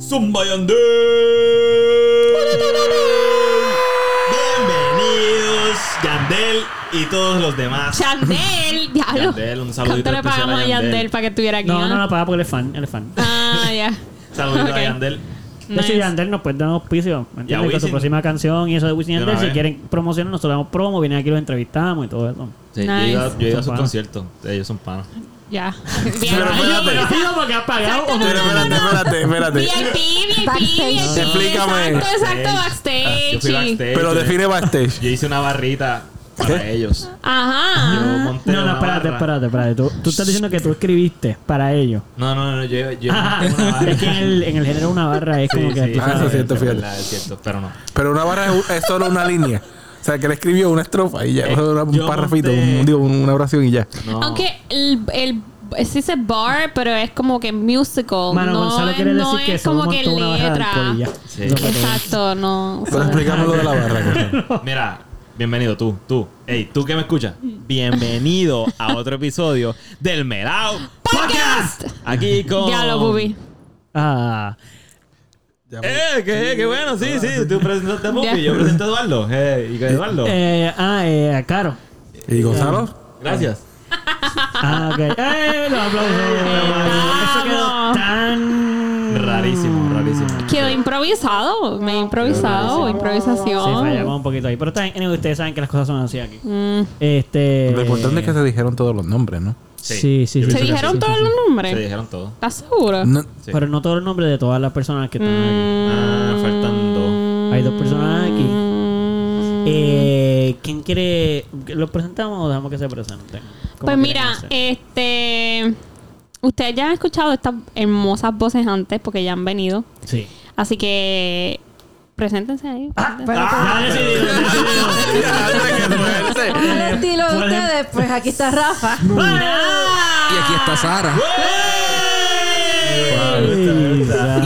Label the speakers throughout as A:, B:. A: Zumba y Andén. Bienvenidos, Yandel y todos los demás.
B: Yandel, diablo.
A: Yandel, un saludito
B: ¿Cuánto le
A: especial
B: pagamos
A: a
B: a
A: Yandel?
B: Yandel para que estuviera aquí?
C: No,
B: ah?
C: no, no, paga porque él es fan, él es fan.
B: Ah, ya.
A: Saludos
B: Ok.
A: a Yandel.
C: De hecho,
B: Nice.
C: Yandel nos puede dar un auspicio, ¿me
A: Y a
C: entiendes? Con su
A: Wisin.
C: próxima canción y eso de Wisin y
A: De
C: Yandel.
A: una
C: Si
A: vez.
C: quieren promocionar, nosotros damos promo, vienen aquí, los entrevistamos y todo eso.
A: Sí, yo he ido a- yo he ido a
C: Son
A: sus
C: panas.
A: conciertos. Ellos son panas.
B: Ya.
A: Pero
B: Bien.
A: espérate.
C: pido porque has pagado.
B: Exacto,
D: Pero espérate, espérate, espérate.
B: VIP, VIP,
E: Backstage.
B: VIP.
D: Explícame.
B: Exacto, exacto,
A: Ah, Yo fui
B: backstage.
A: backstage.
F: Este.
D: Pero define backstage.
A: Yo hice una barrita para ellos. Yo
B: Ajá.
A: monté
C: No, no,
A: una
C: espérate,
A: barra.
C: espérate, espérate. Tú, tú estás diciendo que tú escribiste para ello.
A: No, no, no, yo, yo
C: Ah,
A: monté una barra.
C: es que en el, en el género una barra es
A: Sí,
C: como que
A: sí,
C: tú
D: Ah,
C: sabes.
D: eso es cierto,
A: es
D: fíjate.
A: verdad, es cierto, pero no.
D: Pero una barra es, es solo una línea. O sea, que él escribió una estrofa y ya.
A: Eh,
D: solo
A: yo
D: un parrafito,
A: monté-
D: un- digo, una oración y ya.
A: No.
B: Aunque el, el se dice bar, pero es como que musical.
C: Mano,
B: no
C: Gonzalo
B: es,
C: quiere decir
B: no
C: que
B: es
C: solo
B: como que
C: montó una barra de alcohol y
B: letra.
C: ya.
A: Sí.
C: Eso es lo que-
B: Exacto, no.
D: Pero explícame lo de la barra. coño.
A: Mira, bienvenido tú, tú. Ey, tú que me escuchas. Bienvenido a otro episodio del Melao Podcast. Aquí con.
B: Diablo, Bubi.
C: Ah,
D: Ya, pues.
A: Eh, qué, qué bueno, sí, sí. Tú presentaste a Bubi,
B: Ya.
A: yo presenté a Eduardo. Eh, y que Eduardo.
C: eh, ah, eh, Caro.
D: ¿Y Gonzalo?
A: Gracias.
C: Ah, ok. ¡Eh, los aplausos! Eso quedó
B: Vamos.
C: tan...
A: Rarísimo, rarísimo.
B: Quedó improvisado. Me he improvisado.
C: Sí, fallamos
B: Improvisación.
C: un poquito ahí. Pero está bien, ustedes saben que las cosas son así aquí.
B: Mm.
C: Este...
D: Lo importante es que se dijeron todos los nombres, ¿no?
C: Sí, sí, sí.
A: Yo
B: ¿Se
A: pienso que
B: dijeron
A: sí.
B: todos los
A: Se
B: nombres?
A: dijeron todos.
B: ¿Estás seguro?
D: No-
A: Sí.
C: Pero no todos los nombres de todas las personas que están aquí.
A: Ah, faltan dos.
C: Hay dos personas aquí. Eh, ¿Quién quiere...? ¿Los presentamos o dejamos que se presenten? ¿Cómo
B: Pues
C: quieren
B: mira,
C: hacer?
B: este. Ustedes ya han escuchado estas hermosas voces antes porque ya han venido.
C: Sí.
B: Así que. Preséntense ahí. preséntense.
E: Bueno,
A: Ah.
C: Ya decidimos, ya decidimos.
E: pues, al estilo de
C: pueden-
E: ustedes, pues aquí está Rafa.
F: Y aquí está Sara.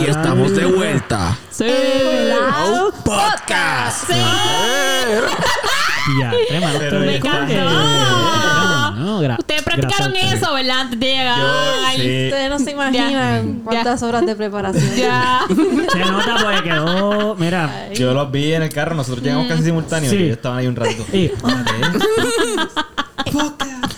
F: Y estamos de vuelta.
E: Hola.
F: Un podcast.
D: Eh,
C: Ya, crema, no
A: Pero
C: te-
A: me
C: ¿cómo que-
B: encantó.
C: No, no, gra-
B: Ustedes practicaron
C: grasote.
B: eso, ¿verdad? Antes de llegar.
A: Yo-
B: Ay,
A: sí.
E: Ustedes no se imaginan
B: Ya.
E: cuántas horas de preparación.
B: Ya.
C: Se nota porque quedó. Mira.
A: Yo los vi en el carro, nosotros llegamos casi simultáneos
C: Sí.
A: y ellos estaban ahí un rato.
C: y-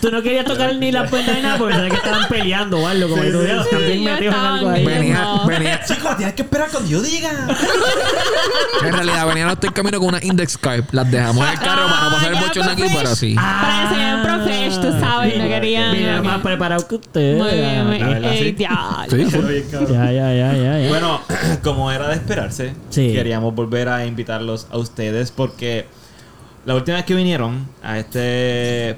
C: Tú no querías tocar ni las puertas ni nada porque sabes que estaban peleando o algo. Como que tú ya están bien
B: Sí, ya
C: metidos en algo
B: estaban
C: ahí.
B: bien.
F: Venía, venía.
A: Chicos, tienes que esperar cuando yo diga.
F: En realidad, venía no estoy en camino con una index card. Las dejamos en el carro para no pasar el
B: Ah, ya,
F: bochón de aquí,
B: perfecto.
F: pero sí.
B: Para
C: Ah.
B: enseñar profesh, tú sabes, no
C: Mira,
B: quería.
C: Mira, más preparado que ustedes.
B: Muy bien, eh, muy
A: La
B: bien.
A: verdad,
B: Ey,
A: sí.
B: diablo.
D: Sí, full.
C: Ya, ya, ya, ya. ya.
A: Bueno, como era de esperarse,
C: Sí.
A: queríamos volver a invitarlos a ustedes porque la última vez que vinieron a este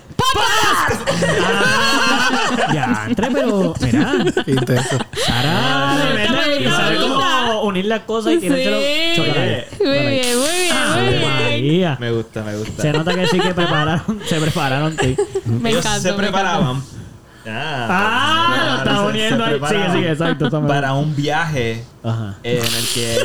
C: Ah, ya, entre, pero mira,
D: Intenso.
C: Sara, de verdad,
B: Ah, Está
C: que sabe
B: bonita.
C: cómo unir las cosas y
B: Sí.
C: tirárselo. Chócala ahí.
B: Muy bien, muy bien,
C: Ave
B: muy bien.
C: María.
A: Me gusta, me gusta.
C: Se nota que sí que prepararon, se prepararon, sí.
B: Me
A: ellos
B: encanta.
A: se
B: me encanta.
A: preparaban.
C: Ah, lo está
A: Se- se
C: poniendo ahí. Sigue,
A: preparaban
C: sigue, exacto. toma.
A: Para un viaje
C: Ajá.
A: en el que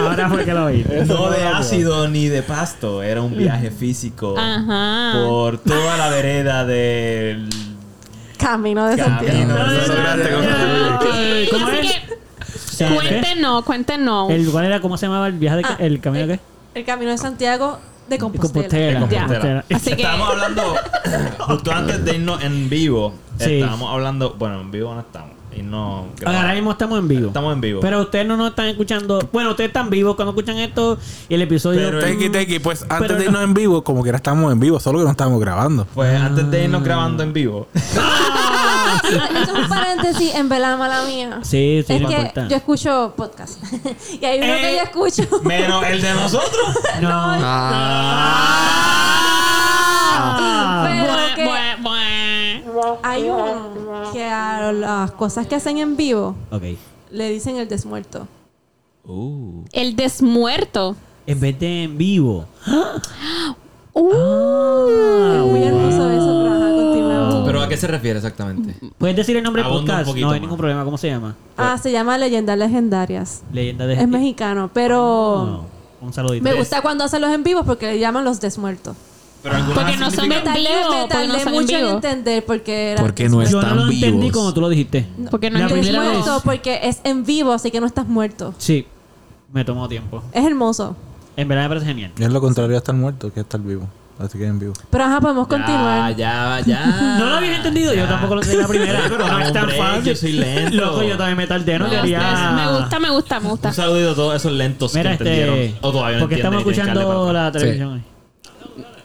C: Ahora fue que lo oí.
A: No de ácido ni de pasto, era un viaje físico
B: Ajá.
A: por toda la vereda del
E: Camino de
A: camino.
E: Santiago.
A: de Santiago.
C: Ay,
B: Ok,
C: ¿Cómo
B: así
C: es?
B: que
C: Se- ¿qué?
B: cuéntenos, cuéntenos.
C: ¿El lugar era cómo se llamaba el viaje
E: Ah,
C: de qué? el
E: eh,
C: camino qué?
E: El camino de Santiago de Compostela.
C: Compostela.
A: de
B: Ya.
C: Compostela.
B: Así que-
A: Estábamos hablando justo antes de irnos en vivo.
C: Sí.
A: Estábamos hablando, bueno, en vivo no estamos. Y no
C: Ahora mismo estamos en vivo.
A: Estamos en vivo.
C: Pero ustedes no nos están escuchando. Bueno, ustedes están vivos cuando escuchan esto y el episodio.
A: Pero-
D: Tequi, tequi, pues antes
C: Pero
D: de
C: no.
D: irnos en vivo, como que estábamos en vivo, solo que no estábamos grabando.
A: pues antes de irnos grabando en vivo.
E: Ah, Eso es un paréntesis en verdad mala mía.
C: Sí, sí,
E: es
C: no
E: que
C: importa.
E: yo escucho podcast. y hay uno que
A: Eh,
E: yo escucho.
A: Menos el de nosotros.
C: No.
B: Ah.
E: pero
B: Bué,
E: que
B: bué, bué.
E: hay uno que a las cosas que hacen en vivo
C: Ok.
E: le dicen el desmuerto.
A: Uh.
B: El desmuerto.
C: En vez de en vivo.
E: Es muy hermoso eso, pero ajá, continuamos.
G: ¿Pero a qué se refiere exactamente?
C: ¿Puedes decir el nombre del
A: Abunda un
C: podcast?
A: poquito
C: No hay
A: más.
C: ningún problema. ¿Cómo se llama?
E: Ah, se llama Leyendas Legendarias.
C: Leyenda de...
E: Es mexicano,
C: No,
E: pero
C: un saludito.
E: me gusta cuando hacen los en vivos porque le llaman los desmuertos.
A: Pero alguna
B: Porque
A: vez
B: no son
A: significa-
B: en
E: Tal vez
B: vivo,
E: me
B: porque no
E: tardé
B: son en
E: mucho en
B: vivo.
E: entender porque era
F: Porque no
C: Yo no
F: están
C: lo entendí
F: vivos.
C: como tú lo dijiste.
B: Porque no
C: La
B: es
C: primera vez.
E: desmuerto porque es en vivo, así que no estás muerto.
C: Sí, me tomó tiempo.
E: Es hermoso.
C: En verdad me parece genial.
D: Es lo contrario a estar muerto que estar vivo. Así que en vivo.
E: Pero ajá, podemos
G: Ya,
E: continuar.
G: ya, ya.
C: Ah, No lo había entendido, yo tampoco lo entendí la primera.
A: Pero,
C: no es tan
A: hombre,
C: fácil.
A: yo soy lento.
C: Loco, yo también me tardé, no,
B: No,
C: quería.
B: es- Me gusta, me gusta, me
A: Un
B: gusta.
A: saludo a todos esos lentos
C: Mira,
A: que entendieron.
C: este.
A: O todavía no
C: porque
A: entienden
C: estamos
A: y tienen que darle
C: escuchando
A: para
C: la televisión.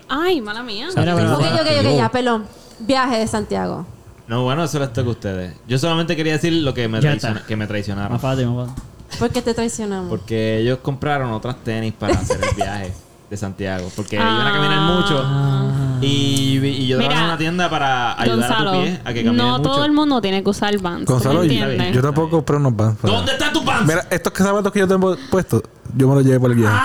B: Ay, mala mía.
C: Mira,
F: Exacto.
E: Ok,
C: pero-
E: ok, ok,
F: Yo.
E: ya, pelón. Viaje de Santiago.
A: atrás. No, bueno, eso les toca a ustedes. Yo solamente quería decir lo que me,
C: Ya
A: traiciona-
C: está.
A: que me traicionaron.
C: Más fácil, más fácil.
E: Porque te traicionamos.
A: Porque ellos compraron otras tenis para hacer el viaje de Santiago. Porque iban a caminar
B: Ah.
A: mucho. Y, y yo
B: Mira,
A: trabajo en una tienda para ayudar a tu
B: Gonzalo,
A: pie a que camine
B: no
A: mucho.
B: todo el mundo tiene que usar Vans.
D: Gonzalo,
B: ¿me
D: yo,
B: entiendes?
D: yo tampoco pero unos vans. para-
A: ¿Dónde están tus pants?
D: Mira, estos que zapatos que yo tengo puestos, yo me los llevé por el viaje.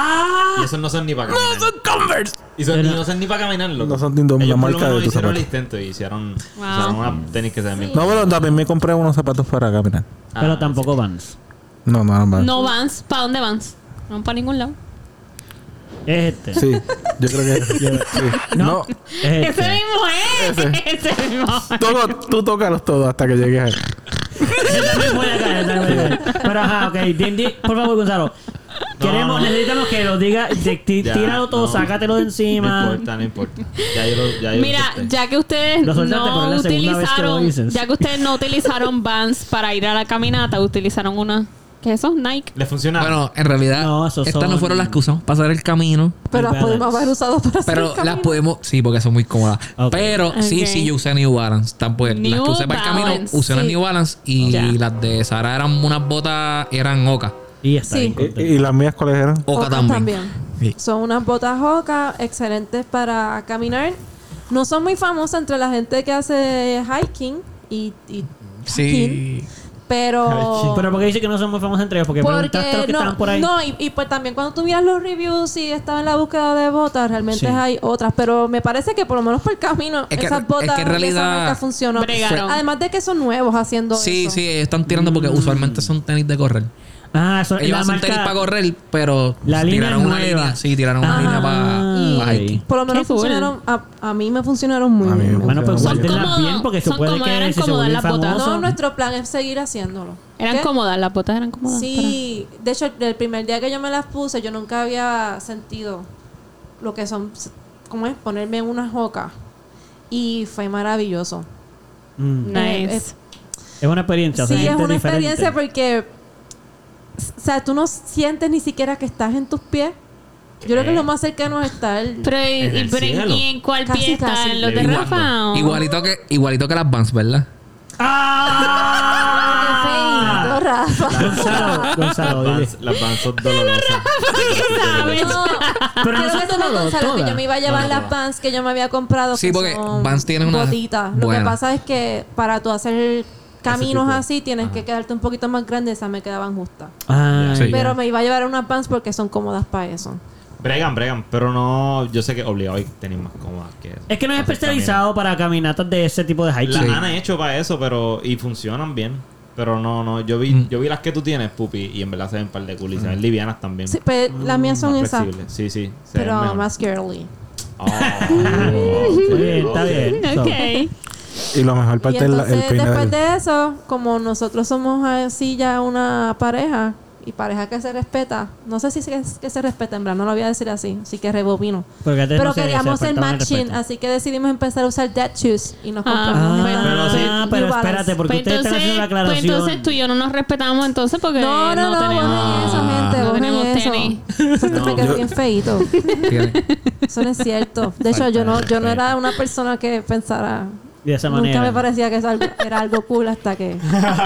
A: Y esos no son ni para caminar.
D: Converse.
A: Y son,
C: Pero-
A: y no son ni para caminar, loco.
D: No son ni de
A: Ellos
D: la
A: por lo
D: marca
A: menos
D: de tus
A: hicieron el
D: zapatos.
A: intento y hicieron,
B: Wow.
A: usaron una tenis que se ven bien.
D: No, pero también me compré unos zapatos para caminar.
A: Ah,
C: Pero tampoco Vans.
D: No, no, no.
B: No Vans, ¿para dónde Vans? No para ningún lado.
C: Es este.
D: Sí, yo creo que. sí. No.
C: Es este.
B: Ese mismo es. Ese, mismo.
D: Todo, tú tócalos todos hasta que llegues ahí.
C: Yo Este también voy a caer, también voy a caer. Pero ajá, ok. Dindi, por favor, Gonzalo. Queremos,
A: no.
C: necesitamos que lo diga. de- ti-
A: Ya,
C: tíralo todo,
A: no.
C: sácatelo de
A: No
C: encima.
A: importa, no importa. Ya yo lo, ya yo lo
B: Mira,
A: solté.
B: ya que ustedes
C: Lo soltaste, pero
B: no
C: es la segunda vez que lo
B: utilizaron,
C: dices.
B: ya que ustedes no utilizaron Vans para ir a la caminata, utilizaron una, ¿qué es eso? Nike.
A: ¿Le funciona?
F: Bueno, en realidad,
C: Ah. No, esos
F: estas
C: son-
F: no fueron las que usamos para hacer el camino.
E: pero las
C: Balance.
E: podemos haber usado para hacer
F: Pero
E: el
F: las
E: camino.
F: podemos. Sí, porque son muy cómodas.
C: Ok.
F: Pero sí,
B: Ok.
F: sí, yo usé New Balance. Tampoco, las
B: New
F: que usé para el camino,
B: Balance,
F: usé las
B: sí.
F: New Balance. Y
B: Ya.
F: las de Sara eran unas botas, eran Oca.
C: Y ya está.
E: Sí.
C: bien
D: ¿Y,
F: Eh,
C: contento.
A: Eh,
D: y las mías cuáles eran?
F: Oca
E: Hoka
F: también. Sí.
E: Son unas botas Hoka excelentes para caminar. No son muy famosas entre la gente que hace hiking y, y hiking,
F: Sí.
A: eh,
E: pero
C: Pero porque dice que no son muy famosos entre ellos, porque, preguntaste a los que
E: no,
C: estaban por ahí.
E: no y, y pues también cuando tú miras los reviews y estás en la búsqueda de botas, realmente
C: Sí.
E: hay otras, pero me parece que por lo menos por el camino
F: Es que-
E: esas
F: es
E: botas
F: que en
E: de
F: realidad-
E: esa marca funcionó.
B: Bregaron.
E: Además de que son nuevos haciendo
F: Sí,
E: eso.
F: sí, ellos están tirando porque usualmente son tenis de correr.
C: Ah, eso
F: Ellos
C: Mm. la
F: hacen
C: marca-
F: tenis para correr, pero
C: La línea
F: tiraron una
C: nueva. Ah.
F: línea. Sí, tiraron una
E: Ajá.
F: línea para
E: Y-
F: pa hiking.
E: Por lo menos
B: Qué cool.
E: funcionaron, a, a mí me funcionaron muy
D: A mí me
E: bien.
C: Bueno, pues
D: Son
C: guárdenlas
B: cómodos,
C: bien, porque eso
B: son
C: puede
B: cómodos,
C: que
B: eran
C: si se
B: cómodos
C: vuelven
B: las botas.
E: No,
C: famosos.
E: nuestro plan es seguir haciéndolo.
B: Eran
E: ¿Qué?
B: cómodas, las botas eran cómodas.
E: Sí, de hecho, el primer día que yo me las puse, yo nunca había sentido lo que son, ¿cómo es? Ponerme en una joca. Y fue maravilloso.
C: Mm.
B: espera.
E: Eh,
B: Nice.
E: es-
C: Es una experiencia. se
E: sí, es
C: siente
E: una experiencia
C: diferente.
E: porque, o sea, tú no sientes ni siquiera que estás en tus pies. Yo creo que lo más cercano es estar.
B: pero y,
A: En
B: y-
A: el
B: pero ¿y
A: cielo.
B: en cuál
E: Casi,
B: pie están?
E: casi.
B: ¿Los de
A: Igual-
B: Rafa? o-
F: Igualito que, igualito que las Vans, ¿verdad?
C: ¡Ah!
E: Feíto, Rafa.
C: Gonzalo, Gonzalo,
A: Las
C: dile.
A: Vans- las Vans son dolorosas.
B: ¿Sabes?
E: No,
C: Pero no
E: creo
C: son
E: que se me
C: todas,
E: Gonzalo, que
C: todas.
E: yo me iba a llevar las Vans que yo me había comprado.
F: Sí,
E: que
F: porque
E: son
F: Vans tienen una-
E: botitas. Lo que
F: Bueno.
E: pasa es que para tú hacer caminos
A: tipo.
E: así tienes que quedarte un poquito más grande. Esas me quedaban justas.
C: Ah,
F: Sí.
C: ya.
E: Pero me iba a llevar unas Vans porque son cómodas para eso.
A: bregan, bregan. Pero no, yo sé que obligado hay tenis más cómodas que eso.
C: Es que no es
A: Hacer
C: especializado para caminatas de ese tipo de
A: camino. Las
C: hiking.
A: han hecho para eso, pero. Y funcionan bien. Pero no, no. Yo
C: Mm.
A: vi, yo vi las que tú tienes, Pupi, y en verdad se ven par de cool y se ven livianas también.
E: Sí, pero las mías son
A: Mm, Más
E: esas,
A: flexibles. Sí, sí. se ven
E: pero
A: mejor.
E: más girly.
A: Oh, ok,
C: Está bien, está bien. So,
B: Ok.
D: Y lo mejor
E: y
D: parte es la-
E: entonces,
D: el
E: después
D: peinado.
E: de eso, como nosotros somos así ya una pareja, y pareja que se respeta, no sé si es que se respeta, en verdad, no lo voy a decir así, así que rebobino.
C: porque antes
E: Pero
C: no se- se
E: queríamos ser
C: apartaban el
E: matching,
C: respeto.
E: así que decidimos empezar a usar dead shoes y nos
B: Ah,
E: compramos unas
C: Ah,
A: Pero sí.
C: pero,
E: New Balance.
C: espérate, porque
B: Pues entonces,
C: ustedes están haciendo la
B: pues
C: aclaración.
B: entonces tú y yo no nos respetamos entonces porque
E: No, no, no,
B: tenemos... Ah,
E: borren eso, gente,
B: No
E: borren
B: tenemos
E: eso.
B: tenis.
E: Nosotros te quedó bien feito.
F: Tiene-
E: Eso no es cierto. De hecho, yo no, yo no era una persona que pensara.
C: de esa
E: Nunca
C: manera.
E: me parecía que eso algo- era algo cool hasta que.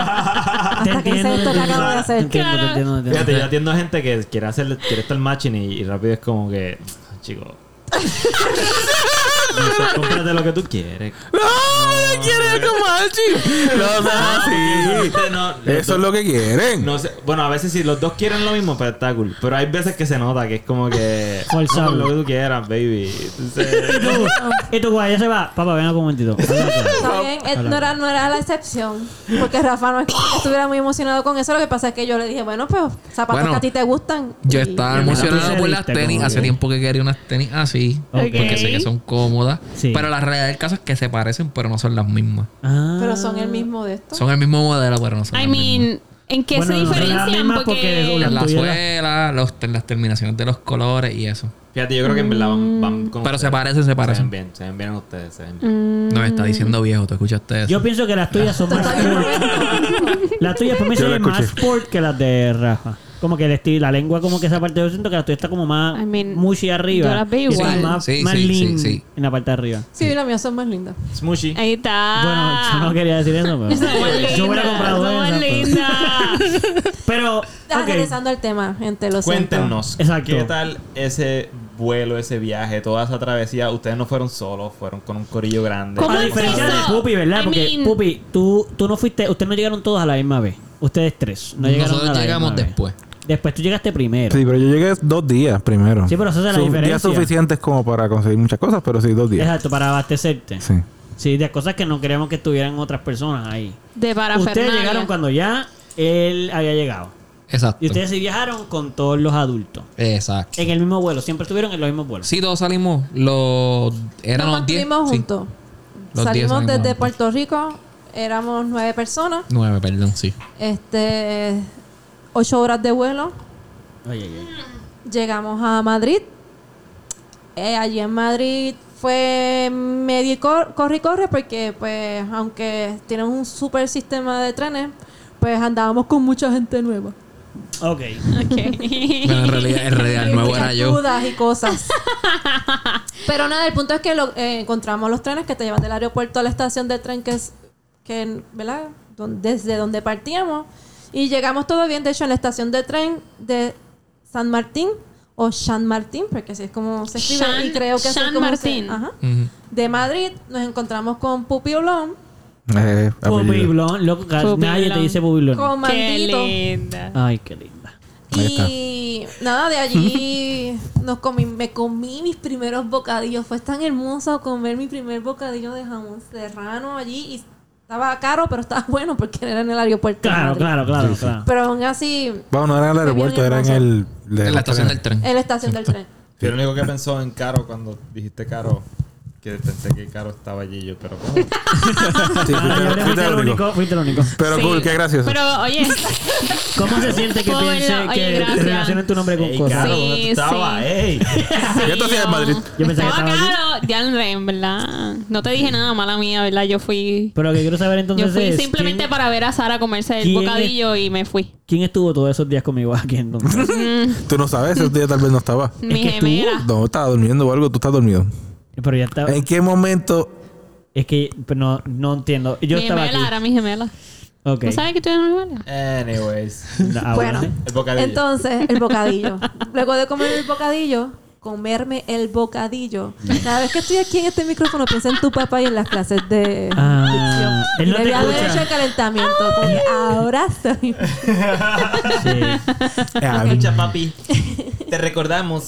E: hasta que hice esto que acabo de
C: Te
E: hacer.
C: entiendo, te entiendo, te
A: Fíjate,
C: entiendo.
A: yo atiendo a gente que quiere hacer quiere estar matching y, y rápido es como que, chico. Eso, cómprate lo que tú quieres.
D: ¡No! ¡No quiere Comanche! ¡No
C: Ah,
D: seas así!
A: Este no- los
D: Eso es lo que quieren.
A: No sé, bueno, a veces si los dos quieren lo mismo, pero está cool. Pero hay veces que se nota que es como que.
C: Forzado.
A: "Vamos, Lo que tú quieras, baby. Entonces,
C: Y tu guay ya se va. Papá, ven acá un momentito.
E: Está bien, Ed no era, no era la excepción. Porque Rafa no es- estuviera muy emocionado con eso. Lo que pasa es que yo le dije, bueno, pues zapatos
F: Bueno,
E: que a ti te gustan.
F: Yo
E: Y-
F: estaba
C: Tú
F: emocionado
C: se
F: por
C: viste
F: las tenis.
C: como
F: Hace
C: que-
F: tiempo que quería unas tenis así.
C: Ok.
F: Porque sé que son cómodas.
C: Sí.
F: Pero la realidad del caso es que se parecen, pero no son las mismas.
C: Ah.
E: Pero son el mismo de estos.
F: Son el mismo modelo, pero no son
B: I
F: las mismas.
B: mean, ¿en qué se
C: Bueno, no, no, la
B: diferencian?
C: misma
B: Porque,
C: porque-
F: Las
C: Las tuyas-
F: suelas, los- las terminaciones de los colores y eso.
A: fíjate, yo creo que en verdad van, van con.
F: Pero se
A: ustedes.
F: parecen, se
A: Se ven
F: parecen.
A: bien, se ven bien ustedes. se ven bien.
B: Mm,
F: Nos está diciendo viejo, ¿tú escuchaste eso?
C: Yo pienso que las tuyas son más sport. Las tuyas para mí
D: Yo
C: se
D: la
C: ven más
D: escuché.
C: sport que las de Rafa. Como que el estilo, la lengua, como que esa parte yo siento que la tuya está como más
B: I mean,
C: mushy arriba.
B: yo las veo
C: Y se ve
B: igual.
C: Más,
F: Sí,
C: más
F: sí,
C: lean
F: sí, sí.
C: en la parte de arriba.
E: Sí, las mías son más lindas.
B: Mm.
A: Smushy.
B: ahí está.
C: Bueno,
B: Ah.
C: yo no quería decir eso, pero.
B: Somos
C: yo hubiera
B: lindas,
C: comprado
B: somos
C: esa. pues. pero-
B: lindas.
C: Pero.
E: Ah,
C: ok.
E: Regresando al tema, gente, lo siento.
A: Cuéntenos,
C: Exacto.
A: ¿qué tal ese vuelo, ese viaje, toda esa travesía? Ustedes no fueron solos, fueron con un corillo grande.
B: ¿Cómo
C: A diferencia de
B: empezó?
C: Pupi, ¿verdad?
B: I
C: Porque
B: mean-
C: Pupi, tú, tú no fuiste. Ustedes no llegaron todos a la misma vez. Ustedes tres. No llegaron
F: Nosotros
C: a la
F: llegamos
C: misma vez.
F: después.
C: Después tú llegaste primero.
D: Sí, pero yo llegué dos días primero.
C: Sí, pero esa es la
D: Su-
C: diferencia.
D: Días suficientes como para conseguir muchas cosas, pero sí, dos días.
C: Exacto, para abastecerte.
D: Sí.
C: Sí, de cosas que no queríamos que estuvieran otras personas ahí.
B: De parafernalia.
C: Ustedes llegaron cuando ya él había llegado.
F: Exacto.
C: Y ustedes Eh. sí viajaron con todos los adultos.
F: Exacto.
C: En el mismo vuelo. Siempre estuvieron en los mismos vuelos.
F: Sí, todos salimos. Los.
E: Nos
F: Éramos 10.
E: mantuvimos
F: sí.
E: juntos.
F: Los diez
E: Salimos
F: salimos
E: desde
F: juntos.
E: Puerto Rico, éramos nueve personas,
F: Nueve, perdón, sí.
E: este, ocho horas de vuelo.
C: Ay, ay, ay.
E: Llegamos a Madrid. Eh, allí en Madrid fue medio y cor- corre y corre porque, pues, aunque tienen un super sistema de trenes, pues andábamos con mucha gente nueva.
C: Ok.
B: Ok.
F: Bueno, en realidad, en realidad, el nuevo era
E: Muchas
F: yo.
E: dudas y cosas. Pero nada, el punto es que lo- eh, encontramos los trenes que te llevan del aeropuerto a la estación de tren que es, que, ¿verdad? Don- desde donde partíamos. Y llegamos todo bien, de hecho, en la estación de tren de San Martín o San Martín, porque así es como se escribe.
B: San-
E: y creo que así es
B: San
E: como se-
B: Martín.
E: ajá.
F: Ujú.
E: De Madrid nos encontramos con Pupi Olón,
D: Eh,
C: Pupi
D: apellido.
C: Blon, loco, ca-
B: Pupi
C: nadie te
B: Blon.
C: dice Pupi Blon.
E: con
B: Qué
E: Mandito.
B: linda.
C: Ay, qué linda.
E: Y nada, de allí nos comí, me comí mis primeros bocadillos. Fue tan hermoso comer mi primer bocadillo de jamón serrano allí. Y estaba caro, pero estaba bueno porque era en el aeropuerto. de
C: Claro,
E: Madrid.
C: claro, claro, claro.
E: Pero aún así,
D: Bueno, no era en el
E: Fue bien
D: aeropuerto, era en
E: hermoso.
D: el. de-
F: En la estación del tren.
E: en la estación del tren.
A: Yo lo único que pensó en Caro cuando dijiste Caro, que pensé que Caro estaba allí yo, pero ¿cómo?
D: Sí,
C: Ah, yo
D: fuiste-
C: creo
D: fuiste
C: que fuiste el
D: el único.
C: único, fuiste el único.
D: Pero
B: Sí.
D: cool, qué gracioso.
B: Pero oye,
C: ¿Cómo se siente que
B: Puedo
C: piense
B: verlo. Oye,
C: que
B: gracias.
C: relacionen tu nombre con
A: Ey,
C: cosas?
A: Caro,
B: Sí,
A: ¿dónde tú estabas?
B: sí.
A: Ey.
D: Yo te hacía en Madrid.
C: Yo pensaba que
B: estaba
C: estaba allí.
B: caro. Dianre, en verdad. No te dije nada mala mía, ¿verdad? Yo fui.
C: Pero lo que quiero saber entonces
B: Yo fui
C: es.
B: simplemente
C: ¿quién,
B: para ver a Sara comerse el
C: ¿Quién
B: bocadillo y me fui.
C: ¿Quién estuvo todos esos días conmigo aquí entonces?
D: Tú no sabes, ese día tal vez no estaba.
B: Mi
C: que tú-
B: gemela.
D: No, estaba durmiendo o algo, tú estás dormido.
C: Pero ya estaba.
D: ¿En qué momento?
C: Es que pero no, no entiendo. Yo
B: mi
C: estaba
B: gemela
C: aquí.
B: era mi gemela.
C: Ok.
B: ¿No sabes que tú eres mi gemela?
A: Anyways,
C: Ah,
E: Bueno,
C: sí.
A: el bocadillo.
E: entonces el bocadillo. Luego de comer el bocadillo, comerme el bocadillo. Cada vez que estoy aquí en este micrófono, piensa en tu papá y en las clases de.
C: Ah, él no te
E: Debía haber hecho
C: escucha.
E: el calentamiento. como que ahora soy.
C: Sí.
D: Ah,
A: Escucha, papi. Te recordamos.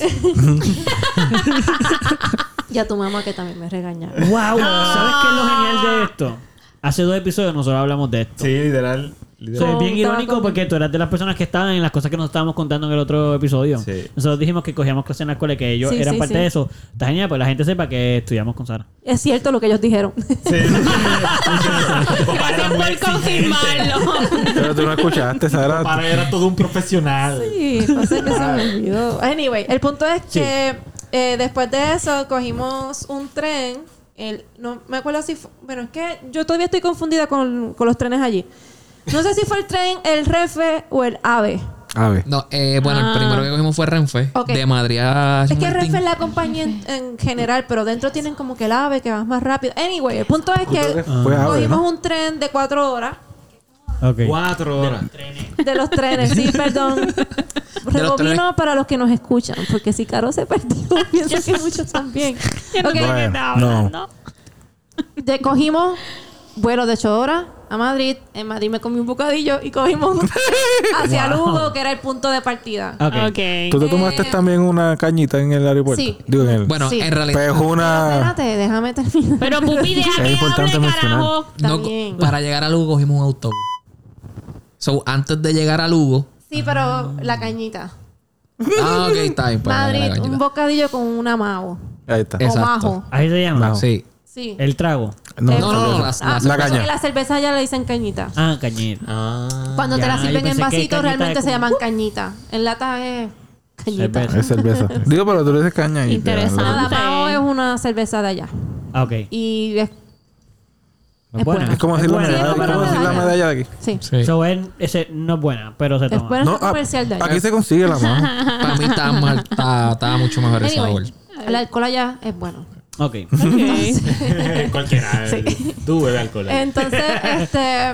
E: Y a tu mamá que también me regaña.
C: Wow, ¿sabes qué es lo
E: Ah.
C: genial de esto? Hace dos episodios nosotros hablamos de esto.
A: Sí, literal.
C: O sea,
A: literal.
C: es bien
E: Contaba
C: irónico
E: con-
C: porque tú eras de las personas que estaban en las cosas que nos estábamos contando en el otro episodio.
A: Sí.
C: Nosotros dijimos que cogíamos clases en la escuela y que ellos
E: Sí,
C: eran
E: sí,
C: parte
E: sí.
C: de eso. Está genial, pues la gente sepa que estudiamos con Sara.
E: Es cierto lo que ellos dijeron.
A: Sí. Papá era
B: Gracias
A: muy
B: por
A: exigente.
B: confirmarlo.
D: Pero tú no escuchaste, Sara.
A: Papá era todo un profesional.
E: Sí, pasa que se me olvidó. Anyway, el punto es
C: Sí.
E: que eh, después de eso cogimos un tren. El, no me acuerdo si fue, Bueno, es que yo todavía estoy confundida con, con los trenes allí. No sé si fue el tren, el refe o el ave.
D: A ver.
F: No, eh, bueno,
B: Ah.
F: el primero que cogimos fue Renfe.
E: Ok.
F: De Madrid a
E: Es que el
F: Martín.
E: refe es la compañía en, en general, pero dentro tienen como que el ave que va más rápido. Anyway, el punto es que
H: Ah.
D: Fue ave,
E: cogimos
D: ¿no?
E: un tren de cuatro horas.
C: Ok.
A: Cuatro horas.
E: De los trenes, sí, perdón. rebobino para los que nos escuchan, porque si Caro se perdió, pienso que muchos también.
B: Yo no
E: Ok,
B: sé de qué
D: Bueno,
B: está
D: no.
B: hablando.
E: de- cogimos vuelo de 8 horas a Madrid. En Madrid me comí un bocadillo y cogimos hacia Lugo, que era el punto de partida.
C: Ok.
D: Tú
B: Ok.
D: te tomaste
E: Eh,
D: también una cañita en el aeropuerto.
E: sí.
D: Digo, en el.
F: Bueno,
E: Sí.
F: en realidad.
D: pues
H: Ah.
D: una.
E: Espérate, déjame terminar.
B: Pero Pupi, deja
D: Es
B: que
D: importante
B: hable,
D: mencionar.
B: carajo.
F: no-
E: también.
F: para llegar a Lugo cogimos un autobús. So, antes de llegar a Lugo.
E: Sí, pero la cañita.
F: Ah, ok, está bien. pues, la
E: Madrid,
F: galleta.
E: un bocadillo con un amago.
D: Ahí está.
F: Es-
E: O
F: Exacto.
E: majo.
C: Ahí se llama.
D: No.
F: Sí.
E: Sí.
C: El trago.
D: No,
E: Eh,
F: No, no, no, la,
E: Ah,
F: la-
D: La caña.
E: porque la cerveza ya le dicen cañita.
C: Ah, cañita.
E: Cuando te
C: Ya,
E: la
C: yo
E: sirven en
C: pensé que
E: vasito,
C: cañita
E: realmente
C: es
E: se
C: como-
E: llaman cañita. En lata es cañita.
C: Cerveza.
D: Es cerveza. Digo, pero tú le dices caña. Y
B: Interesante.
E: Nada, Mao es una cerveza de allá.
C: Ah, ok.
E: Y es-
C: No es buena.
D: Es como
C: Es
D: decir la
C: buena,
D: medalla.
C: no,
D: Es como
C: pero-
D: decir la medalla de aquí.
E: sí.
C: So, es- ese no es buena, pero se
E: Es
C: toma.
E: buena
D: No, ah,
E: comercial de allá.
D: aquí se consigue la mano.
F: para mí estaba, mal- estaba- estaba mucho mejor el sabor.
E: Anyway, el alcohol allá es bueno.
C: Ok.
B: Ok.
A: Cualquiera. Tú bebes alcohol.
E: Entonces, este,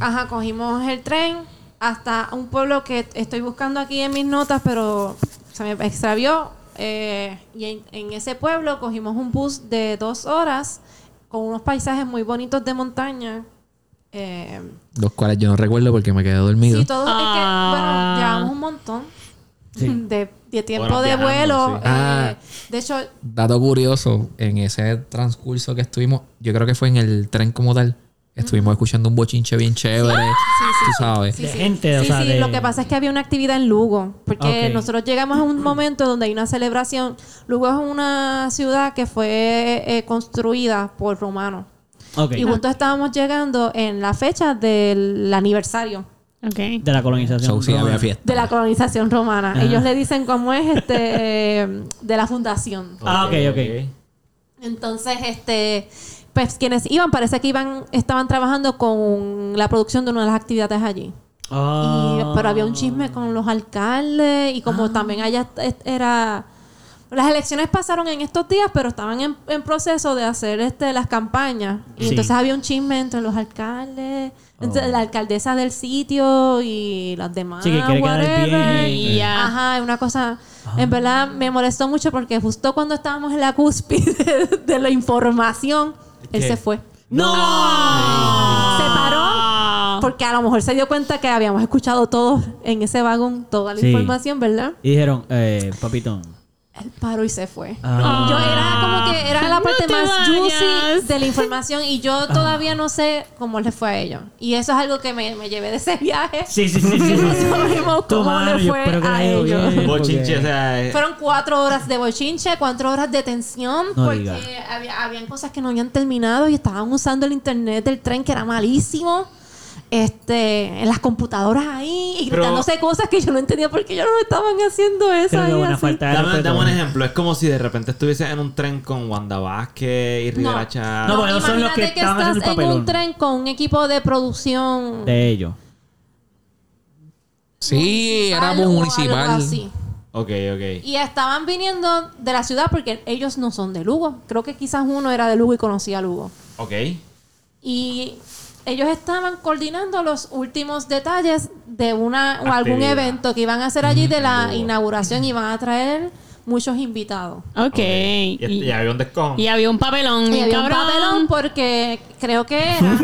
E: ajá, cogimos el tren hasta un pueblo que estoy buscando aquí en mis notas, pero se me extravió. eh, y en, en ese pueblo cogimos un bus de dos horas con unos paisajes muy bonitos de montaña. Eh,
F: Los cuales yo no recuerdo porque me quedé dormido.
E: sí, todo es que,
B: Ah.
E: bueno, llevamos un montón
C: Sí.
E: de, de tiempo
A: Horas
E: de
A: viajando,
E: vuelo.
A: sí.
E: eh,
F: Ah.
E: De hecho,
F: Dato curioso, en ese transcurso que estuvimos, yo creo que fue en el tren como tal, estuvimos escuchando un bochinche bien chévere. Tú sabes.
E: Sí,
C: de
E: sí.
C: gente, o
E: Sí,
C: sea,
E: sí,
C: de-
E: lo que pasa es que había una actividad en Lugo, porque
C: Ok.
E: nosotros llegamos a un momento donde hay una celebración. Lugo es una ciudad que fue eh, construida por romanos.
C: Ok.
E: Y justo estábamos llegando en la fecha del aniversario
B: Ok.
C: De la colonización.
F: So, sí, había fiesta.
E: de la colonización romana.
C: Ajá.
E: Ellos le dicen cómo es este eh, de la fundación.
C: Ah, ok, ok.
E: Entonces, este, pues quienes iban, parece que iban, estaban trabajando con la producción de una de las actividades allí. Y-
C: Ah.
E: pero había un chisme con los alcaldes y como también allá es- era... Las elecciones pasaron en estos días, pero estaban en, en proceso de hacer este, las campañas. Y
C: Sí. Oh.
E: entonces había un chisme entre los alcaldes, entre la alcaldesa del sitio y las demás.
C: Sí, que quiere quedar
E: whatever.
C: bien. Ah.
B: Y ya.
E: Ajá, es una cosa... En verdad me molestó mucho porque justo cuando estábamos en la cúspide de, la información, él
G: ¿Qué?
E: se fue.
C: ¡No!
E: Se paró
B: Ah.
E: porque a lo mejor se dio cuenta que habíamos escuchado todos en ese vagón toda la
C: Sí.
E: información, ¿verdad?
C: Y dijeron, eh, papito.
E: Él paró y se fue.
C: Ah.
E: Yo era como que era la
B: No
E: parte
B: te
E: más
B: vayas.
E: juicy de la información y yo todavía no sé cómo le fue a ellos. Y eso es algo que me, me llevé de ese viaje.
C: Sí, sí, sí, sí.
E: Que no sabemos
C: Tu
E: cómo
C: mano,
E: le
C: yo
E: fue
C: espero que le
E: a
C: haya ido
E: ellos.
C: bien,
A: Bochinche, o
C: eh, porque-
A: sea. eh,
E: Fueron cuatro horas de bochinche, cuatro horas de tensión,
C: No diga.
E: porque había, habían cosas que no habían terminado y estaban usando el internet del tren que era malísimo. Este, en las computadoras ahí y
A: Pero-
E: gritándose cosas que yo no entendía por qué ellos no estaban haciendo eso.
C: Creo que
E: ahí
C: una
E: así.
C: falta de
A: Dame,
C: respeto.
A: dame un ejemplo. Es como si de repente estuvieses en un tren con Wanda Vázquez y Rivera Chá.
C: No, porque esos son los
E: imagínate
C: que estaban haciendo el
E: estás en un
C: papelón.
E: tren con un equipo de producción
C: De ellos.
F: Sí, era
E: algo-
F: un
E: algo
F: municipal.
E: así.
A: Ok, ok.
E: Y estaban viniendo de la ciudad porque ellos no son de Lugo. Creo que quizás uno era de Lugo y conocía a Lugo.
A: Ok.
E: Y ellos estaban coordinando los últimos detalles de una o algún
A: Actividad.
E: evento que iban a hacer allí de la
A: Lugo.
E: inauguración y van a traer muchos invitados.
B: Ok.
A: Y, este y,
B: Y,
A: había un descojón.
B: y había un papelón.
E: Y
B: bien
E: había un
B: cabrón.
E: papelón porque creo que era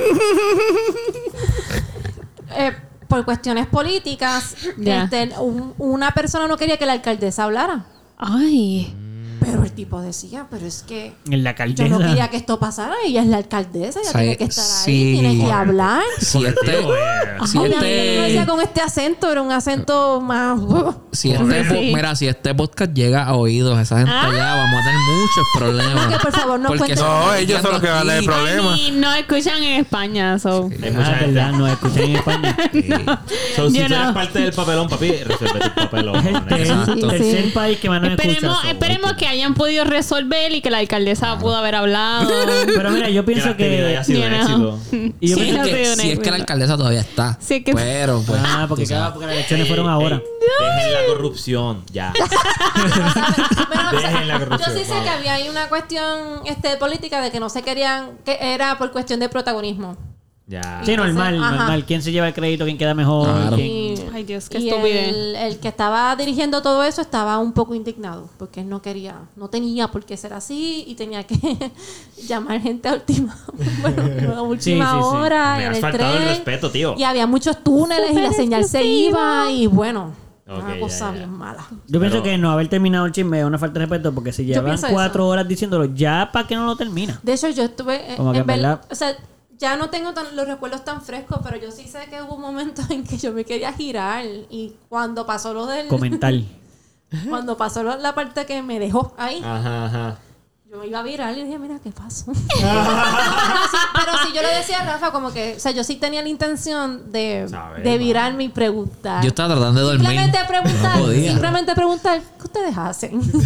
E: eh, por cuestiones políticas
B: Ya.
E: este, un- una persona no quería que la alcaldesa hablara
B: Ay.
E: pero el tipo decía pero es que
C: En
E: yo
C: la alcaldesa.
E: no quería que esto pasara ella es la alcaldesa ella
F: Sí,
E: tiene que estar
F: sí.
E: ahí tiene que hablar
F: Si este,
E: Obviamente
F: si
E: no lo decía
F: este,
E: con este acento era un acento más
F: si este, po- mira, si este podcast llega a oídos, esa gente allá vamos a tener muchos problemas.
E: Ah. que por favor no
F: Porque
E: cuenten
F: son-
D: No, ellos son los que van a
F: Ay,
D: tener problemas.
B: Ay, no escuchan en España. So.
A: Hay mucha
C: Ah,
A: gente.
C: verdad, no escuchan en España.
A: So, si tú
B: You
A: eres
B: know.
A: parte del papelón, papi, resuelve tu papelón.
C: Es el
A: nena.
C: ter-
F: Exacto.
C: tercer este país que van a
B: Esperemos,
C: escuchar.
B: esperemos que hayan podido resolver y que la alcaldesa pudo haber hablado.
C: Pero mira, yo
A: Que la
C: pienso
A: actividad
C: que.
A: haya sido un
B: You
A: éxito.
B: know.
C: y yo
F: Si
C: pienso
F: es que, si es que la alcaldesa todavía está.
B: Si es que-
F: Pero, pues.
C: Ah, porque,
F: tú sabes.
C: cada, porque las elecciones fueron ahora.
A: Eh, Dejen la corrupción, ya. Dejen la
E: Yo
A: corrupción.
E: sí sé
A: vamos.
E: que había ahí una cuestión este, política de que no se querían, que era por cuestión de protagonismo.
A: Ya.
C: Sí, normal,
E: Ajá.
C: normal. ¿Quién se lleva el crédito? ¿Quién queda mejor?
F: Claro.
C: ¿Quién-
E: Y,
B: Ay, Dios, qué
E: y
B: estupidez.
E: el, el que estaba dirigiendo todo eso estaba un poco indignado porque él no quería, no tenía por qué ser así y tenía que llamar gente a última, bueno, a última
C: sí, sí.
E: hora
A: Me
E: en
A: has
E: el
A: faltado el
E: tren.
A: respeto, tío.
E: Y había muchos túneles y la
B: Súper
E: señal se
B: exclusiva.
E: iba y bueno,
A: Ok,
E: una
A: ya,
E: cosa
A: ya.
E: bien mala.
C: Yo
A: Pero-
C: pienso que no haber terminado el chisme es una falta de respeto porque si llevan
E: pienso
C: cuatro
E: eso.
C: horas diciéndolo, ya para qué no lo termina.
E: De hecho, yo estuve. eh,
C: Como que
E: en
C: en verdad-
E: verdad. O sea, ya no tengo tan- los recuerdos tan frescos, pero yo sí sé que hubo un momento en que yo me quería girar. Y cuando pasó lo del.
C: Comentar.
E: Cuando pasó lo- la parte que me dejó ahí,
A: Ajá, ajá.
E: yo me iba a virar y dije, mira, ¿qué pasó? pero, sí, pero sí, yo le decía a Rafa, como que. O sea, yo sí tenía la intención de,
A: Saber,
E: de virarme y preguntar.
F: Yo estaba tratando de dormir.
E: Ah. Simplemente preguntar,
F: No podía.
E: simplemente preguntar, ¿qué ustedes hacen?
B: ¿Qué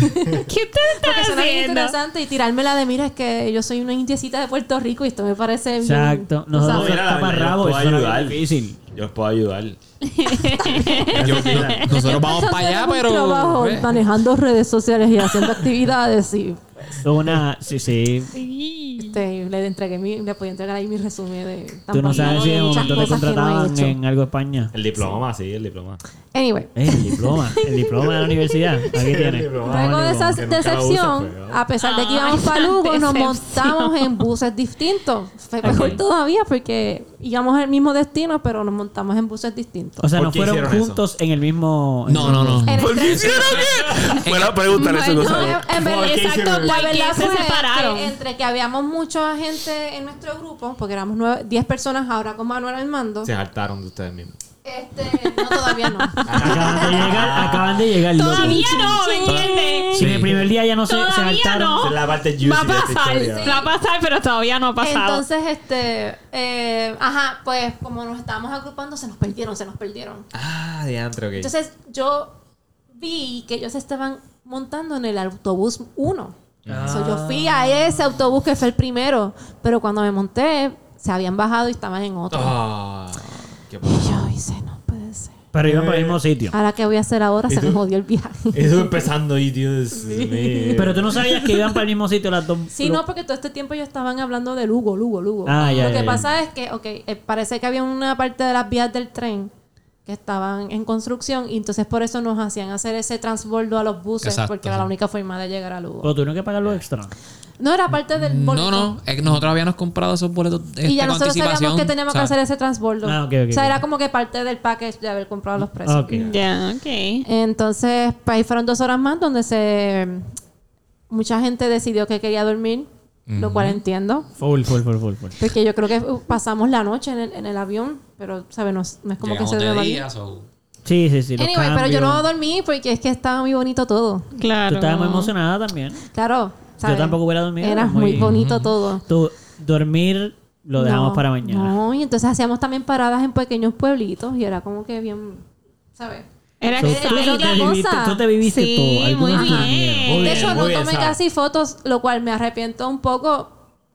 B: ustedes están
E: Porque suena bien
B: haciendo?
E: interesante y tirármela de, mira, es que yo soy una indiecita de Puerto Rico y esto me parece bien".
C: Exacto.
E: O sea,
C: Nosotros
A: No, mira, la verdad,
C: taparrabos,
A: yo puedo
C: eso era
A: ayudar.
C: difícil.
A: Yo os puedo ayudar.
F: Yo- yo- nosotros vamos para
E: Haciendo
F: allá,
E: un
F: pero.
E: trabajo,
F: eh,
E: manejando redes sociales y haciendo actividades y
C: Una, sí, sí.
B: Sí.
E: este, le entregué mi, le podía entregar ahí mi resumen de
C: Tú no
E: tampoco-
C: sabes si de
E: muchas
C: momento te
E: cosas que no he
C: contrataban
E: hecho.
C: en algo de España.
A: El diploma, sí, el diploma.
E: Anyway,
C: Eh, El diploma, el diploma de la universidad. Aquí tiene.
E: luego de esa
A: que nunca lo
E: decepción,
A: usa, pues,
E: a pesar de que
B: Ay,
E: íbamos para Lugo, nos
B: decepción.
E: montamos en buses distintos. Fue mejor todavía porque íbamos al mismo destino, pero nos montamos en buses distintos.
C: O sea,
A: ¿Por
C: no
A: qué
C: fueron
A: hicieron eso?
C: juntos en el mismo.
F: No, no, no.
E: En el
D: ¿Por
E: tren-
D: qué hicieron qué? Buena pregunta, eso no
B: Bueno,
D: sabía.
E: en- en verdad-
B: ¿Por qué
E: exacto,
B: hicieron
E: la
B: eso?
E: verdad
B: ¿Por qué se
E: fue
B: separaron?
E: que entre que habíamos mucha gente en nuestro grupo, porque éramos nueve, 10 personas ahora con Manuel Armando.
A: Se saltaron de ustedes mismos.
E: Este, no, todavía no.
C: Acaban de llegar, acaban de llegar. loco.
B: Todavía no, ¿me entiendes?
C: Si en el primer día ya Ah, no se, se
B: Todavía
C: saltaron.
B: no.
A: Esa es la parte juicy
B: Va a
A: de esta
B: pasar,
A: historia.
B: va a pasar, pero todavía no ha pasado.
E: Entonces, este, eh, ajá, pues como nos estábamos agrupando, se nos perdieron, se nos perdieron.
A: Ah, diantre, ok.
E: Entonces, yo vi que ellos estaban montando en el autobús 1. So, yo fui
B: Ah.
E: a ese autobús que fue el primero, pero cuando me monté, se habían bajado y estaban en otro.
A: Ah, qué p-
E: Y yo hice, no puede ser.
C: Pero iban para el mismo sitio.
E: Ahora qué voy a hacer ahora,
A: ¿Y
E: se
A: tú?
E: me jodió el viaje.
A: Eso empezando ahí, Dios mío.
C: Pero tú no sabías que iban para el mismo sitio las dos.
E: Sí, no, porque todo este tiempo ellos estaban hablando de Lugo, Lugo, Lugo.
C: Ah, ya,
E: Lo que
C: ya, ya.
E: pasa es que, ok, eh, parece que había una parte de las vías del tren que estaban en construcción y entonces por eso nos hacían hacer ese transbordo a los buses
F: Exacto,
E: porque era
F: sí.
E: la única forma de llegar a Lugo.
C: Pero tuvieron que pagar lo extra.
E: No era parte del boleto.
F: No, no. es que nosotros habíamos comprado esos boletos.
E: Y ya
F: este, con
E: nosotros sabíamos
F: anticipación,
E: que teníamos que
F: ¿sabes?
E: hacer ese transbordo.
C: Ah, ok, ok,
E: o sea,
C: ok.
E: era como que parte del package de haber comprado los precios.
C: Ah, ok.
B: Ya, ok.
E: Entonces, pues ahí fueron dos horas más donde se... Mucha gente decidió que quería dormir, lo cual entiendo.
C: Full, full, full, full. full.
E: Porque yo creo que uh, pasamos la noche en el, en el avión, pero, ¿sabes? No, es- no es como
F: Llegamos
E: que se
F: de
E: duerma
F: día,
E: bien.
F: so-
C: Sí, sí, sí. los
E: Anyway, pero yo
C: cambios.
E: no dormí porque es que estaba muy bonito todo.
C: Tú
B: Claro.
C: estabas muy emocionada también.
E: Claro, ¿sabes?
C: tampoco hubiera dormido,
E: Era
C: muy-
E: muy, bonito todo.
C: Tú, dormir lo dejamos
E: No,
C: para mañana.
E: No, y entonces hacíamos también paradas en pequeños pueblitos y era como que bien, ¿sabes?
B: Era
C: So,
E: Entonces,
B: exciting.
C: tú,
E: era
C: tú te
E: otra
C: viviste,
E: cosa.
C: tú te viviste
B: Sí,
C: todo. Algunos
B: muy
C: estuvieron.
B: bien.
A: Muy
E: de
A: bien,
E: hecho,
A: muy
E: no
A: bien,
E: tomé
A: Sara.
E: casi fotos, lo cual me arrepiento un poco,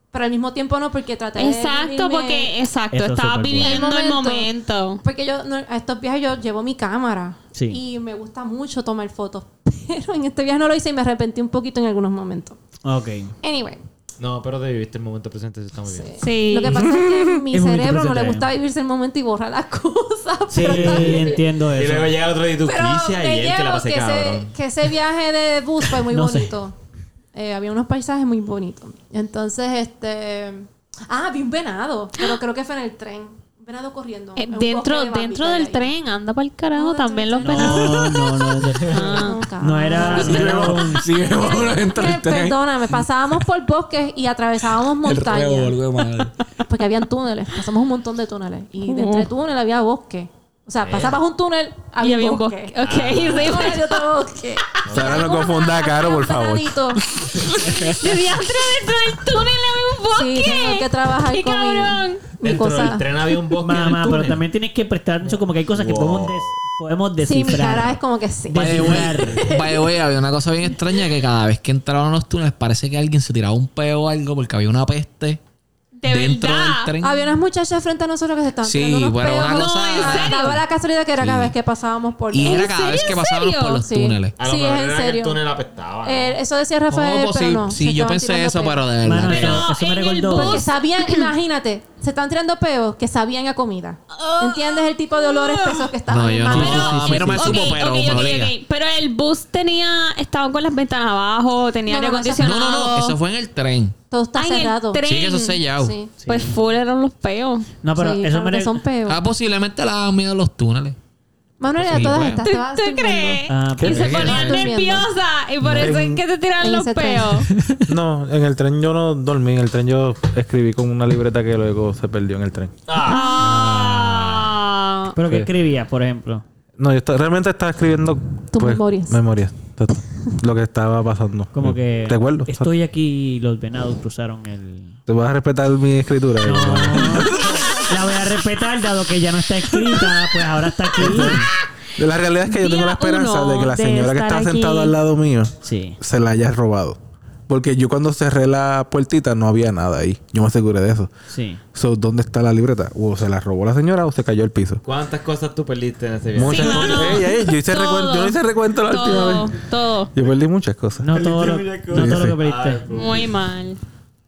E: pero al mismo tiempo no, porque traté de
B: Exacto,
E: vivirme-
B: porque exacto,
C: Eso es
B: estabas
C: súper bueno.
B: viviendo el momento.
E: Porque yo no, a estos viajes yo llevo mi cámara
C: Sí.
E: y me gusta mucho tomar fotos, pero en este viaje no lo hice y me arrepentí un poquito en algunos momentos.
C: Ok.
E: Anyway,
A: No, pero te viviste el momento presente, eso está muy bien.
B: Sí.
E: lo que pasa es que mi
C: Es bonito
E: cerebro no
C: presente,
E: le
C: ¿eh?
E: gusta vivirse el momento y borra las cosas.
C: Sí,
E: pero también-
C: entiendo
A: Y luego
C: eso.
A: llega el otro día y tú,
E: pero
A: "Quise
E: me
A: ayer que la
E: llevo
A: pasé
E: que, ese,
A: cabrón.
E: que ese viaje de bus fue muy
C: No sé.
E: bonito. Eh, había unos paisajes muy bonitos. Entonces, este... Ah, vi un venado, pero creo que fue en el tren. Un venado corriendo.
B: Eh,
E: en un
B: dentro
E: bosque de
B: dentro
E: bambita
B: del
E: ahí.
B: tren, anda para el carajo,
E: No,
B: también los
E: dentro del
B: venados.
C: No, no, no.
E: No, cabrón.
C: No era.
F: Sí,
C: no era
F: luego-
C: un-
F: sí, luego dentro
E: Que,
F: del tren.
E: Perdóname, pasábamos por bosques y atravesábamos
F: El
E: montañas.
F: revolver, madre.
E: Porque habían túneles, pasamos un montón de túneles. Y de entre túneles había bosque. O sea, pasabas un túnel,
B: Oh. y
E: había,
B: había un bosque.
E: bosque.
B: Ok, sí, pues.
E: Ay, otro bosque.
D: Sara, no confunda, Caro, por favor.
E: Venadito.
B: De diantre dentro del túnel había un
E: Sí,
B: bosque.
E: tengo que trabajar
B: ¡Qué
E: con mi-
B: cabrón!
E: mi
A: Dentro
E: cosa.
A: del tren había un bosque. en el
C: Mamá, pero
A: túnel.
C: también tienes que prestar atención. Como que hay cosas que
A: Wow.
C: podemos, des- podemos
E: Sí, mi cara
C: descifrar.
E: es como que sí.
F: By the way, by the way, había una cosa bien extraña que cada vez que entraban los túneles parece que alguien se tiraba un peo o algo porque había una peste
B: De
F: dentro
B: verdad.
F: del tren.
E: Había unas muchachas frente a nosotros que se estaban
F: Sí,
E: tirando unos
F: bueno, una
E: peos. Ah,
F: cosa-
B: No, ¿en serio?
E: Daba la casualidad que era cada vez que pasábamos por...
F: Y era
B: ¿En
F: cada vez
B: serio,
F: que
B: en
F: pasábamos por
B: serio?
F: los
E: Sí.
F: túneles.
A: A lo
E: Sí,
A: mejor
E: es en
A: Ah, era que
E: serio.
A: el túnel apestaba. ¿no?
E: Eh, eso decía Rafael,
F: No, pues
E: pero
F: sí,
E: no.
F: sí,
E: se
F: yo
E: estaban
F: pensé
E: tirando
F: eso,
E: peos.
F: pero de verdad.
C: Mano,
F: que no.
C: eso, eso me
B: en el
C: recordó.
E: Porque sabían, imagínate, se están tirando peos que sabían a comida.
B: Oh,
E: ¿Entiendes el tipo de olores pesos que estaban?
F: No, yo no.
E: emanando?
F: Sí, sí,
D: a mí no me
F: sí,
D: supo,
B: Ok,
D: pero
B: ok,
D: me
B: ok,
D: olía.
B: ok. Pero el bus tenía, estaba con las ventanas abajo, tenía
E: No, no,
B: aire
E: no, eso-
F: No,
B: acondicionado.
F: no, no. Eso fue en el tren.
E: Todo está
B: Ah, en el
E: cerrado.
B: tren.
F: Sí, que eso es sellado.
E: Sí.
B: Pues full eran los peos.
C: No, pero
E: Sí,
C: eso
E: claro
C: me
E: que
C: re-
E: son peos.
F: Ah, posiblemente la daban miedo a los túneles.
E: Manuel, a
F: Sí,
E: todas
F: bueno.
E: estas.
B: ¿Tú,
E: todas
B: tú
E: estoy
B: crees?
E: viendo.
C: Ah,
B: y se
F: ok.
B: ponían
E: Estoy viendo.
B: nerviosa y por eso es que te tiran
E: En
B: los
E: ese tren.
B: peos.
H: No, en el tren yo no dormí. En el tren yo escribí con una libreta que luego se perdió en el tren.
B: Ah.
C: ¿Pero qué
H: Sí.
C: escribía, por ejemplo?
H: No, yo esta- realmente estaba escribiendo... pues,
E: Tus memorias.
H: Memorias. exacto. Lo que estaba pasando.
C: Como que...
H: ¿Te Mm. acuerdo?
C: Estoy aquí y los venados cruzaron el...
H: ¿Te vas a respetar mi escritura?
C: No, la voy a respetar, dado que ya no está escrita, pues ahora está aquí.
H: La realidad es que yo tengo
B: Día
H: la esperanza
B: uno
H: de que la
B: de
H: señora que
B: estar
H: está
B: aquí.
H: sentada al lado mío
C: Sí.
H: se la haya robado. Porque yo cuando cerré la puertita no había nada ahí. Yo me aseguré de eso.
C: Sí.
H: So, ¿Dónde está la libreta? O se la robó la señora o se cayó al piso.
A: ¿Cuántas cosas tú perdiste en ese viaje?
H: Muchas
B: Sí,
H: cosas.
B: mano.
H: Ey, ey, yo, hice
B: Todo.
H: recuento, yo no hice recuento la última
B: Todo,
H: vez.
B: todo.
H: Yo perdí muchas cosas.
C: No todo lo, no todo lo que
A: Ay,
C: pediste.
B: Muy mal.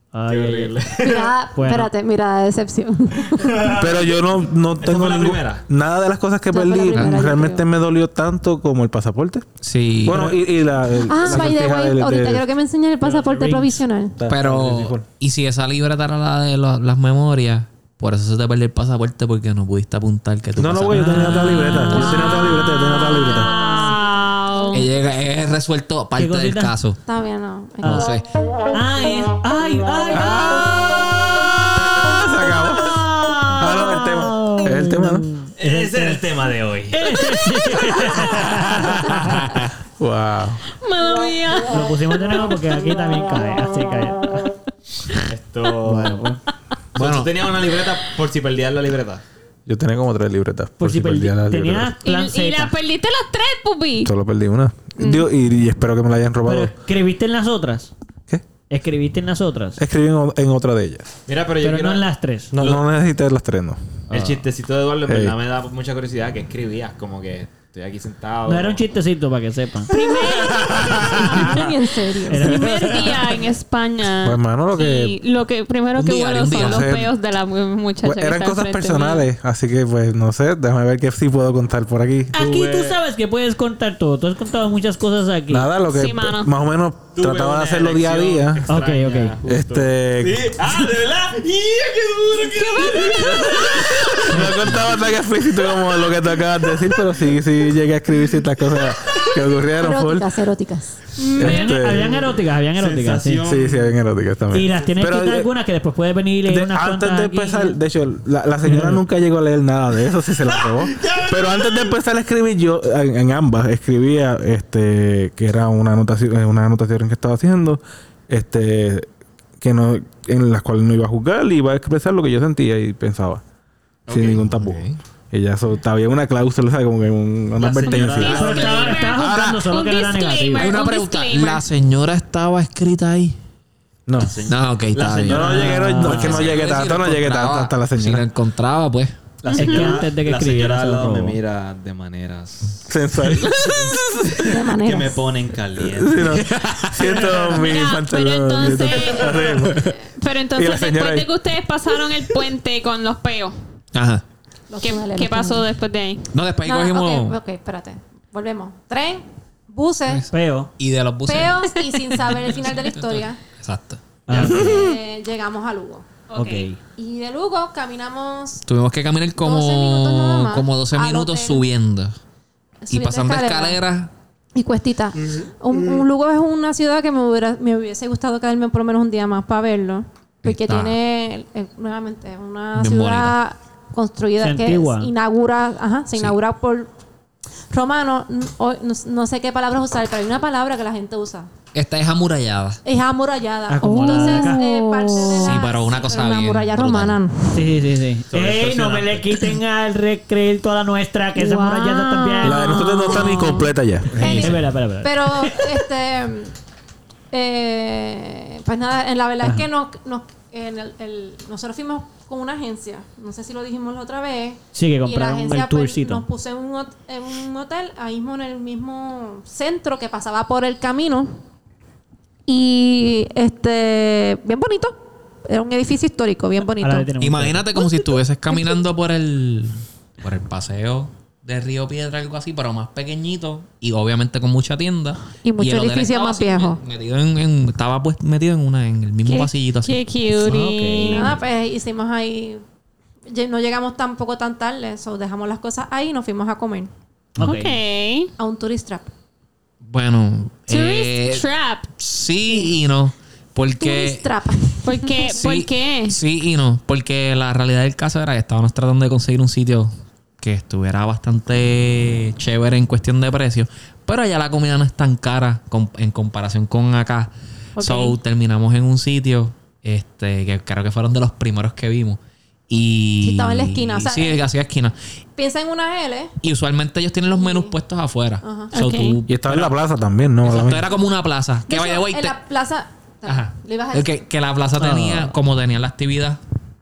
C: Ay, ay, ay.
E: Mirada-
C: Bueno.
E: Espérate, mirada de decepción.
H: Pero yo no, no tengo
A: fue la
H: ningún-
A: primera?
H: nada de las cosas que
E: Esa fue la
H: perdí.
E: primera, yo
H: Realmente
E: creo.
H: me dolió tanto como el pasaporte.
F: Sí.
H: bueno, y, y la. el-
E: Ah,
H: la
E: by the
H: sortija
E: way,
H: del-
E: ahorita
H: del-
E: creo que me enseñan el pasaporte
C: rings.
E: provisional.
F: pero, ¿y si esa libreta era la de lo- las memorias? Por eso se te perdió el pasaporte porque no pudiste apuntar que tú
H: No, no, güey, yo tenía otra libreta. Yo tenía otra libreta, yo tenía otra libreta.
B: Wow.
F: Ella he resuelto parte del
C: cosita?
F: caso.
E: Está bien, no.
F: No sé.
C: Ay, ay, ay,
H: Ah, se acabó. Ah, no, el tema. Es el tema, ¿no?
A: Ese era el tema de hoy.
C: Eh,
H: Wow.
B: Madre mía.
C: Lo pusimos de nuevo porque aquí también cae. Así cae.
A: Esto.
C: Bueno, pues.
A: Bueno, tú tenías una libreta por si perdías la libreta.
H: Yo tenía como tres libretas. Por,
C: Por si perdí.
H: perdía las
C: Tenía
H: libretas.
B: Y, y
C: plan
B: las
C: Z.
B: perdiste las tres, pupi.
H: Solo perdí una.
E: Mm.
H: Digo, y, y espero que me la hayan
C: Pero
H: robado.
C: escribiste en las otras.
H: ¿Qué?
C: Escribiste en las otras.
H: Escribí en, o- en otra de ellas.
A: Mira, pero yo
C: Pero
A: quiero.
C: no en las tres.
H: No, no necesité las tres, no.
A: El chistecito de Eduardo en
H: Ey.
A: verdad me da mucha curiosidad que escribías, como que estoy aquí sentado.
C: No era un chistecito para que sepan.
E: en serio.
C: Era-
B: Primer día en España.
H: Pues, mano, lo que-
B: Y lo que primero
F: Un
B: que
F: diario,
B: huelo
F: un
B: son
F: diario.
B: los
H: O sea,
B: peos de la mu- muchacha.
H: Pues,
B: que
H: eran
B: está
H: cosas
B: enfrente mío.
H: personales, así que pues no sé, déjame ver qué sí puedo contar por aquí.
C: Aquí tú
A: Tuve-
C: sabes que puedes contar todo. Tú has contado muchas cosas aquí.
H: Nada, lo que
B: Sí, mano.
H: más o menos
A: Tuve
H: trataba
A: una
H: de hacerlo día a
A: erección
H: día.
A: extraña,
C: Ok, ok.
A: justo.
H: Este,
A: Sí. ¡Ah, de verdad! ¡Y qué duro que era!
H: no contaba tan explícito como lo que te acabas de decir, pero sí, sí llegué a escribir ciertas cosas que ocurrieron full.
E: Eróticas, eróticas.
C: Habían,
H: Este-
C: habían eróticas, habían eróticas. sí.
A: Sensación.
H: Sí, sí, bien eróticas también.
C: Y las tienes
H: Pero,
C: quitas
H: eh,
C: algunas que después puedes venir y leer
H: de-
C: unas
H: antes
C: cuantas
H: de
C: aquí. Mm.
H: empezar, de hecho, la, la señora nunca llegó a leer nada de eso, sí se la robó. Pero antes de empezar a escribir, yo en, en ambas escribía este que era una anotación, eh, una anotación que estaba haciendo, este que no, en las cuales no iba a juzgar y iba a expresar lo que yo sentía y pensaba. Sin ningún tapujón. Y ya eso, había una cláusula, ¿sabes? como que un- una
A: La
H: advertencia.
A: señora-
C: Pero estaba, estaba juntando, solo
B: un
C: que era negativo.
B: disclaimer.
F: Hay una
B: Un
F: pregunta.
B: disclaimer.
F: ¿La señora estaba escrita ahí?
H: No.
F: No, ok, está bien. Ah,
H: Yo no llegué, no, no, es que no llegué tanto, no llegué tanto hasta la
F: Si la
H: señora.
F: encontraba, pues.
G: La
C: Es que antes de que
G: la
C: escribiera
G: señora
C: se
G: al
C: lo
G: lado me
C: robó.
G: mira de maneras
H: Sensual.
E: De
G: que me
E: manera.
G: ponen caliente.
H: Sí, no. Siento mi
B: Mira, pero
H: pantalón.
B: entonces, pero
H: Y
B: entonces
H: la señora
B: después
H: ahí.
B: de que ustedes pasaron el puente con los peos,
F: Ajá.
E: Los
B: ¿qué,
E: túneles,
B: qué
E: los
B: pasó
E: túneles.
B: después de ahí?
F: No, después ahí
E: Nada,
F: cogimos.
E: Ah, ok, ok, espérate. Volvemos. Tren, buses,
C: Peo.
F: Y de los buses.
E: peos y sin saber el final de la historia,
F: Exacto.
E: eh, llegamos a Lugo.
C: Ah, Ok.
E: Y de Lugo caminamos
F: Tuvimos que caminar como
E: 12 minutos nada más
F: como 12
E: al
F: minutos
E: hotel.
F: subiendo. Y
E: subiendo
F: pasando
E: escaleras.
F: escaleras.
E: Y cuestita. un, un Lugo es una ciudad que me, hubiera- me hubiese gustado quedarme por lo menos un día más para verlo. Porque
F: Está.
E: tiene eh, nuevamente una
F: Bien
E: ciudad construida
C: Sí,
E: que
C: antigua.
E: se inaugura, ajá, se inaugura por romano, n- o- no, no sé qué palabras usar, pero hay una palabra que la gente usa.
F: Esta es amurallada.
E: Es amurallada.
C: Ah, como la de
E: Entonces,
C: acá.
E: eh, parte de
F: Sí,
E: la-
F: pero una cosa
E: Una
F: bien
E: muralla
F: brutal.
E: romana. no.
C: Sí, sí, sí. sí.
A: Sobre
C: Ey, no me le quiten al recreer toda la nuestra, que esa
B: Wow.
C: murallada también.
H: La de nosotros no está ni
B: ah.
H: completa ya.
E: Anyway,
C: Es verdad, espera, espera.
E: Pero, este. eh, pues nada, eh, la verdad es que nos, nos- en el- el- nosotros fuimos con una agencia. No sé si lo dijimos la otra vez.
C: Sí, que
E: y la
C: compraron
E: agencia,
C: el
E: pues,
C: tourcito.
E: nos puso en un, hot- en un hotel, ahí mismo en el mismo centro que pasaba por el camino. Y este. Bien bonito. era un edificio histórico bien bonito.
C: Ahora le tenemos.
F: Imagínate como si estuvieses caminando por el por el paseo de Río Piedra, algo así, pero más pequeñito y obviamente con mucha tienda.
E: Y mucho
F: el hotel
E: edificio
F: estaba
E: más
F: así,
E: viejo.
F: me- Metido en, en- estaba pues metido en una en el mismo pasillito
B: Qué
F: así.
B: cutie.
E: Nada, pues hicimos ahí. lle- No llegamos tampoco tan tarde, so dejamos las cosas ahí y nos fuimos a comer
C: Ok.
B: Ok.
E: a un tourist trap.
F: Bueno, eh,
B: Tourist trap.
F: sí y no, porque
E: Tourist trap.
B: ¿Por qué?
E: Eh,
F: Sí,
B: ¿Por qué?
F: Sí y no, porque la realidad del caso era que estábamos tratando de conseguir un sitio que estuviera bastante chévere en cuestión de precio, pero allá la comida no es tan cara com- en comparación con acá.
B: Ok.
F: So terminamos en un sitio este que creo que fueron de los primeros que vimos y
E: Sí, estaba en la esquina, o sea,
F: sí,
E: eh.
F: hacía esquina.
E: Piensa en una L.
F: Y usualmente ellos tienen los menús puestos afuera. So,
B: Ok.
F: tú-
H: Y estaba en la plaza también, ¿no?
F: Exacto,
H: Mala mía.
F: era como una plaza.
E: De
F: Que vaya
E: hecho,
F: de
E: En la plaza.
F: Ajá.
E: Le ibas a
F: Es
E: decir.
F: que, que la plaza tenía, como tenía la actividad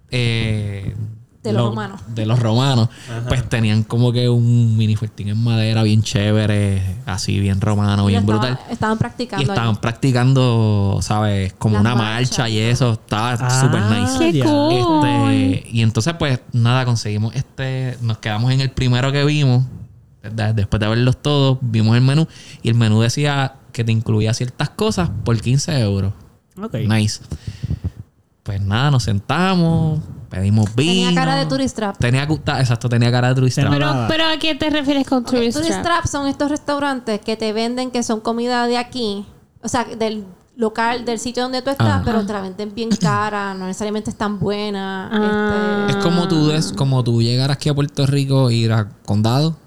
F: eh,
E: De los
F: lo-
E: romanos.
F: De los romanos. Pues tenían como que un mini fuertín en madera bien chévere, así bien romano,
E: Y
F: bien
E: estaba-
F: brutal.
E: Estaban
F: Y
E: practicando.
F: estaban
E: ahí.
F: practicando, ¿sabes? Como
E: Las
F: una
E: marchas.
F: marcha y eso. Estaba
C: Ah,
F: súper nice.
B: Qué
C: ya.
B: cool.
F: Este, y entonces, pues, nada, conseguimos este. Nos quedamos en el primero que vimos. ¿verdad? Después de verlos todos, vimos el menú. Y el menú decía que te incluía ciertas cosas por 15 euros.
C: Ok.
F: Nice. Pues nada, nos sentamos, pedimos vino.
E: Tenía cara de tourist trap.
F: Tenía cu- ta- exacto, tenía cara de turista.
C: Tenía-
B: Pero,
C: Nada.
B: pero ¿a qué te refieres con tourist
E: Tourist
B: trap?
E: trap son estos restaurantes que te venden que son comida de aquí, o sea, del local, del sitio donde tú estás,
F: Ah.
E: pero te la venden bien cara, no necesariamente es tan buena.
B: Ah.
F: Es
E: este,
F: como tú des, como tú llegar aquí a Puerto Rico ir a condado,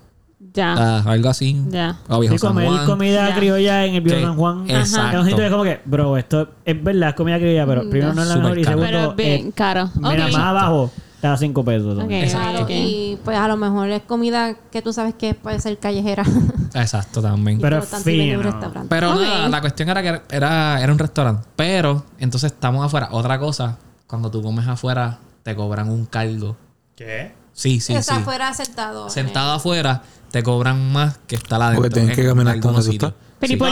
B: Ya.
C: Ah,
F: a algo así.
B: Ah. Ya.
F: O a viejo
C: Sí,
F: San
C: comer
F: Juan.
C: comida
B: Ya.
C: criolla en el Viejo
F: Sí,
C: San Juan.
F: exacto.
C: Es un sitio que es como que, bro, esto es verdad, es comida criolla, pero primero no es la
F: Súper
C: mejor y
F: caro.
B: Mm, Pero
C: segundo,
B: es bien
C: eh,
B: caro.
C: mira,
B: Ok.
C: más abajo está a 5 pesos.
B: Ok,
C: también.
E: claro,
B: ok, ok.
E: Y pues a lo mejor es comida que tú sabes que puede ser callejera.
F: Exacto, también.
E: Y
C: Pero
E: por lo tanto, viene de un
C: fino.
E: restaurante.
F: Pero
B: Ok.
F: nada, la cuestión era que era, era un restaurante. Pero, entonces estamos afuera. Otra cosa, cuando tú comes afuera, te cobran un cargo.
C: ¿Qué?
F: Sí, sí,
E: o sea,
F: sí.
E: fuera sentado.
F: Sentado afuera, te cobran más que estar adentro.
H: Porque tienes
F: en
H: que caminar
F: algunos
H: tanto,
F: sitios.
B: Pero ¿y por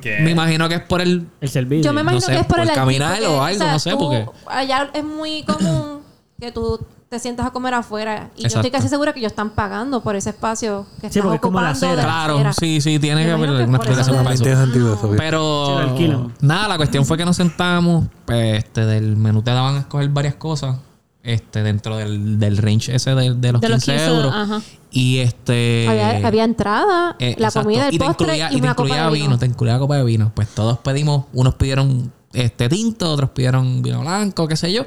B: qué?
F: Me imagino que es por el
C: El servicio.
E: Yo me
F: No
E: imagino
F: sé,
E: que es por,
F: por
E: el altitud
F: caminar
E: que-
F: o algo, no sé,
E: tú-
F: porque-
E: Allá es muy común que tú te sientas a comer afuera. Y yo estoy
F: Exacto.
E: casi segura que ellos están pagando por ese espacio que
C: Sí,
E: estás
C: porque es como la
E: ocupando de
C: acera.
F: Claro, sí, sí, tiene
E: Me
F: que haber
E: imagino que
F: alguna
E: por eso
F: explicación
E: le-
H: También
F: para eso.
H: tiene sentido eso. fíjate.
C: Se lo
F: Pero
C: alquilan.
F: nada, la cuestión fue que nos sentamos, pues, este, del menú te daban a escoger varias cosas, este, dentro del, del range ese de, de los,
B: De
F: 15
B: los 15,
F: euros.
B: ajá.
F: Y este
E: había, había entrada,
F: eh,
E: la
F: exacto.
E: comida, el
F: y te
E: postre y,
F: incluía, y te
E: una copa
F: incluía
E: de
F: vino.
E: vino.
F: te incluía copa de vino. Pues todos pedimos, unos pidieron este tinto, otros pidieron vino blanco, qué sé yo.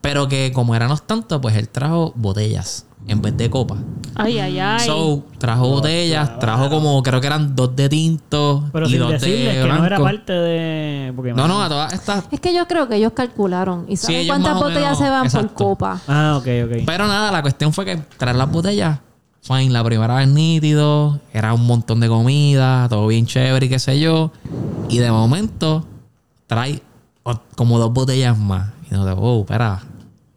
F: Pero que como éramos tantos, pues él trajo botellas en vez de copas.
B: Ay, ay, ay.
F: So, trajo botellas, trajo como, creo que eran dos de tinto
C: Pero
F: y
C: sin
F: dos
C: decirles
F: de
C: que no era
F: blanco.
C: parte de. Porque
F: No, no, a todas estas.
E: Es que yo creo que ellos calcularon y saben
F: ellos
E: cuántas
F: más o
E: botellas
F: menos-
E: se van
F: exacto.
E: por copa.
C: Ah, ok, ok.
F: Pero nada, la cuestión fue que traer las botellas, fine, la primera vez nítido, era un montón de comida, todo bien chévere y qué sé yo. Y de momento trae o- como dos botellas más. Y no te oh, espera.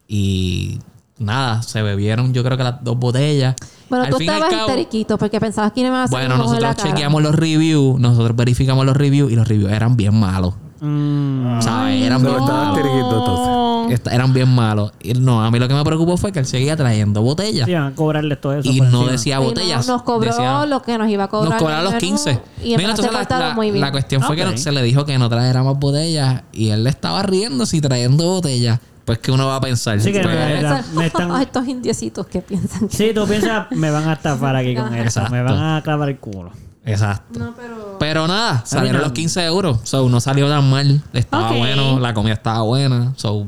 F: Y nada, se bebieron yo creo que las dos botellas.
E: Bueno,
F: Al
E: tú
F: fin y al
E: estabas
F: cabo-
E: enteriquito porque pensabas que no iban a hacer
F: Bueno,
E: un ojo en la
F: nosotros
E: cara.
F: chequeamos los reviews, nosotros verificamos los reviews y los reviews eran bien malos.
C: Mm,
F: ¿Sabes? Eran
H: Pero
F: bien
H: estaba
F: malos.
H: tiriquito, entonces.
F: Esta- Eran bien malos. Y no, a mí lo que me preocupó fue que él seguía trayendo botellas.
C: Sí, van a cobrarles todo eso.
F: y
C: por
F: no
C: encima.
F: decía
E: Y no-
F: botellas.
E: nos cobró
F: decía-
E: lo que nos iba a cobrar.
F: nos cobraron
E: el
F: los
E: menú,
F: 15.
E: Y
F: Mira,
E: entonces
F: entonces
E: se
F: la,
E: portaron
F: la-
E: muy bien.
F: la cuestión fue que
C: Ok.
F: no- se le dijo que no traerá más botellas y él le estaba riendo si trayendo botellas. Pues que uno va a pensar.
C: Sí, que
F: Pues,
C: no era-
E: Pensar,
C: me están-
E: "Ah, estos indiecitos que piensan. que-".
C: Sí, tú piensas, me van a estafar aquí con eso.
F: Exacto.
C: Me van a clavar el culo.
F: Exacto.
E: No, pero...
F: Pero nada, salieron
C: nada.
F: los 15 euros. So, no salió tan mal. Estaba
B: Ok.
F: bueno, la comida estaba buena. So,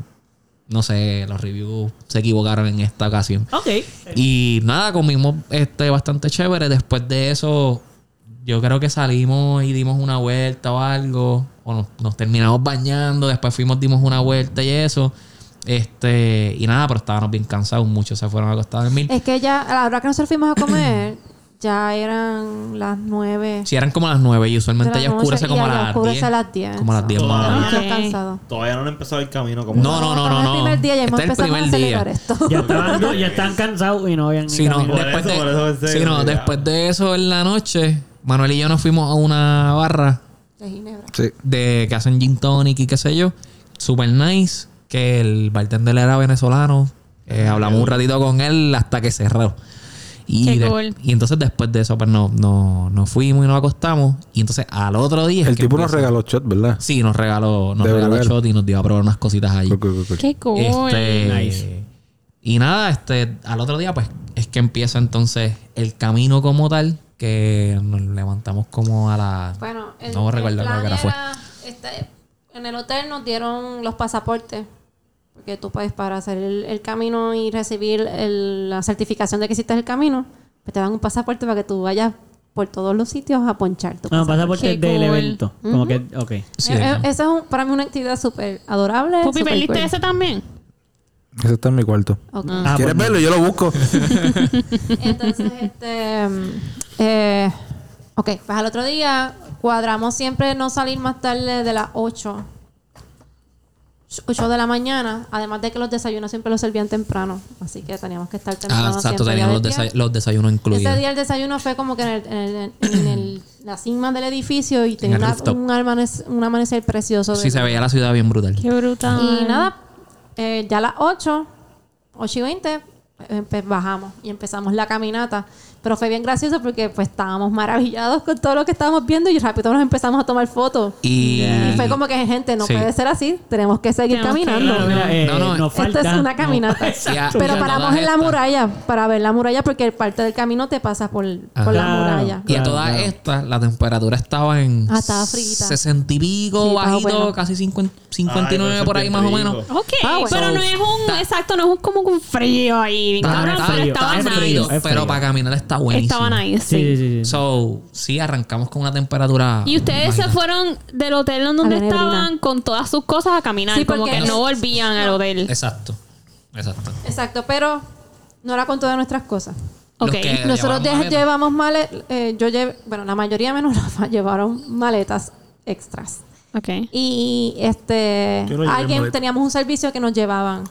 F: no sé, los reviews se equivocaron en esta ocasión.
C: Ok.
F: Y nada, comimos este bastante chévere. Después de eso, yo creo que salimos y dimos una vuelta o algo. O nos, nos terminamos bañando. Después fuimos, dimos una vuelta y eso. Este, y nada, pero estábamos bien cansados. Muchos se fueron a acostar a dormir.
E: Es que ya, a la hora que nosotros fuimos a comer, ya eran las nueve.
F: Si eran como a las 9 y
E: de
F: usualmente
E: la
F: ya
E: noche
F: oscurece
E: y
F: como a
E: ya
F: las
E: oscurece
F: 10.
E: a las diez.
F: Como a las 10 más o menos.
E: Estábamos
B: Ok.
E: cansados.
G: Todavía no han empezado el camino como.
F: Ah, No, no, no, no.
E: Estamos
F: no.
E: El primer día ya hemos
F: Este es el
E: empezado a
F: primer día.
E: acelerar esto.
C: Ya estaban, no, ya estaban cansados y no habían ni
F: Sí, no,
C: camino.
G: Por
F: después,
G: eso, por eso pensé
F: de,
G: que
F: sí, no,
G: no
F: después de eso en la noche, Manuel y yo nos fuimos a una barra
E: De Ginebra.
H: Sí.
F: de que hacen gin tonic y qué sé yo, super nice, que el bartender era venezolano. Eh, hablamos un ratito con él hasta que cerró. Y,
B: Qué
F: de-
B: cool.
F: y entonces después de eso, pues no, no, nos fuimos y nos acostamos. Y entonces al otro día. es
H: El
F: que
H: tipo nos
F: empieza-
H: regaló shot, ¿verdad?
F: Sí, nos regaló, nos
H: De
F: regaló
H: beber.
F: shot y nos dio a probar unas cositas allí.
H: Cool, cool, cool, cool.
B: Qué cool.
F: Este, Y nada, este, al otro día, pues, es que empieza entonces el camino como tal, que nos levantamos como a la.
E: Bueno, el,
F: no recuerdo
E: el plan
F: creo que era fue.
E: era, este, en el hotel nos dieron los pasaportes. Porque tú, pues, para hacer el, el camino y recibir el- la certificación de que hiciste el camino, pues te dan un pasaporte para que tú vayas por todos los sitios a ponchar tu
C: Ah, pasaporte
B: Qué
C: del
B: cool.
C: evento. Como que, ok.
F: Sí,
E: Eh, eh,
F: ¿no?
E: Esa es un- para mí una actividad súper adorable.
B: Pupi,
E: súper
B: ¿perdiste
E: cool.
B: ese también?
H: Ese está en mi cuarto.
E: Ok.
C: Ah,
H: ¿Quieres
C: pues,
H: verlo? Yo lo busco.
E: Entonces, este. mm, eh, ok, pues al otro día cuadramos siempre no salir más tarde de las 8. 8 de la mañana. Además de que los desayunos siempre los servían temprano. Así que teníamos que estar temprano.
F: Ah, exacto,
E: siempre,
F: teníamos los,
E: ya ves
F: desay- los desayunos
E: que Ese
F: incluidos.
E: día el desayuno fue como que en, el- en el- en el- la cima del edificio y tenía
F: el
E: una-
F: rooftop.
E: un, amanecer, un amanecer precioso. de
F: Sí, se veía la ciudad bien brutal.
B: Qué brutal.
E: y nada, eh, ya a las 8, 8 y 20, eh, pues bajamos y empezamos la caminata. Pero fue bien gracioso porque pues estábamos maravillados con todo lo que estábamos viendo y rápido nos empezamos a tomar fotos.
F: Y,
E: Y fue como que, gente, no
F: Sí.
E: puede ser así, tenemos que seguir
B: Tenemos que
E: caminando.
B: ir.
C: mira, eh,
F: No, no,
C: nos falta.
E: Esta es una caminata.
F: Ya,
E: Pero
F: ya
E: paramos
F: todas
E: en la
F: estas-
E: muralla para ver la muralla porque parte del camino te pasa por, por la
C: Claro.
E: muralla.
F: Y a
C: Claro,
F: todas
C: claro.
F: estas, la temperatura estaba en
E: Ah, estaba frita.
F: 60 y pico,
E: Sí, estaba
F: bajito,
E: bueno.
F: casi 50, 59
A: Ay,
F: por ahí más o
A: rico.
F: menos.
B: Ok,
E: Ah, bueno.
B: pero no es un... exacto, no es un, como un frío ahí. bien
F: Estaba-
B: cabrón,
F: estaba-
B: pero estaba
F: estaba frío,
B: nice.
C: es
F: pero
C: frío.
F: para caminar está buenísimo.
B: Estaba nice,
C: Sí, sí, sí. sí.
F: So, sí, arrancamos con una temperatura.
B: Y ustedes se
F: bajita.
B: fueron del hotel donde
E: A la neblina.
B: estaban con todas sus cosas a caminar.
E: Sí,
B: como
E: porque
B: que
E: es-
B: no volvían al hotel.
F: Exacto. Exacto.
E: Exacto, pero no era con todas nuestras cosas.
B: Ok.
F: Los que
E: Nosotros
F: llevaban
E: de-
F: maleta.
E: llevamos maletas. yo llevé, bueno, la mayoría menos Rafa llevaron maletas extras.
B: Ok.
E: Y este,
H: Yo no llevé
E: alguien
H: maleta.
E: teníamos un servicio que nos llevaban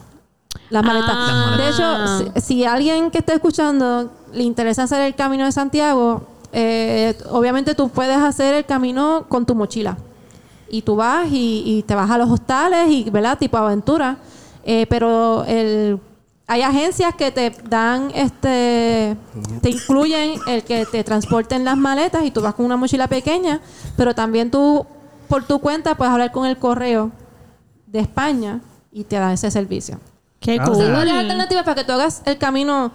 E: las maletas.
B: Ah.
E: De hecho, si, si alguien que esté escuchando le interesa hacer el camino de Santiago, eh, obviamente tú puedes hacer el camino con tu mochila. Y tú vas y, y te vas a los hostales y, ¿verdad? Tipo aventura. Eh, pero el, hay agencias que te dan, este, te incluyen el que te transporten las maletas y tú vas con una mochila pequeña, pero también tú, por tu cuenta, puedes hablar con el correo de España y te dan ese servicio.
B: Qué
H: Ah, o
B: cool.
H: sea,
E: Una de las alternativas para que tú hagas el camino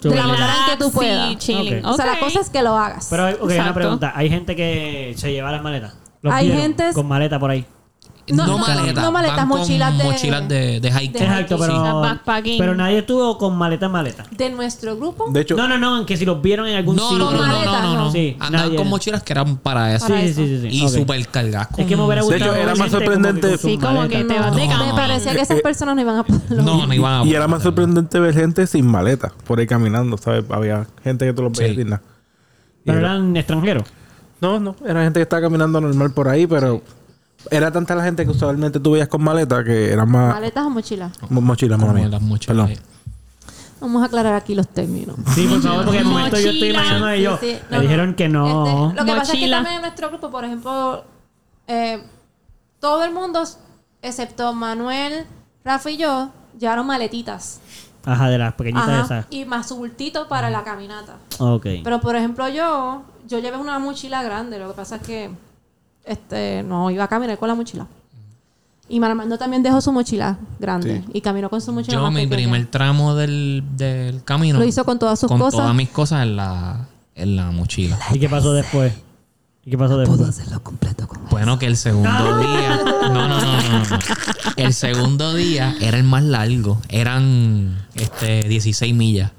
E: de la
C: Relax,
E: manera en que tú
B: Sí,
E: puedas.
B: chilling.
E: O sea, la
B: Ok.
E: cosa es que lo hagas.
C: Pero, ok,
B: Exacto.
C: una pregunta. Hay gente que se lleva las maletas. Los
E: Hay
C: vieron
E: gentes-
C: Con maleta por ahí.
E: No, no, no maletas,
F: van con
E: mochilas de-
F: Mochilas de, de hiking.
E: de
C: Exacto, pero.
B: Las backpacking.
C: Pero nadie estuvo con maleta, maleta.
E: de nuestro grupo,
H: De hecho,
C: No, no, no, que si los vieron en algún
F: No,
C: sitio.
F: no, no, no, no, no, no.
C: Sí,
F: Andaban
C: nadie.
F: con mochilas que eran para eso.
C: Sí,
E: para
C: sí,
E: eso.
C: sí, sí, sí.
F: Y
C: Ok.
F: súper cargadas.
C: Es que me hubiera
H: De
C: gustado.
H: hecho, era
C: gente
H: más
C: como que
H: sorprendente-
C: con sus
B: Sí, como que
C: maletas.
B: te vas de
E: me
B: cama.
E: parecía que esas personas no iban a poderlo.
F: No, no iban a
H: y era más sorprendente ver gente sin maleta por ahí caminando, ¿sabes? Había gente que tú los veías
F: Sí.
H: sin nada. Y
C: Pero
H: era-
C: eran extranjeros.
H: No, no, era gente que estaba caminando normal por ahí, pero era tanta la gente que usualmente tú veías con maleta que era más.
E: ¿Maletas o mochilas?
H: Mo- Mochila, mala
F: Como
H: mía.
F: las mochilas.
H: Perdón.
E: Vamos a aclarar aquí los términos.
C: Sí, por favor, porque de momento yo estoy
B: Mochila.
C: imaginando a
E: Sí,
C: ellos.
E: sí.
C: Me
E: No,
C: dijeron que no.
E: Este, lo que pasa es que
B: Mochila.
E: también en nuestro grupo, por ejemplo, eh, todo el mundo, excepto Manuel, Rafa y yo, llevaron maletitas.
C: Ajá, de las pequeñitas
E: Ajá,
C: esas.
E: y más su bultito para la caminata.
C: Ok.
E: Pero por ejemplo yo, yo llevé una mochila grande, lo que pasa es que este no iba a caminar con la mochila. Y Marmando también dejó su mochila grande y caminó con su mochila
F: Yo
E: más
F: mi
E: pequeña.
F: primer tramo del, del camino.
E: Lo hizo con todas sus
F: con
E: cosas.
F: todas mis cosas en la, en la mochila.
C: ¿Y qué pasó después? ¿Y qué pasó después?
F: Bueno, que el segundo día. No, no, no, no, no. El segundo día era el más largo. Eran este, 16 millas.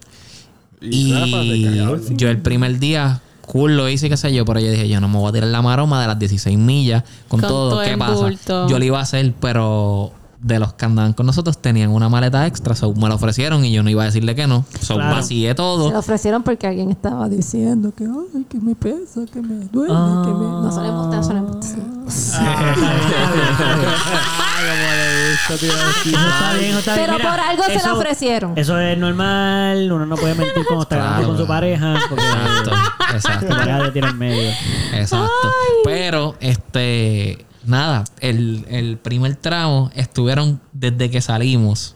F: Y, yo el primer día, cool, lo hice, qué sé yo, pero yo dije, yo no me voy a tirar la maroma de las 16 millas con,
B: Con
F: todo,
B: todo
F: ¿qué
B: el
F: pasa?
B: bulto.
F: Yo lo iba a hacer, pero de los que andaban con nosotros tenían una maleta extra, so, me la ofrecieron y yo no iba a decirle que no. So,
C: Claro.
F: vacié todo.
E: Se lo ofrecieron porque alguien estaba diciendo que ay, que me pesa, que me duele, que me no son embustes, son embustes.
C: Eso está bien, eso está bien.
E: Pero
C: Mira,
E: por algo se
C: eso-
E: lo ofrecieron.
C: Eso es normal. Uno no puede mentir cuando está grabando
F: Claro.
C: con su pareja. Porque
F: Exacto, exacto.
C: la pareja te tiene en medio.
F: Exacto. Pero, este, nada, el, el primer tramo estuvieron desde que salimos.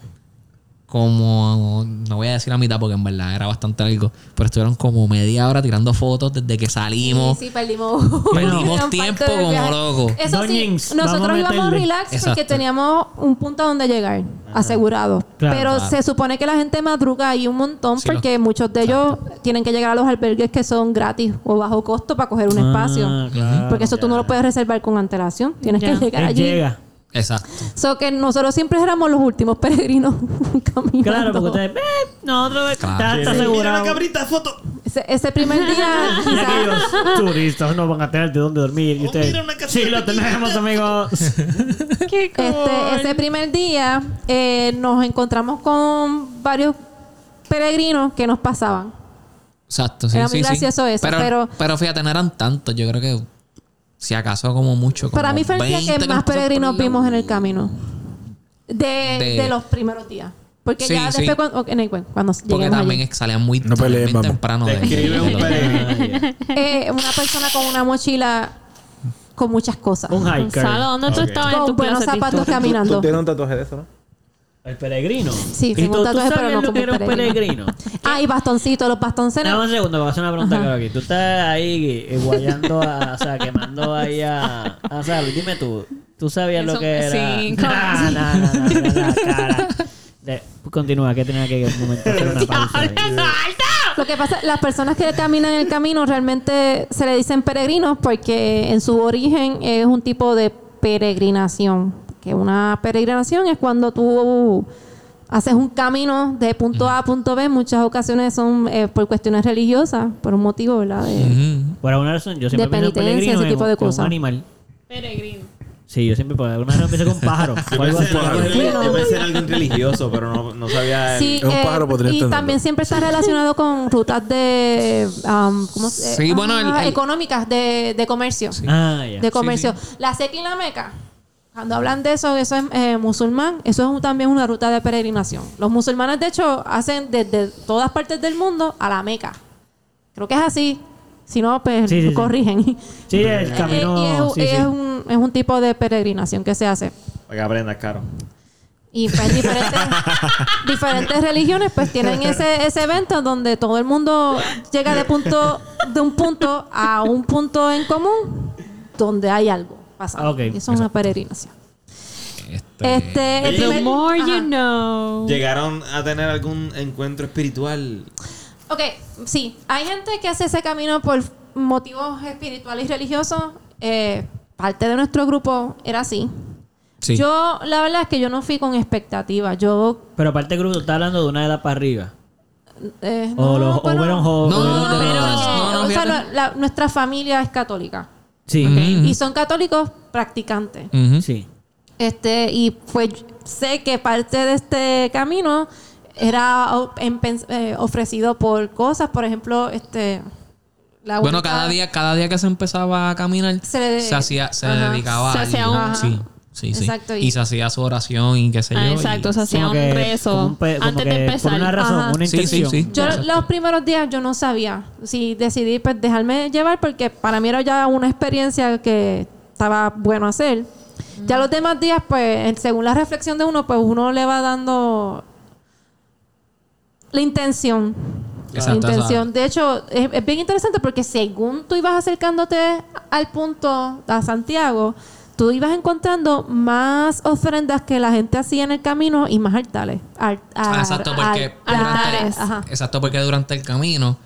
F: Como, no voy a decir la mitad porque en verdad era bastante largo, pero estuvieron como media hora tirando fotos desde que salimos.
E: Sí, sí, perdimos,
F: Perdimos
E: gran parte
F: tiempo
E: del
F: como
E: viaje.
F: loco.
E: Eso
C: Doñins,
E: sí,
C: vamos a
E: nosotros íbamos
C: meterle.
E: relax porque
F: Exacto.
E: teníamos un punto a donde llegar, asegurado.
C: Claro,
E: Pero
F: claro.
E: se supone que la gente madruga ahí un montón
F: Sí,
E: porque muchos de ellos tienen que llegar a los albergues que son gratis o bajo costo para coger un
C: Ah,
E: espacio. Porque eso tú no lo puedes reservar con antelación. Tienes
B: Ya.
E: que llegar allí.
C: llega.
F: Exacto.
E: So que nosotros siempre éramos los últimos peregrinos caminando.
C: Claro, porque ustedes. Eh, nosotros
F: Claro.
C: está, está asegurado.
G: foto.
E: Ese, ese primer día,
C: Y
E: quizás-
C: aquellos turistas no van a tener de dónde dormir. Y ustedes,
G: Oh, mira una casita
C: sí, lo
G: aquí,
C: tenemos,
G: mira.
C: amigos.
B: Qué
E: Este,
B: cool.
E: ese primer día eh, nos encontramos con varios peregrinos que nos pasaban.
F: Exacto, sí,
E: Era
F: sí,
E: muy
F: sí.
E: gracioso eso, pero-
F: fíjate, no eran tantos. Yo creo que si acaso como mucho. como
E: Para mí fue el día
F: 20
E: que más
F: nosotros
E: peregrinos
F: por lo-
E: vimos en el camino. De,
F: De-
E: de los primeros días. Porque
F: Sí,
E: ya
F: sí.
E: después cuando, ok, anyway, cuando
F: Porque
E: lleguemos
F: también
E: allí.
F: es que salían muy,
H: No peleen,
F: bien
H: vamos.
F: temprano. de-
G: Describe un peregrino.
E: Eh, una persona con una mochila con muchas cosas.
C: Un hiker.
B: Gonzalo, ¿dónde tú estabas en
E: Con
B: tu
E: buenos
B: closet?
E: zapatos caminando.
H: Tú tienes un tatuaje de eso, ¿no?
C: El peregrino.
E: Sí,
C: ¿Y
E: tengo
C: tú,
E: un
C: tú
E: tatuaje, pero
C: sabes
E: no
C: lo
E: como
C: que
E: un
C: era un peregrino?
E: peregrino. Ah, y bastoncitos, los
C: Nada más
E: bastoncitos.
C: un segundo, voy a hacer una pregunta claro aquí. Tú estás ahí eh, guayando, a, o sea, quemando ahí a... a Sal. Dime tú, ¿tú sabías
B: Eso-
C: lo que era?
B: sí,
C: no,
B: como-
C: no,
B: sí.
C: no, no, no, no, cara. De- continúa, que tenía que un momento hacer una pausa. ahí.
E: Lo que pasa, las personas que caminan en el camino realmente se le dicen peregrinos porque en su origen es un tipo de peregrinación. Que una peregrinación es cuando tú haces un camino de punto A a punto B. En muchas ocasiones son eh, por cuestiones religiosas, por un motivo, ¿verdad? De-
F: Ujú.
C: Por alguna razón, yo siempre
E: De
C: pienso en
E: penitencia,
C: peregrino
E: ese tipo
C: en-
E: de
C: en
E: cosas.
C: un animal.
B: Peregrino.
C: Sí, yo siempre por alguna razón pienso con un pájaro. o algo así.
G: Yo pensé en algo religioso, pero no, no sabía. el-
E: Sí,
H: Es un
E: eh,
H: pájaro, podría
E: y
H: entenderlo.
E: también siempre está relacionado con rutas de um, ¿cómo se-
F: Sí, bueno, el- el-
E: económicas de, de comercio.
C: Ah, ya.
E: de comercio. La Seca y la Meca, cuando hablan de eso, eso es eh, musulmán, eso es un- también una ruta de peregrinación. Los musulmanes, de hecho, hacen desde todas partes del mundo a la Meca. Creo que es así. Si no, pues
C: Sí, sí, sí.
E: corrigen.
C: Sí, el camino...
E: Eh, y es,
C: sí,
E: es
C: sí.
E: un, es un tipo de peregrinación que se hace.
G: Para que aprendas, caro.
E: Y pues diferentes, diferentes religiones pues tienen ese, ese evento donde todo el mundo llega de punto de un punto a un punto en común donde hay algo pasando.
C: Ah, ok.
E: Y eso es una peregrinación.
F: Este,
E: Este, el
B: The
E: primer-
B: more
E: ajá.
B: you know.
G: ¿Llegaron a tener algún encuentro espiritual?
E: Ok, sí. Hay gente que hace ese camino por motivos espirituales y religiosos. Eh, parte de nuestro grupo era así.
F: sí.
E: Yo, la verdad es que yo no fui con expectativas. Yo...
C: Pero aparte, Cruz, tú estás hablando de una edad para arriba.
E: eh,
C: O
E: no,
C: los o
E: bueno,
C: fueron jóvenes.
F: No, no, no,
E: pero,
F: no, no,
E: o sea,
F: fíjate.
E: la- la- nuestra familia es católica.
C: Sí.
F: Ujú.
E: Y son católicos practicantes.
F: Ujú.
C: Sí.
E: Este, y pues sé que parte de este camino era o- en pens- eh, ofrecido por cosas, por ejemplo, este la
F: Bueno,
E: única-
F: cada día, cada día que se empezaba a caminar,
E: Se
F: se,
E: le-
F: hacía, se
E: Ajá.
F: dedicaba
B: Se
F: a
B: hacía
F: algo.
B: un-
F: Sí, sí, sí.
E: Exacto, y-
F: Y se hacía su oración y qué sé yo.
B: Ah,
F: y-
B: exacto, se hacía
C: Como
B: un
C: que- como
B: rezo
C: un pe- como
B: antes
C: que
B: de
C: Por una
B: empezar.
C: razón,
E: Ajá.
C: una
F: Sí, sí,
C: intención.
F: sí.
E: Yo
F: Exacto.
E: los primeros días yo no sabía si decidí pues dejarme llevar porque para mí era ya una experiencia que estaba bueno hacer. Ya los demás días pues en- según la reflexión de uno pues uno le va dando la intención.
F: Exacto,
E: la intención.
F: exacto.
E: De hecho es, es bien interesante porque según tú ibas acercándote al punto a Santiago Tú ibas encontrando más ofrendas que la gente hacía en el camino y más altares. Al-
F: Ah,
E: al-
F: exacto, porque
E: altares.
F: durante,
E: Ajá.
F: exacto, porque durante el camino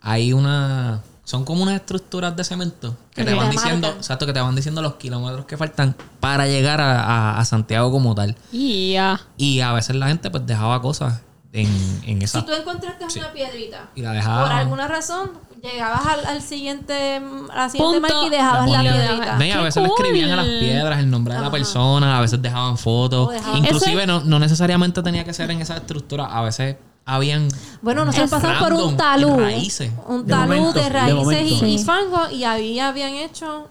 F: hay una. Son como unas estructuras de cemento que te
E: Sí.
F: van
E: Te
F: diciendo,
E: marcan.
F: exacto, que te van diciendo los kilómetros que faltan para llegar a, a- a Santiago como tal.
B: Yeah.
F: Y a veces la gente pues dejaba cosas en, en
E: Si
F: esa.
E: tú encontraste una piedrita
F: Ah, Y la
E: por
F: dejaba.
E: alguna razón, llegabas al, al siguiente, a la siguiente
B: Punto.
E: marca y dejabas
F: La
E: la,
F: ponía.
E: piedrita.
F: No, y a
B: ¡Qué
F: veces le escribían a las
B: cool!
F: piedras el nombre de la persona, a veces dejaban fotos.
E: O dejaban-
F: Inclusive no, no necesariamente tenía que ser en esa estructura, a veces habían...
E: Bueno, nosotros
F: Es
E: pasamos por
F: random,
E: un talud.
F: en raíces.
E: Un
C: De
E: talud
C: momento,
E: de
C: de
E: raíces
C: momento.
E: y, y
B: Sí.
E: fango y ahí habían hecho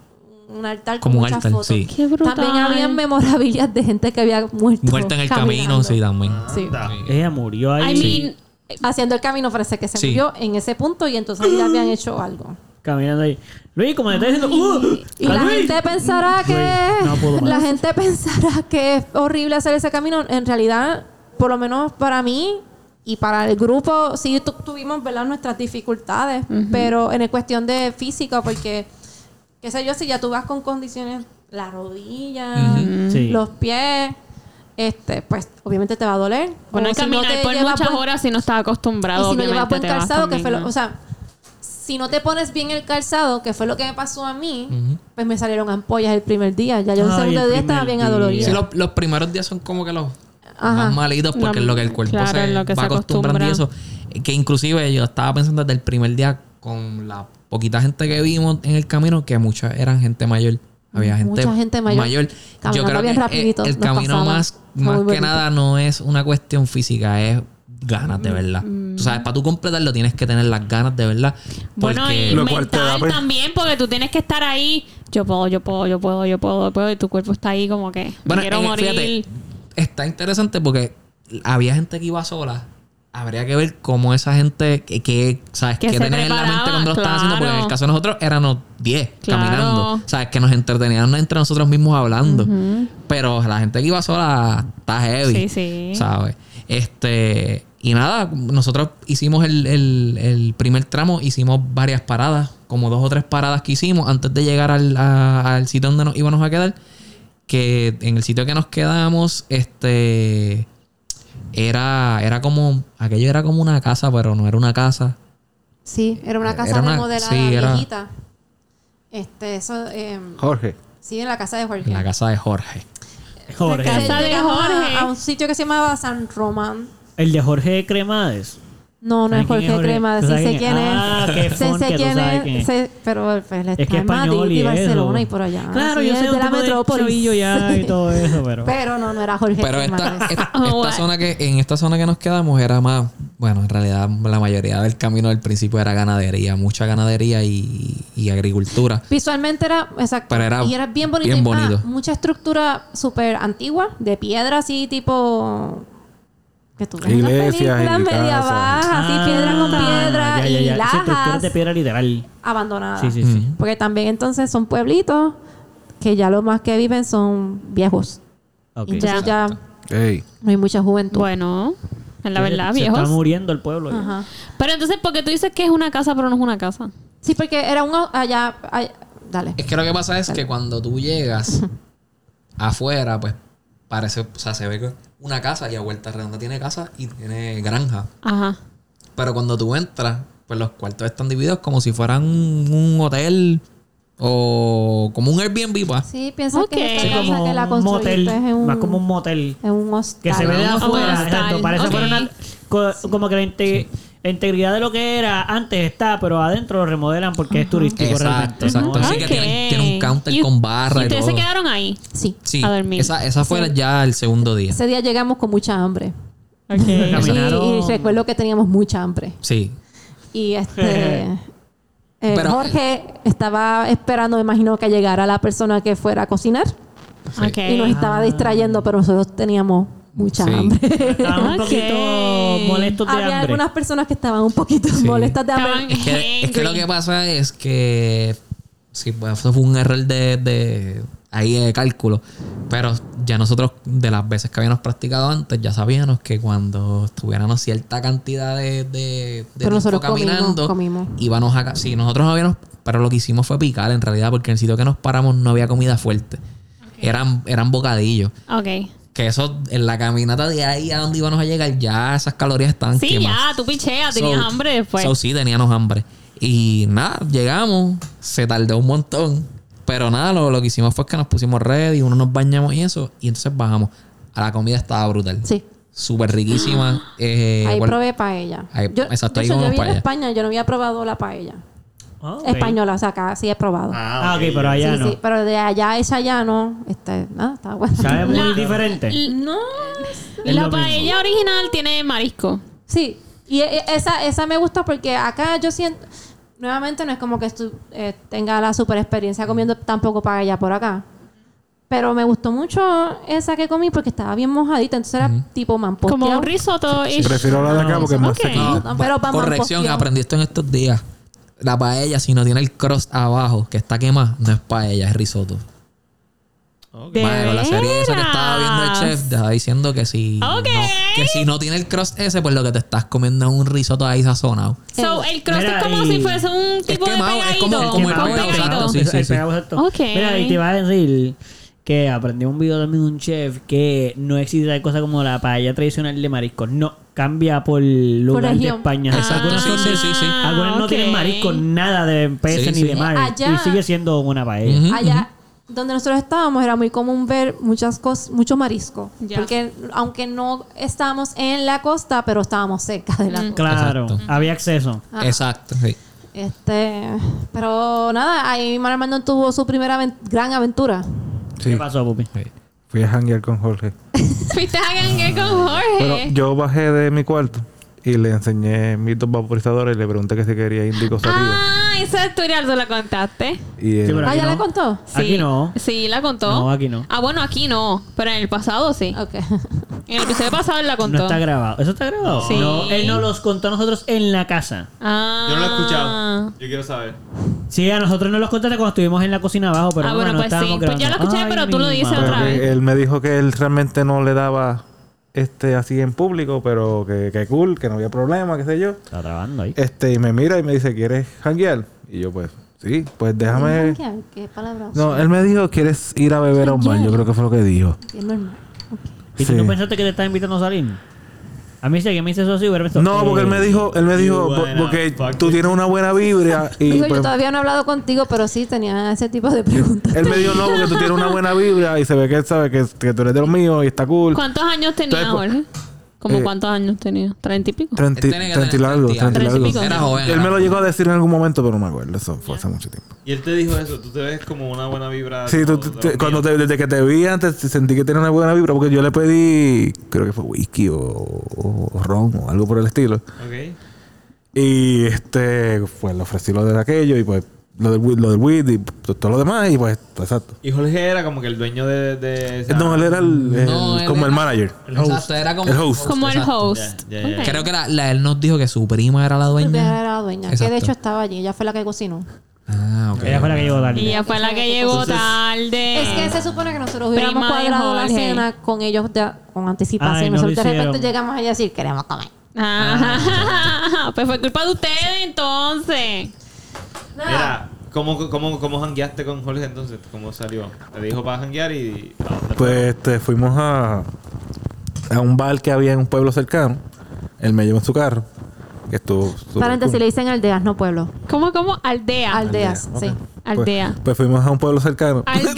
E: un altar con
F: Como un
E: muchas
F: altar,
E: fotos.
F: sí.
B: Qué brutal.
E: También habían memorabilias de gente que había muerto.
F: Muerta en el
E: caminando.
F: camino, sí, también.
E: Sí.
C: Ella murió ahí.
B: I mean,
E: Haciendo el camino parece que se
F: Sí.
E: murió en ese punto y entonces ya habían hecho algo.
C: caminando ahí. Luis, como te está diciendo, ¡Uh!
E: Y la
C: Luis.
E: gente pensará que.
C: Güey, no puedo más.
E: la gente pensará que es horrible hacer ese camino. En realidad, por lo menos para mí y para el grupo, sí tu- tuvimos ¿verdad? nuestras dificultades, pero en el cuestión de física, porque, qué sé yo, si ya tú vas con condiciones, la rodilla,
C: Sí.
E: los pies, este, pues obviamente te va a doler. Como
B: Bueno, hay
E: si no
B: caminar
E: te
B: por
E: llevas
B: muchas
E: buen-
B: horas si no estás acostumbrado.
E: y si no
B: obviamente,
E: llevas buen
B: te vas
E: calzado, que fue
B: también,
E: lo,
B: ¿no?
E: o sea, si no te pones bien el calzado, que fue lo que me pasó a mí, pues me salieron ampollas el primer día. Ya yo el
C: Ay,
E: segundo
C: el
E: día estaba
C: primer
E: bien
C: día.
E: adolorida.
F: Sí, los, los primeros días son como que los
E: Ajá.
F: más malitos porque
B: La-
F: es lo que el cuerpo
B: claro,
F: se
B: es lo que
F: va
B: se
F: acostumbrando y eso.
B: acostumbra.
F: Que inclusive yo estaba pensando desde el primer día con la poquita gente que vimos en el camino, que mucha eran gente mayor. Había gente,
E: Mucha gente mayor.
F: Yo
E: Caminando
F: creo
E: bien
F: que eh,
E: rapidito, nos
F: el camino
E: pasaba.
F: más,
E: Muy
F: más que
E: bonito.
F: nada no es una cuestión física, es ganas
E: Mm,
F: de verdad. Tú sabes, para tú completarlo tienes que tener las ganas de verdad.
B: Bueno,
F: porque-
B: y
H: Lo cual te da
B: mental
H: pre-
B: también, porque tú tienes que estar ahí. Yo puedo, yo puedo, yo puedo, yo puedo, yo puedo. Y tu cuerpo está ahí como que. me quiero
F: en-
B: morir.
F: eh, está interesante porque había gente que iba sola. Habría que ver cómo esa gente que, que, sabes
B: Que
F: que
B: se
F: tener en la
B: preparaba,
F: mente cuando lo estaban haciendo, porque en el
B: claro.
F: caso de nosotros éramos 10
B: Claro.
F: caminando. Sabes que nos entretenían entre nosotros mismos hablando. Pero la gente que iba sola está heavy.
B: Sí, sí.
F: ¿Sabes? Este. Y nada, nosotros hicimos el, el- el primer tramo, hicimos varias paradas, como dos o tres paradas que hicimos antes de llegar al, a- al sitio donde nos íbamos a quedar. Que en el sitio que nos quedamos, este. Era, era como. Aquello era como una casa, pero no era una casa.
E: Sí, era una casa
F: Eh, Era una-
E: remodelada
F: sí, era-
E: viejita. Este, eso, eh,
H: Jorge.
E: sí, en la casa de Jorge.
F: La casa de Jorge.
E: Porque
C: Jorge.
B: casa de
E: llegamos a-
B: Jorge.
E: A, un sitio que se llamaba San Román.
C: El de Jorge Cremades.
E: No, no
C: ¿Sabes
E: es
C: quién
E: Jorge
C: es Jorge?
E: Crema,
C: ¿Tú
E: sí
C: sabes
E: sé
C: quién es?
E: quién es.
C: Ah, qué
E: Sí
C: fun que
E: sé
C: tú
E: quién
C: sabes
E: es.
C: quién es.
E: sé- pero pues, él está
C: Es que
E: en
C: español
E: Madrid
C: y
E: y
C: eso.
E: Barcelona y por allá.
C: Claro,
E: Sí,
C: yo
E: es
C: sé
E: de
C: un
E: la
C: tipo de
E: metrópolis.
C: chavillo ya y todo eso, pero...
E: Pero no, no era Jorge
B: Este
F: Pero esta,
E: Cremades.
F: esta, esta
B: Alright.
F: zona que, en esta zona que nos quedamos era más, bueno, en realidad la mayoría del camino del principio era ganadería, mucha ganadería y, y agricultura.
E: Visualmente era, exacto.
F: Pero era
E: y era bien bonito.
F: bien
E: y, ah,
F: bonito.
E: mucha estructura súper antigua, de piedra así, tipo. Que tú ves en las
H: Iglesias y
E: películas media
H: casas.
E: baja, así,
C: Ah,
E: piedra con piedra
C: ya, ya,
E: y
C: ya. Sí, estructuras
E: lajas
C: de piedra literal.
E: abandonadas.
C: Sí, sí, sí.
E: Porque también entonces son pueblitos que ya lo más que viven son viejos.
C: Ok.
E: Entonces ya
H: Ey.
E: no hay mucha juventud.
B: Bueno, es la
C: Se-
B: verdad,
C: se
B: viejos.
C: está muriendo el pueblo. ya.
E: Ajá.
B: Pero entonces, porque tú dices que es una casa, pero no es una casa.
E: Sí, porque era un au- allá, allá- dale.
F: Es que lo que pasa es que cuando tú llegas afuera, pues parece, o sea, se ve que una casa y a vuelta redonda tiene casa y tiene granja.
B: Ajá.
F: Pero cuando tú entras, pues los cuartos están divididos como si fueran un, un hotel o como un Airbnb, pues.
E: Sí, piensa que es
B: Sí,
E: esta
C: como
E: casa que la
C: un motel.
E: construiste es un
C: Más como un motel.
E: es un
C: Que
E: hostal.
C: se ve de
F: Ah, un
C: afuera.
B: hostal.
C: Exacto. Parece
B: Ok.
C: fuera una- co- como que la, inte- la integridad de lo que era antes está, pero adentro lo remodelan porque es turístico realmente.
F: Exacto, exacto.
C: ¿no?
F: Así que
B: Ok.
F: tiene, tiene un counter
B: Y-
F: con barra
B: y
F: y,
B: ustedes
F: todo.
B: se quedaron ahí.
E: Sí.
F: Sí,
B: a dormir.
F: Esa, esa fue ya el segundo día.
E: Ese día llegamos con mucha hambre.
C: Pero
E: Y,
C: caminaron-
E: y recuerdo que teníamos mucha hambre.
F: Sí.
E: Y este. eh,
F: Pero-
E: Jorge estaba esperando, me imagino, que llegara la persona que fuera a cocinar.
B: Ok.
E: Y nos
C: Eh.
E: estaba distrayendo, pero nosotros teníamos mucha
F: Sí.
E: hambre.
C: Estaban un
B: Ok.
C: poquito molestos de
E: Había
C: hambre.
E: algunas personas que estaban un poquito molestas de hambre.
B: Estaban
F: Es que, es que lo
B: hangry.
F: que pasa es que. Sí, pues eso fue un error de, de- ahí de cálculo. Pero ya nosotros, de las veces que habíamos practicado antes, ya sabíamos que cuando estuviéramos cierta cantidad de, de, de
E: Pero nosotros comimos, comimos.
F: íbamos a. ca- Sí, nosotros habíamos. Pero lo que hicimos fue picar en realidad, porque en el sitio que nos paramos no había comida fuerte. Eran, eran bocadillos.
B: Ok.
F: Que eso, en la caminata de ahí a donde íbamos a llegar, ya esas calorías estaban
B: Sí,
F: quemadas.
B: ya, tú picheas, tenías
F: So-
B: hambre
E: pues.
B: pues. después.
F: So, sí, teníamos hambre. Y nada, llegamos, se tardó un montón. Pero nada, lo, lo que hicimos fue que nos pusimos ready, uno nos bañamos y eso, y entonces bajamos. A la comida estaba brutal.
E: Sí.
F: Súper riquísima. Eh,
E: ahí
F: bueno,
E: probé paella.
F: Ahí-
E: yo,
F: exacto,
E: de
F: ahí
E: hecho, yo
F: comemos
E: vine
F: paella.
E: a España, yo no había probado la paella.
C: Ah, ok.
E: Española, o sea, acá sí he probado.
C: Ah, ok, pero allá
E: sí,
C: no.
E: sí, pero de allá es allá no. Este, nada, está bueno.
C: Sabe muy
B: La-
C: diferente.
B: No.
C: Es
B: La
C: lo mismo.
B: paella original tiene marisco.
E: Sí, y e- e- esa, esa me gusta porque acá yo siento. Nuevamente, no es como que estu- eh, tenga la super experiencia comiendo tampoco para allá por acá. Pero me gustó mucho esa que comí porque estaba bien mojadita, entonces era tipo mamposteado.
B: Como un risotto. ish.
H: Prefiero la de acá porque es más
B: Ok.
H: sequita.
E: No, pero vamos a
F: corrección,
E: postear.
F: aprendí esto en estos días. la paella, si no tiene el crust abajo, que está quemada, no es paella, es risotto.
B: ¿De
F: Mano, la serie esa que estaba viendo el
B: veras?
F: chef estaba diciendo que si,
B: Ok.
F: no, que si no tiene el crust ese, pues lo que te estás comiendo es un risotto ahí sazonado.
B: So, el crust
C: Mira,
B: es como
C: y-
B: si fuese un tipo
F: quemado,
B: de
F: es
B: pegadito.
F: como- como el
B: un
F: pegado,
B: pegadito.
F: exacto, sí.
C: El pegado exacto.
B: Ok.
C: Mira, y te iba a decir que aprendí un video también de un chef que no existe tal cosa como la paella tradicional de mariscos. No, cambia por lugar de
E: región.
C: España.
F: Exacto,
C: Algunas
F: Ah, sí,
C: son
F: sí,
C: de-
F: sí, sí.
C: Algunas no
B: Ah, ok. Ah,
C: tienen mariscos, nada de peces
F: Sí,
C: ni
F: sí.
C: de mar.
E: Eh, allá-
C: Y sigue siendo una paella.
F: Ujú,
E: Allá donde nosotros estábamos era muy común ver muchas cosas, mucho marisco.
B: Ya.
E: Porque aunque no estábamos en la costa, pero estábamos cerca de la costa.
C: Claro,
F: Exacto.
C: había acceso.
E: Ajá.
F: Exacto, sí.
E: Este, pero nada, ahí Mar Armando tuvo su primera aven- gran aventura.
H: Sí.
C: ¿Qué pasó, Pupi?
H: Fui a janguear con Jorge.
B: Fuiste a gangue con
H: Bueno,
B: Jorge.
H: yo bajé de mi cuarto y le enseñé mis dos vaporizadores y le pregunté que si quería índico sativa.
B: ah, esa historia tú la contaste.
H: y él-
C: Sí, pero-
E: Ah,
C: aquí
E: ¿ya
C: no.
E: la contó?
B: Sí.
C: Aquí no.
B: Sí, la contó.
C: No, aquí no.
B: Ah, bueno, aquí no. Pero en el pasado sí.
E: Ok.
B: En el episodio pasado él la contó.
C: No está grabado. ¿Eso está grabado?
B: Sí.
C: No, él nos los contó a nosotros en la casa.
B: ah.
G: Yo no lo he escuchado. Yo quiero saber.
C: Sí, a nosotros nos los contaste cuando estuvimos en la cocina abajo, pero
B: Ah,
C: no,
B: bueno,
C: no
B: pues sí.
C: estábamos
B: Pues ya lo
C: grabando.
B: escuché,
C: Ay,
B: pero tú
C: mi
B: lo dices
C: madre.
H: pero
B: otra
H: que
B: vez.
H: él me dijo que él realmente no le daba este así en público, pero que, que cool, que no había problema, qué sé yo.
C: Está grabando ahí.
H: Este, y me mira y me dice, ¿quieres janguear? Y yo, pues, sí, pues déjame.
E: ¿Qué, qué palabra?
H: No, eh, él me dijo, ¿quieres ir a beber a un bar? Yo creo que fue lo que dijo.
E: Bien normal.
C: ¿Y
H: Sí.
C: tú no pensaste que te estaba invitando a salir? A mí sí que me hice eso así, hubiera pensado,
H: No, porque él me
C: eh,
H: dijo, él me dijo,
G: You
H: "Po-
G: wanna
H: porque
G: fuck
H: tú
G: it?"
H: tienes una buena vibra y
E: Digo, yo
H: pues,
E: todavía no he hablado contigo, pero sí tenía ese tipo de preguntas.
H: él me dijo, no, porque tú tienes una buena vibra y se ve que él sabe que, que tú eres de los míos y está cool.
B: ¿Cuántos años tenía
H: Entonces, pues,
B: Jorge? ¿Cómo
H: eh,
B: cuántos años tenía? ¿Treinta y pico?
H: Treinta y
F: Él tiene que
H: treinta y
F: tener
H: largo,
F: 30
H: treinta y
B: años.
H: largo.
F: Era joven,
H: Él
F: era
H: me lo
F: joven.
H: llegó a decir en algún momento, pero no me acuerdo. Eso fue hace mucho tiempo.
G: Y él te dijo eso. Tú te ves como una buena vibra.
H: Sí, tú,
G: de
H: tú-
G: los
H: te-
G: míos.
H: cuando te- desde que te vi antes sentí que tenía una buena vibra porque yo le pedí, creo que fue whisky o, o- o ron o algo por el estilo.
G: Ok.
H: Y este, pues le ofrecí lo de aquello y pues lo del, whi- lo del weed y t- todo lo demás y pues, exacto.
G: Y Jorge era como que el dueño de. de esa-
H: Eh, No, él era el, el-
F: No, él
H: como el
F: era-
H: manager.
F: Exacto, era como
H: El host.
B: Como el
F: exacto.
B: host.
G: Ya, ya, ya.
B: Ok.
F: Creo que la- la- él nos dijo que su prima era la
E: Ella
F: dueña.
E: era la dueña, que
F: Exacto.
E: de hecho estaba allí. Ella fue la que cocinó.
F: Ah, ok.
C: Ella fue la que llegó a
B: Y
C: darle.
B: ella fue la que llegó tarde.
E: Es que se supone que nosotros hubiéramos
B: Eh. Prima de
E: cuadrado la
B: Jorge.
E: cena con ellos de- con anticipación.
C: Ay,
E: y
C: no lo
E: nosotros de repente
C: hicieron.
E: llegamos allí a decir, queremos comer.
B: Ah, pues fue culpa de ustedes entonces.
G: Mira, ¿cómo, cómo, ¿cómo jangueaste con Jorge entonces? ¿Cómo salió? Te dijo para janguear y. ¿a dónde fue?
H: Pues este, fuimos a, a un bar que había en un pueblo cercano. Él me llevó en su carro. Que estuvo. estuvo
E: Paréntesis,
H: cool.
E: le dicen aldeas, no pueblo.
B: ¿Cómo, cómo? Aldea.
E: Aldeas, sí.
H: Pues-
B: Aldea.
H: Pues, fuimos a un pueblo cercano.
B: Aldea.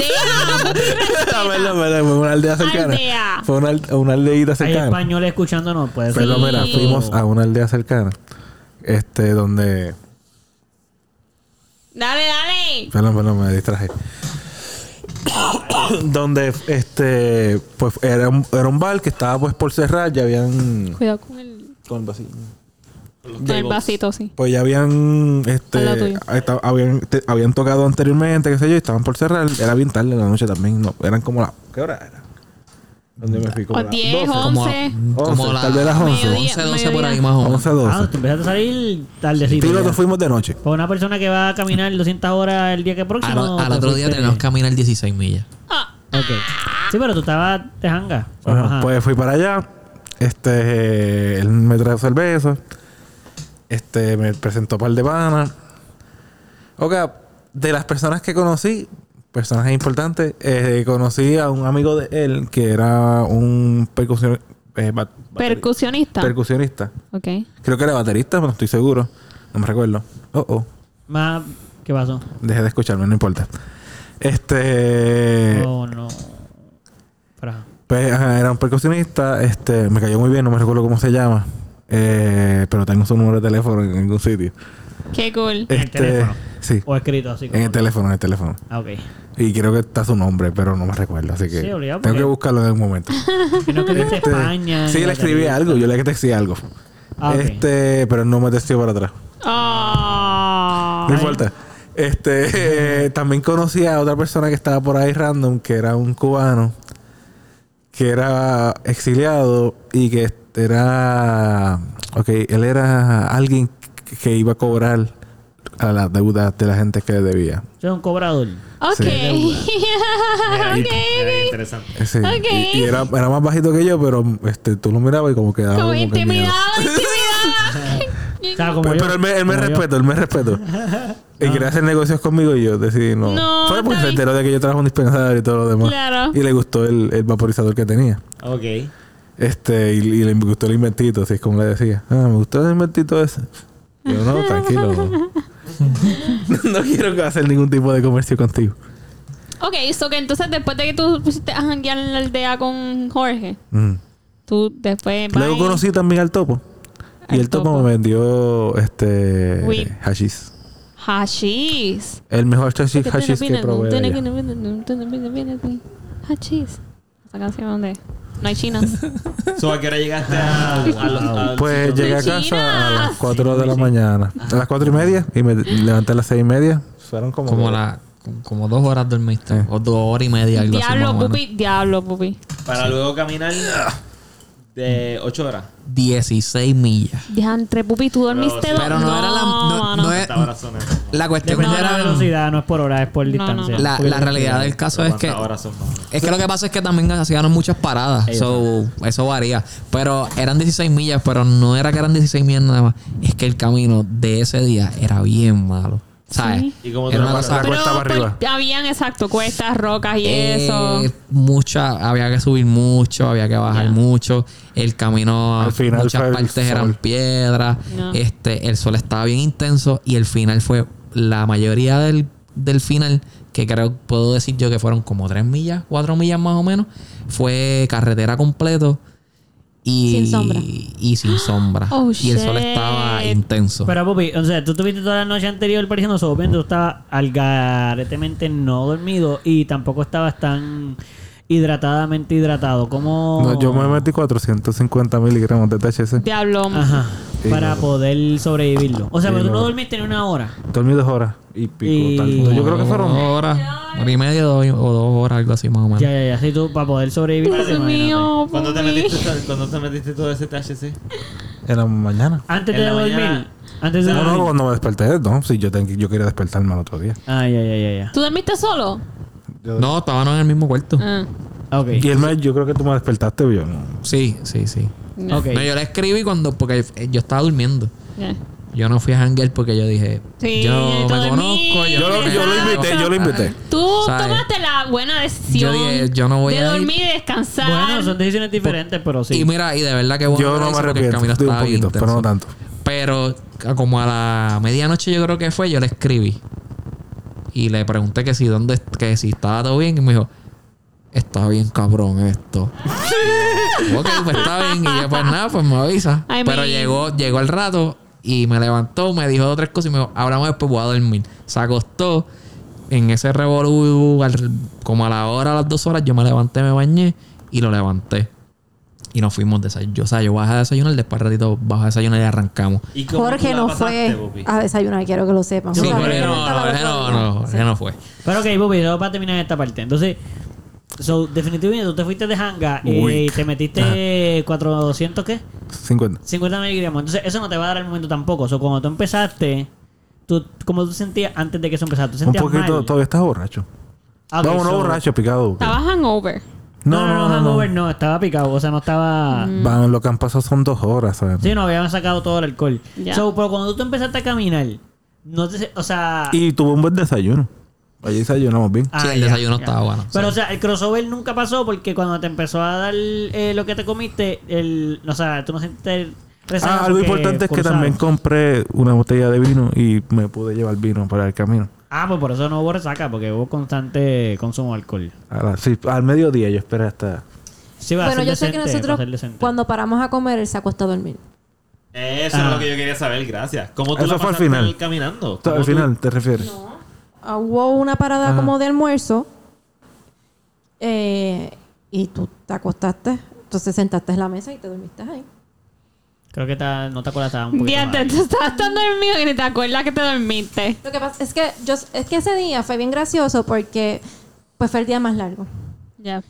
H: Ah, perdón, perdón, fue una aldea cercana.
B: Aldea.
H: Fue una, al- una aldeita
C: Hay
H: cercana.
C: españoles escuchándonos, puede ser.
H: Pero mira,
B: Sí.
H: fuimos a una aldea cercana. Este, donde.
B: Dale, dale.
H: Perdón, perdón, me distraje. donde, este. Pues era un, era un bar que estaba pues por cerrar, ya habían.
B: Cuidado con el,
H: Con el vacío.
B: con el vasito, sí.
H: Pues ya habían,
B: Al lado tuyo.
H: este, esta- habían, te- habían tocado anteriormente, qué sé yo, y estaban por cerrar. Era bien tarde en la noche también. No, eran como la, ¿qué hora era? ¿Dónde me fui? Como
B: O
H: la
B: 10,
H: doce.
F: Como,
B: 11.
F: como
H: Once,
F: la
H: tal vez las once.
B: Mediodía.
F: 11, 12 por ahí
B: mediodía.
F: más o menos.
H: 11 a 12.
C: Ah, tú empezaste a salir
H: Sí,
C: tardecito. ya.
H: nosotros fuimos de noche.
C: Para Pues una persona que va a caminar 200 horas el día que
F: Al,
C: próximo.
F: al
C: te
F: otro día
C: fuiste-
F: tenemos que caminar 16 millas.
B: Ah,
C: Ok. Sí, pero tú estabas de janga.
H: Ajá.
C: Ajá.
H: Pues fui para allá. Este, él me trajo cerveza. Este, me presentó par de panas. Oiga, de las personas que conocí, personajes importantes, eh, conocí a un amigo de él que era un percusión, eh, ba- bateri-
B: percusionista.
H: percusionista.
B: ok.
H: Creo que era baterista, pero no estoy seguro. No me recuerdo. Oh, oh.
C: Más, ¿qué pasó?
H: Dejé de escucharme, no importa. Este.
C: Oh, no. Pero, ajá.
H: Pues, ajá, era un percusionista, este, me cayó muy bien, no me recuerdo cómo se llama, eh, pero tengo su número de teléfono en algún sitio.
B: Qué cool.
C: el
H: Este,
C: teléfono?
H: Sí,
C: O escrito así.
H: en este
C: como-
H: el teléfono, en el teléfono.
C: Ah, ok.
H: Y creo que está su nombre, pero no me recuerdo, así que
C: Sí, obligado,
H: tengo que
C: porque-
H: buscarlo en algún momento.
C: Que no escribiste
H: Este,
C: España.
H: sí,
C: ni
H: le escribí
C: Latinoamérica.
H: algo, yo le texté algo.
C: Ah, ok.
H: Este, pero no me texté para atrás.
B: Ah.
H: No importa. Este, eh, también conocí a otra persona que estaba por ahí random, que era un cubano, que era exiliado y que era, ok, él era alguien que iba a cobrar a las deudas de la gente que le debía.
C: Soy un cobrador.
B: Ok.
G: Mira,
B: ok.
G: mira, interesante.
H: Eh, sí.
B: Ok.
H: Y, y era, era más bajito que yo, pero este, tú lo mirabas y como
F: Ah,
H: quedaba.
B: Como
H: como que miedo.
B: intimidada,
C: O
B: intimidada.
C: sea, como
H: Pero,
C: yo-
H: pero él me, él
C: como
H: me
C: yo.
H: respetó, él me respetó. Y quería hacer negocios conmigo y yo decidí no.
B: No,
H: Fue porque
B: está
H: se
B: bien.
H: enteró de que yo trabajo en un dispensador y todo lo demás.
B: Claro.
H: Y le gustó el, el vaporizador que tenía.
G: Ok.
H: Este, y, y le gustó el inventito, así es como le decía. Ah, me gustó el inventito ese. Yo no, tranquilo. no. no quiero hacer ningún tipo de comercio contigo.
B: Ok, so que entonces después de que tú pusiste a janguear en la aldea con Jorge,
H: Mm.
B: tú después.
H: Luego
B: bye.
H: conocí también al topo. Y
B: Al
H: el topo,
B: Topo.
H: me vendió este
B: Weed.
H: hashis.
B: Hashis.
H: El mejor hashis, hashis que probé. allá.
B: Hashis. Esa canción de. No hay chinas.
G: So, ¿a qué hora llegaste
H: Ah,
G: a, a los... a-
H: Pues llegué a casa a
B: Chinas.
H: las 4 de la mañana. A las 4 y media. Y me levanté a las 6 y media. Fueron como...
F: Como, la, como dos horas dormiste. O dos horas y media. algo así,
B: diablo,
F: más o menos.
B: pupi. Diablo, pupi.
G: Para luego caminar de 8 horas.
F: 16 millas.
B: Diantre, pupi, tú dormiste dos.
F: Pero no, era la... No,
B: mano.
F: no es-
G: Hasta ahora son eso.
F: la cuestión
C: Depende de
F: era...
C: la velocidad, no es por hora, es por distancia.
F: La, la realidad del caso es que...
G: Hasta ahora son más.
F: Es que lo que pasa es que también hacían muchas paradas. So, eso varía. Pero eran 16 millas, pero no era que eran 16 millas nada más. Es que el camino de ese día era bien malo. ¿Sabes?
B: Sí.
G: ¿Y cómo te
F: era
G: lo
F: una
H: La
F: cosa-
G: pasaste?
H: cuesta para
B: por-
H: arriba.
B: pues, habían, exacto, cuestas, rocas y eso.
F: Eh, mucha, había que subir mucho, había que bajar mucho. El camino,
H: Al final
F: muchas
H: fue el
F: partes eran
H: sol.
F: piedras.
B: No.
F: Este, el sol estaba bien intenso y el final fue la mayoría del, del final, que creo puedo decir yo que fueron como tres millas, cuatro millas más o menos, fue carretera completo. Y,
E: Sin sombra.
F: Y sin sombra.
B: Oh,
F: y el sol
B: shit.
F: estaba intenso.
C: Pero, Pupi, o sea, tú estuviste toda la noche anterior pareciendo sopiendo, tú estabas algaretemente no dormido y tampoco estabas tan hidratadamente hidratado. ¿Cómo...?
H: No, yo me metí 450 miligramos de THC.
B: Diablo.
F: ah,
C: Ajá,
H: Sí,
C: para poder sobrevivirlo. O sea,
H: Sí,
C: pero tú no
H: no.
C: dormiste en una hora.
H: Dormí dos horas y pico.
C: Y-
H: tanto. Yo creo que
F: Dos
H: fueron...
F: horas, hora y media dos- o dos horas, algo así más o menos.
C: Ya, ya, ya. Sí, tú, para poder sobrevivir.
B: Dios
C: imagínate.
F: Oh,
B: mío,
G: ¿Cuándo te,
B: pupi.
G: metiste, todo- ¿Cuándo te metiste todo ese THC?
H: En la mañana.
C: Antes
G: En
C: de
G: la
C: dormir.
G: mañana.
C: Antes de
H: No, no,
C: dormir. Ah,
H: cuando me desperté, no. Si yo, ten- yo quería despertarme al otro día.
C: Ay, ay, ay, ay,
B: ¿Tú dormiste solo?
F: No, estaban en el mismo cuarto.
B: Ah,
C: ay. Ok.
H: Y él me, yo creo que tú me despertaste, yo no.
F: Sí, sí, sí.
B: no.
C: Ok.
F: No, yo la escribí cuando, porque eh, yo estaba durmiendo.
B: Yeah.
F: Yo no fui a hangar porque yo dije,
B: Sí,
F: yo
B: tú
F: me
B: dormiste.
F: conozco.
H: Yo lo, yo lo invité, yo lo invité.
B: Tú
F: ¿Sabes?
B: tomaste la buena decisión
F: Yo dije, yo no voy
B: de
F: a ir.
B: dormir y descansar.
C: Bueno, son decisiones diferentes, pero sí.
F: Y mira, y de verdad que bueno.
H: Yo
F: lo
H: no me
F: hice porque
H: arrepiento.
F: El camino
H: de un
F: estaba bien
H: poquito, pero no tanto.
F: intenso. Pero a- como a la medianoche yo creo que fue, yo le escribí. Y le pregunté que si dónde, que si estaba todo bien. Y me dijo, está bien cabrón esto. Y yo, ok, pues está bien. Y yo, pues nada, pues me avisa.
B: I
F: Pero
B: mean-
F: llegó, llegó al rato y me levantó, me dijo otras cosas y me dijo, hablamos después, voy a dormir. Se acostó. En ese revolú, al- como a la hora, a las dos horas, yo me levanté, me bañé y lo levanté. Y nos fuimos de desayunar. O sea, yo bajé a desayunar, después ratito bajo a desayunar y arrancamos.
G: ¿Y cómo
E: Jorge
G: tú la
E: no
G: pasaste,
E: fue Ah.
G: Pupi?
E: a desayunar, quiero que lo sepan.
F: Sí,
E: O sea,
F: Jorge
E: que
F: no,
E: estaba
F: no,
E: el
F: Jorge
E: otro
F: no,
E: día.
F: no, Jorge no fue.
C: Pero ok, Pupi, solo para terminar esta parte. Entonces, so, definitivamente tú te fuiste de hanga eh, y te metiste 400, ¿qué?
H: 50.
C: 50 miligramos. Entonces, eso no te va a dar el momento tampoco. O sea, cuando tú empezaste, tú, ¿cómo tú sentías antes de que eso empezara? ¿Tú
H: Un
C: sentías
H: poquito,
C: mal?
H: todavía estás borracho.
C: Ah, ok,
H: Vamos, no
C: so-
H: borracho, picado.
B: Estabas hangover.
C: No, no, no, hangover no, estaba picado. O sea, no estaba...
H: Van, lo que han pasado son dos horas, ¿sabes?
C: Mm. Sí, no, habían sacado todo el alcohol.
B: Ya.
C: So, pero cuando tú empezaste a caminar, no te... O sea...
H: Y tuve un buen desayuno. Allí desayunamos bien.
C: Ah,
F: sí, el
C: ya,
F: desayuno
C: ya.
F: estaba bueno.
C: Pero,
F: sí.
C: o sea, el crossover nunca pasó porque cuando te empezó a dar eh, lo que te comiste, el, o sea, tú no sentiste el rezago
H: Ah, algo
C: porque
H: importante es que
C: forzaron.
H: también compré una botella de vino y me pude llevar vino para el camino.
C: Ah, pues por eso no hubo resaca, porque hubo constante consumo de alcohol.
H: A la- sí, al mediodía yo esperé hasta...
C: Sí, va a
E: Bueno,
C: ser
E: yo sé que
C: decente,
E: nosotros
C: va a ser decente.
E: cuando paramos a comer, él se acuesta a dormir.
G: Eso
C: Ah.
G: es lo que yo quería saber, gracias. ¿Cómo tú
H: Eso
G: la
H: fue al
G: pasaste
H: final.
G: caminando?
H: Al
G: ¿Cómo tú-
H: final, ¿te refieres?
E: Ah, hubo una parada
H: Ajá.
E: como de almuerzo eh, y tú te acostaste, entonces sentaste en la mesa y te dormiste ahí.
C: Creo que está, no te acuerdas, estaba un poquito
B: Diantre,
C: mal.
B: tú estabas tan dormido que ni te acuerdas que te dormiste.
E: Lo que pasa es que yo es que ese día fue bien gracioso porque pues fue el día más largo.
B: Ya.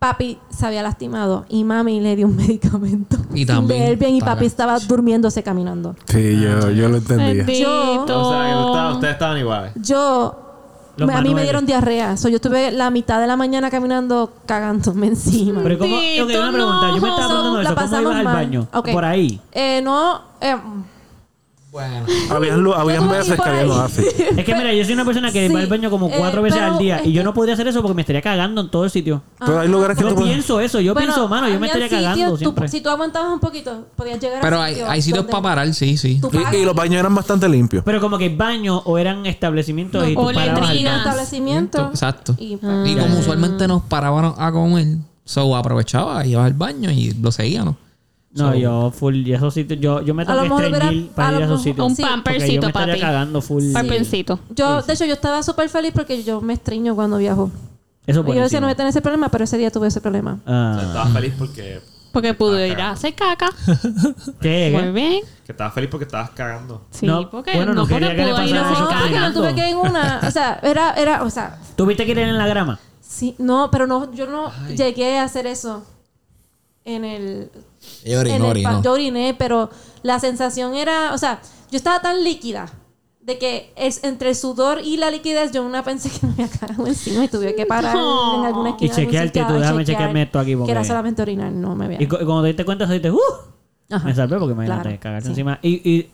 E: Pa- papi se había lastimado y mami le dio un medicamento.
F: Y
E: Sin
F: también
E: ver bien y
F: para-
E: papi estaba durmiéndose caminando.
H: Sí,
C: Ah,
H: yo, yo lo entendía.
B: Bendito.
G: O sea, que ustedes- ustedes estaban iguales.
E: Yo
C: Los
E: me- a mí me
C: Manueles.
E: dieron diarrea, so, yo estuve la mitad de la mañana caminando cagándome encima.
C: Pero como... Ok, una pregunta. Yo me estaba
E: So,
C: preguntando
E: la
C: eso. ¿Cómo
E: pasamos
C: ibas al
E: mal.
C: baño?
E: Ok.
C: Por ahí.
E: Eh, no, eh,
F: Bueno.
H: Habían, lu- habían
E: tuve que ir
H: veces
E: por
H: que habían
E: ahí.
H: los así.
C: Es que mira, yo soy una persona que
E: Sí,
C: va al baño como
E: eh,
C: cuatro veces
E: pero
C: al día.
E: es
C: Y yo
E: que-
C: no podría hacer eso porque me estaría cagando en todo el sitio.
E: Ah,
H: Pero hay lugares que
C: Yo
H: tú puedes-
C: pienso eso. Yo
E: bueno,
C: pienso, mano, yo me
E: habían
C: estaría cagando
E: sitios, tú-
C: siempre.
E: si tú aguantabas un poquito, podías llegar
F: Pero
E: a
F: hay, hay sitios
E: donde
F: para parar, sí, sí.
E: tú pagas
H: Y, y los baños eran bastante limpios.
C: Pero como que baño o eran establecimientos y tú
B: o
C: parabas al
B: letrinas.
E: un
C: baño.
E: establecimiento.
F: Exacto. Ah.
E: Y, pues,
F: Y como usualmente nos paraban a comer, so aprovechaba, iba al baño y lo seguíamos.
C: No,
F: So-
C: yo full, y esos sitios, yo, yo me
E: A lo
C: tengo que
E: mejor hubiera-
C: estreñir para
E: a
C: ir a
E: lo mejor-
C: esos sitios.
E: un
C: Porque yo me
B: pampercito,
C: estaría
B: papi.
C: cagando full.
B: Parpencito.
E: yo, de hecho, yo estaba súper feliz porque yo me estreño cuando viajo.
C: Eso
E: Y yo decía, no voy a
C: es
E: tener ese problema, pero ese día tuve ese problema.
C: ah,
G: Estabas feliz porque...
B: Porque pudo ir a hacer caca.
C: ¿Qué?
B: Muy bien.
G: Que estabas feliz porque estabas cagando.
B: Sí,
C: No,
B: porque
C: bueno, no
B: no, porque
C: quería que le
B: pudo
E: Y
B: ir a
C: pasara
E: no,
B: hacer
C: eso
B: caca.
E: porque no
C: caminando.
E: tuve que ir en una. O sea, era, era, o sea,
C: ¿Tuviste que ir en la grama?
E: sí, no, pero no, yo no llegué a hacer eso en el. en
F: Yo orino,
E: el pa-
F: orino.
E: Yo oriné, pero la sensación era, o sea, yo estaba tan líquida de que es entre el sudor y la liquidez yo una pensé que me había cagado encima y tuve que parar en alguna esquina.
C: Y chequearte, tú, déjame chequearme esto aquí,
E: porque... Que era
C: porque-
E: solamente orinar, no me había...
C: Y, cu- y cuando te diste cuenta, dijiste, ¡uh!
E: Ajá.
C: Me salvé porque imagínate,
E: Claro,
C: cagarte
E: sí.
C: encima. Y, y,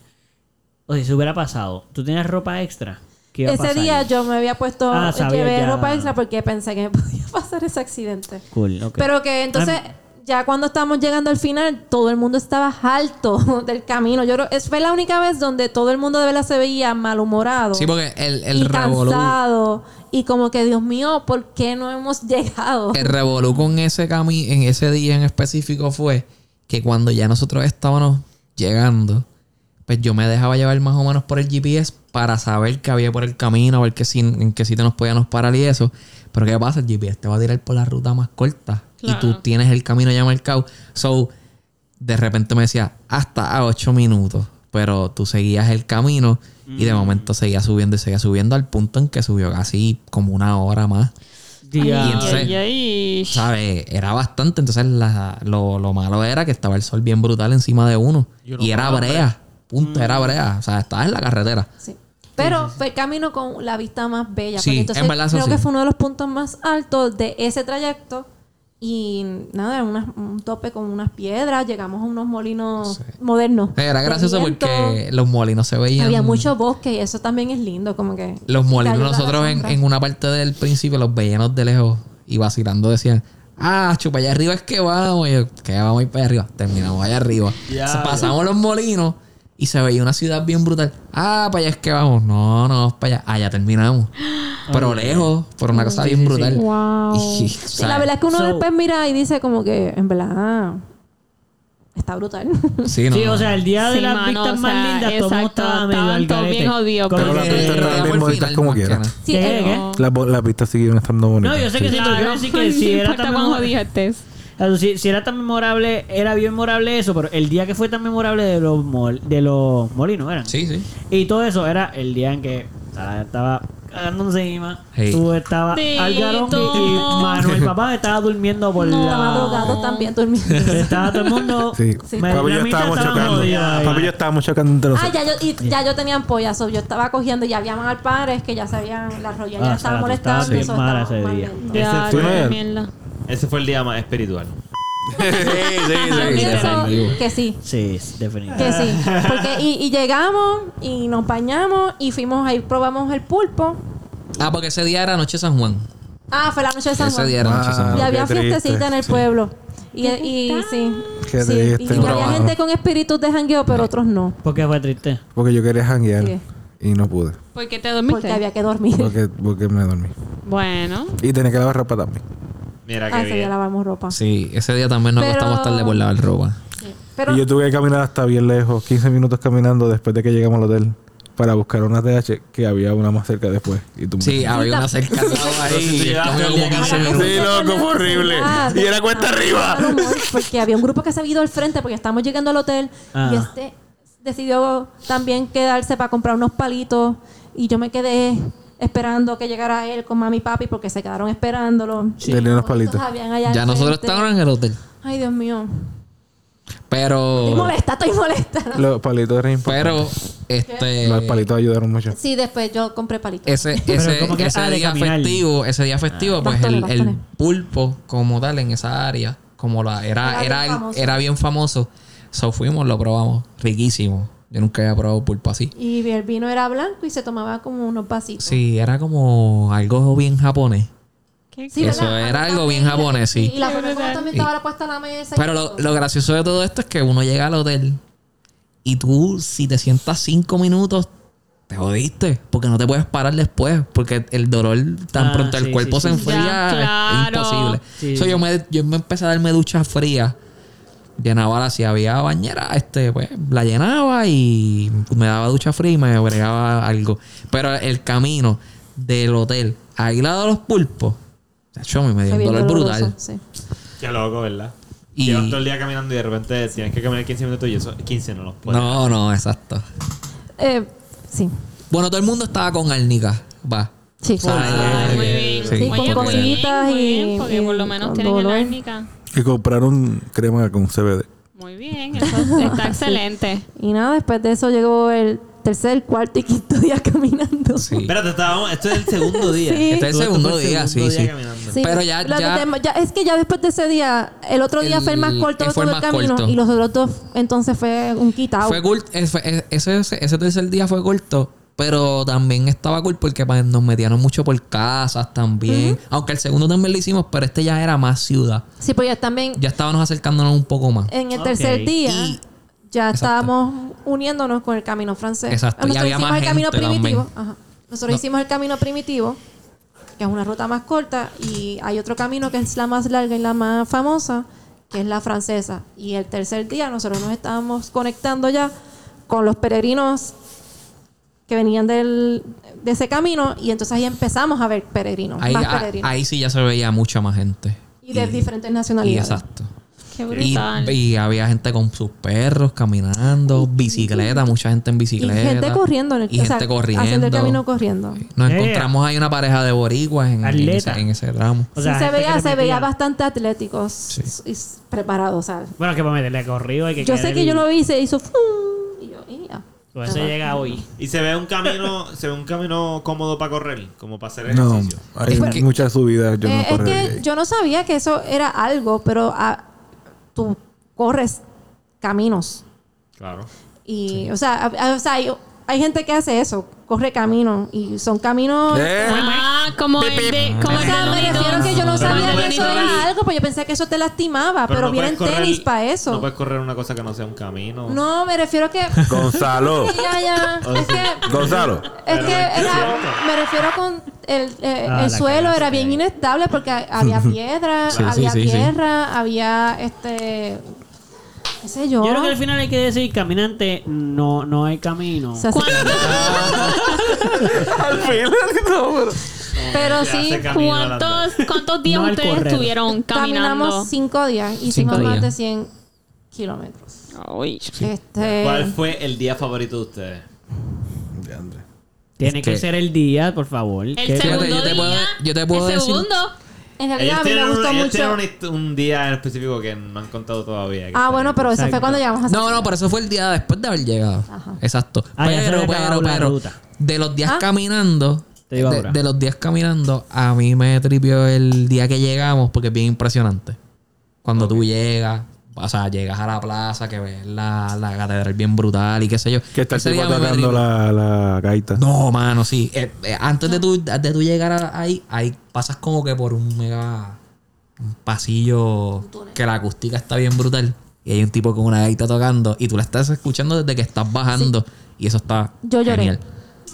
C: o sea, si hubiera pasado, ¿tú tenías ropa extra? ¿Qué iba a
E: Ese
C: pasar?
E: día yo me había puesto...
C: Ah, sabía
E: llevé
C: ya.
E: ropa extra porque pensé que me podía pasar ese accidente.
C: Cool, ok.
E: Pero que entonces,
F: Ah,
E: ya cuando estábamos llegando al final, todo el mundo estaba alto del camino. Yo creo, es fue la única vez donde todo el mundo de verdad se veía malhumorado.
F: Sí, porque el,
E: y
F: el revolú.
E: cansado. Y como que, Dios mío, ¿por qué no hemos llegado?
F: El revolú con ese cami en ese día en específico fue que cuando ya nosotros estábamos llegando, pues yo me dejaba llevar más o menos por el GPS para saber qué había por el camino, a ver qué sin, en qué sitio nos podíamos parar y eso. Pero ¿qué pasa? El GPS te va a tirar por la ruta más corta y tú tienes el camino ya marcado. So, de repente me decía hasta a 8 minutos, pero tú seguías el camino y de momento seguía subiendo y seguía subiendo al punto en que subió casi como una hora más.
C: Día-
F: Y entonces-
B: Ay, ay, ay.
F: ¿sabes? Era bastante. Entonces, la- lo, lo malo era que estaba el sol bien brutal encima de uno. y era brea. Punto, era brea. O sea, estaba en la carretera.
E: Sí. Pero fue el camino con la vista más bella.
F: Sí,
E: porque entonces
F: en verdad eso
E: creo
F: sí.
E: que fue uno de los puntos más altos de ese trayecto. Y nada, unas- un tope con unas piedras. Llegamos a unos molinos modernos.
F: Era
E: de
F: gracioso
E: Pues viento.
F: porque los molinos se veían.
E: Había mucho bosque y eso también es lindo, como que...
F: Los
E: te
F: molinos
E: ayuda a la
F: nosotros en,
E: sombra.
F: en una parte del principio los veíamos de lejos y vacilando decían, ah, chupa, allá arriba es que vamos, y yo, que vamos a ir para arriba, terminamos allá arriba. Se- pasamos los molinos y se veía una ciudad bien brutal. Ah, para allá es que vamos, no, no, vamos para allá, allá terminamos. Pero lejos, por una cosa bien brutal.
B: Wow.
F: Y, o
E: Sí,
F: sea,
E: la verdad es que uno
C: So-
E: después mira y dice como que, en verdad, ah, está brutal.
F: sí, no,
C: Sí,
F: no.
C: o sea, el día de
B: Sí,
C: las
B: mano,
C: vistas
B: o
C: más
B: sea,
C: lindas, todo el mundo
B: exacto,
C: estaba medio
B: estaban
C: al
B: todos bien
C: garete.
B: jodidos,
C: Como
H: pero-
C: que-
H: Pero-
F: Eh,
H: bien
F: por
H: bonitas
F: final,
H: como
F: más que
H: quiera.
F: nada.
E: Sí,
C: ¿Qué?
E: eh,
C: ¿Qué?
H: Las, bo- las vistas siguieron estando bonitas.
C: No, yo sé que sí, pero quiero
B: Claro,
C: decir que si
B: no
C: era
B: importa
C: tan
B: cuán
C: memorable-
B: jodido estés.
C: O sea, si, si era tan memorable, era bien memorable eso, pero el día que fue tan memorable de los, mol- de los molinos, ¿eran?
F: Sí, sí.
C: Y todo eso era el día en que Sara estaba cagando encima,
F: Sí.
C: tú estabas al garón y, y
B: Tito.
C: Manuel papá estaba durmiendo por
E: Estaba drogado
C: la...
E: también durmiendo.
C: Estaba todo el mundo...
H: Sí.
E: Sí.
C: Me-
H: Papi y
C: la mitad
H: yo estábamos
C: estaban
H: chocando.
C: jodidas ahí.
H: Papi y yo estábamos chocando entre
E: Ah,
H: nosotros.
E: ya yo, y ya yo tenía ampollas, so, yo estaba cogiendo y ya había más padres que ya sabían, la roya
C: Ah,
E: ya
C: Sara,
E: estaba
C: tú estabas
E: molestando.
C: bien
E: so,
C: mala
E: estaba
C: ese
E: mal
C: día.
E: viendo.
B: Ya,
H: fue
B: ya,
H: el-
B: mierda.
G: Ese fue el día más espiritual.
E: Yo pienso que sí,
C: Sí, sí, definitivamente.
E: que sí. Porque y, y llegamos y nos bañamos y fuimos ahí, probamos el pulpo.
F: Ah, porque ese día era Noche San Juan.
E: Ah, fue la noche de San
F: Ese
E: Juan.
F: día era Noche San
H: Ah,
E: Y
F: Juan.
E: había
H: qué triste,
E: fiestecita en el
H: sí.
E: pueblo. Y, y sí.
H: Qué
E: sí.
H: triste,
E: Y
H: mano.
E: había gente con espíritus de jangueo, pero otros no.
C: ¿Por qué fue triste?
H: Porque yo quería janguear
E: Sí.
H: y no pude.
B: ¿Por qué te
E: Porque
B: dormiste?
E: había que dormir.
H: Porque, porque me dormí.
B: Bueno.
H: Y tenía que lavar ropa también.
G: Mira
E: Ah,
G: qué
E: ese día
G: bien.
E: lavamos ropa.
F: Sí, ese día también nos
E: Pero-
F: acostamos tarde por lavar ropa.
E: Pero
H: Y yo tuve que caminar hasta bien lejos, 15 minutos caminando después de que llegamos al hotel para buscar una TH que había una más cerca después. Y tú me-
F: Sí, había una cerca al lado ahí.
G: tú llegaste
F: Yo
G: al
F: como
G: día
F: 15
E: Ahora,
F: minutos.
E: ¿cómo se
H: loco,
E: pone
H: fue horrible.
E: la-
H: Y era
E: Ah,
H: cuesta arriba.
E: Mal humor, Porque había un grupo que se había ido al frente porque estábamos llegando al hotel
C: Ah.
E: y este decidió también quedarse para comprar unos palitos y yo me quedé esperando que llegara él con mami y papi porque se quedaron esperándolo.
H: Sí. Denle unos palitos.
E: Pobrecitos habían allá
F: Ya
E: al
F: nosotros
E: frente.
F: estábamos en el hotel.
E: Ay, Dios mío. Estoy
F: Pero.
E: molesta, estoy molesta.
H: Los palitos eran importantes.
F: Pero, este.
H: Los palitos ayudaron mucho.
E: Sí, después yo compré palitos.
F: Ese,
C: Pero
F: ese,
C: ¿cómo que-
F: ese
C: ah, de
F: día
C: caminar.
F: festivo, ese día festivo, pues
E: Bastones,
F: el, el
E: bastones.
F: pulpo como tal en esa área, como la, era,
E: Era bien
F: era, era,
E: famoso.
F: bien famoso. So fuimos, lo probamos, riquísimo. Yo nunca había probado pulpo así.
E: Y el vino era blanco y se tomaba como unos vasitos.
F: Sí, era como algo bien japonés.
B: ¿Qué?
E: Sí,
F: Eso
E: ¿verdad?
F: era
E: Ah,
F: algo bien
E: también.
F: japonés, sí.
E: Y la forma como también
F: Y-
E: estaba puesta la mesa. y
F: Pero lo,
E: todo.
F: lo gracioso de todo esto es que uno llega al hotel y tú, si te sientas cinco minutos, te jodiste. Porque no te puedes parar después. Porque el dolor tan
C: Ah,
F: pronto, el
C: sí,
F: cuerpo
C: sí,
F: se
B: sí.
F: enfría.
B: Ya,
F: Es
B: claro.
F: imposible.
C: Sí,
F: So,
C: sí.
F: Yo, me, yo me empecé a darme duchas frías. Llenaba la, si había bañera, este, pues, la llenaba y me daba ducha fría y me agregaba algo. Pero el camino del hotel al lado de los pulpos, chacho, a mí me dio
E: Fue
F: un
E: bien
F: dolor
E: doloroso,
F: brutal.
E: sí.
G: Qué loco, ¿verdad?
F: Y-
G: Llevas todo el día caminando y de repente tienes que caminar 15 minutos y eso, 15 no los puedes.
F: No, no, exacto.
E: Eh, sí.
F: Bueno, todo el mundo estaba con árnica. Va.
E: Sí.
B: Ay, muy bien.
F: Sí,
E: con
B: Oye, muy bien,
E: cositas
B: muy bien,
E: y-
B: porque por lo
E: y
B: menos
E: con
B: tienen el
E: dolor.
B: árnica.
H: Que compraron crema con CBD.
B: Muy bien, eso está excelente.
E: Y nada, después de eso llegó el tercer, cuarto y quinto día caminando.
F: Sí.
G: Espérate, estábamos. Esto es el segundo día.
E: Sí.
F: Este es el
G: Tú- tú
F: segundo
G: fue el
F: día,
G: segundo
F: sí,
G: día
F: sí.
G: caminando.
E: Sí,
F: Pero ya-
E: los
F: ya-
E: demás- es que ya después de ese día, el otro día
F: El-
E: fue el más corto
F: eh,
E: de todo
F: fue el
E: el
F: más
E: camino
F: corto.
E: y los otros dos entonces fue un quitado.
F: Fue cool. eh, fue- eh, Ese, ese, ese tercer día fue corto. Pero también estaba cool porque pa- nos metíamos mucho por casas también. Aunque el segundo también lo hicimos, pero este ya era más ciudad.
E: Sí, pues ya también
F: Ya estábamos acercándonos un poco más.
E: en el
C: Ok.
E: tercer día
F: Y-
E: ya
F: Exacto.
E: estábamos uniéndonos con el camino francés.
F: Exacto,
E: Ah,
F: y
E: Nosotros
F: había
E: hicimos
F: más
E: el camino
F: gente también.
E: primitivo. Ajá. Nosotros
F: No.
E: hicimos el camino primitivo, que es una ruta más corta, y hay otro camino que es la más larga y la más famosa, que es la francesa. Y el tercer día nosotros nos estábamos conectando ya con los peregrinos que venían del, de ese camino, y entonces ahí empezamos a ver peregrinos,
F: Ahí,
E: más
F: a-
E: peregrinos.
F: ahí sí ya se veía mucha más gente.
E: y de diferentes
F: Y
E: nacionalidades.
F: exacto.
B: Qué
F: Y,
B: brutal.
F: y había gente con sus perros caminando, bicicleta, mucha gente en
E: Y
F: bicicleta.
E: gente corriendo, en el,
F: Y
E: o
F: gente
E: sea,
F: corriendo.
E: haciendo el camino corriendo.
F: Nos
C: Yeah.
F: encontramos ahí una pareja de boricuas en, en ese,
C: Atleta.
F: en ese tramo.
C: O sea,
E: sí, se
C: gente que
E: veía,
C: le
E: se
C: metía-
E: veía bastante atléticos
F: Sí.
E: y s- preparados. ¿sabes?
C: Bueno, que para meterle corrido hay que
E: Yo
C: caer
E: sé que
C: el-
E: yo lo vi y se hizo ¡fum! y yo, y ya.
C: Pues eso llega hoy.
G: Y se ve un camino, se ve un camino cómodo para correr, como para hacer
H: No,
G: ejercicio.
H: hay
F: Es que-
H: muchas subidas. Yo
E: Eh,
H: no
E: es que
H: correría ahí.
E: yo no sabía que eso era algo, pero ah, tú corres caminos.
G: Claro.
E: Y, o sea, a- a- o sea, hay, hay gente que hace eso, corre caminos y son caminos.
H: Eh,
B: Ah, como el de. Como
E: O
B: el
E: sea,
B: de
E: me
B: Looney
E: refiero que yo no
B: Tunes.
E: sabía
G: no
E: que
G: puedes
E: eso
G: correr.
E: era algo, pues yo pensé que eso te lastimaba, pero,
G: no
E: vienen
G: puedes correr-
E: tenis para eso.
G: No
E: No,
G: puedes correr una cosa que no sea un camino.
E: me refiero que.
F: Oh.
H: Gonzalo.
E: Sí, ya, ya. es que
H: Gonzalo.
E: Es
G: Pero
E: que
G: es
E: era,
G: cierto.
E: me refiero con el, eh,
C: Ah, la
E: el suelo
C: cagaste
E: era bien
C: ahí.
E: inestable porque ha- había piedras,
F: Sí, sí,
E: había
F: sí, sí.
E: tierra, había este qué sé yo.
C: Yo creo que al final hay que decir, caminante, no, no hay camino.
E: O sea, sí,
H: Al fin, no, pero-
E: pero
G: Ya
E: sí
G: se cambió. Camino al
B: ¿Cuántos, ¿Cuántos días
C: No al
B: ustedes
C: correr.
B: estuvieron caminando?
E: caminamos cinco días, hicimos
F: Cinco
E: más
F: días.
E: de 100 kilómetros.
B: Uy.
E: Este,
G: ¿Cuál fue el día favorito de ustedes?
H: De Andrés.
C: Tiene que
F: que-
C: ser el día, por favor.
B: El segundo
F: yo te
B: día.
F: puedo- yo te puedo
B: el
F: decir-
B: segundo.
E: en realidad
G: Ellos
E: a mí
G: tienen,
E: me
G: un,
E: gustó
G: ellos
E: mucho.
G: tienen una hist- un, día en específico que no han contado todavía. que
E: Ah, bueno, pero eso
C: Exacto.
E: fue cuando llegamos a
F: No, no, pero eso fue el día después de haber llegado. Exacto.
C: Ah, ya se
F: pero,
C: había
F: pero,
C: acabado la
F: pero,
C: ruta.
F: de los días
E: Ah.
F: caminando,
C: Te digo
F: de-
C: ahora.
F: de los días caminando, a mí me tripió el día que llegamos porque es bien impresionante. Cuando tú llegas, o sea, llegas a la plaza, que ves la, la catedral bien brutal y qué sé yo.
H: Que está el
F: Ese
H: tipo
F: día me- me
H: tocando
F: tripió.
H: la, la gaita.
F: No, mano, sí. Eh, eh, antes de tú, de tú llegar a- ahí, ahí pasas como que por un mega un pasillo que la acústica está bien brutal. Y hay un tipo con una gaita tocando y tú la estás escuchando desde que estás bajando. Y eso está
E: Yo lloré.
F: genial.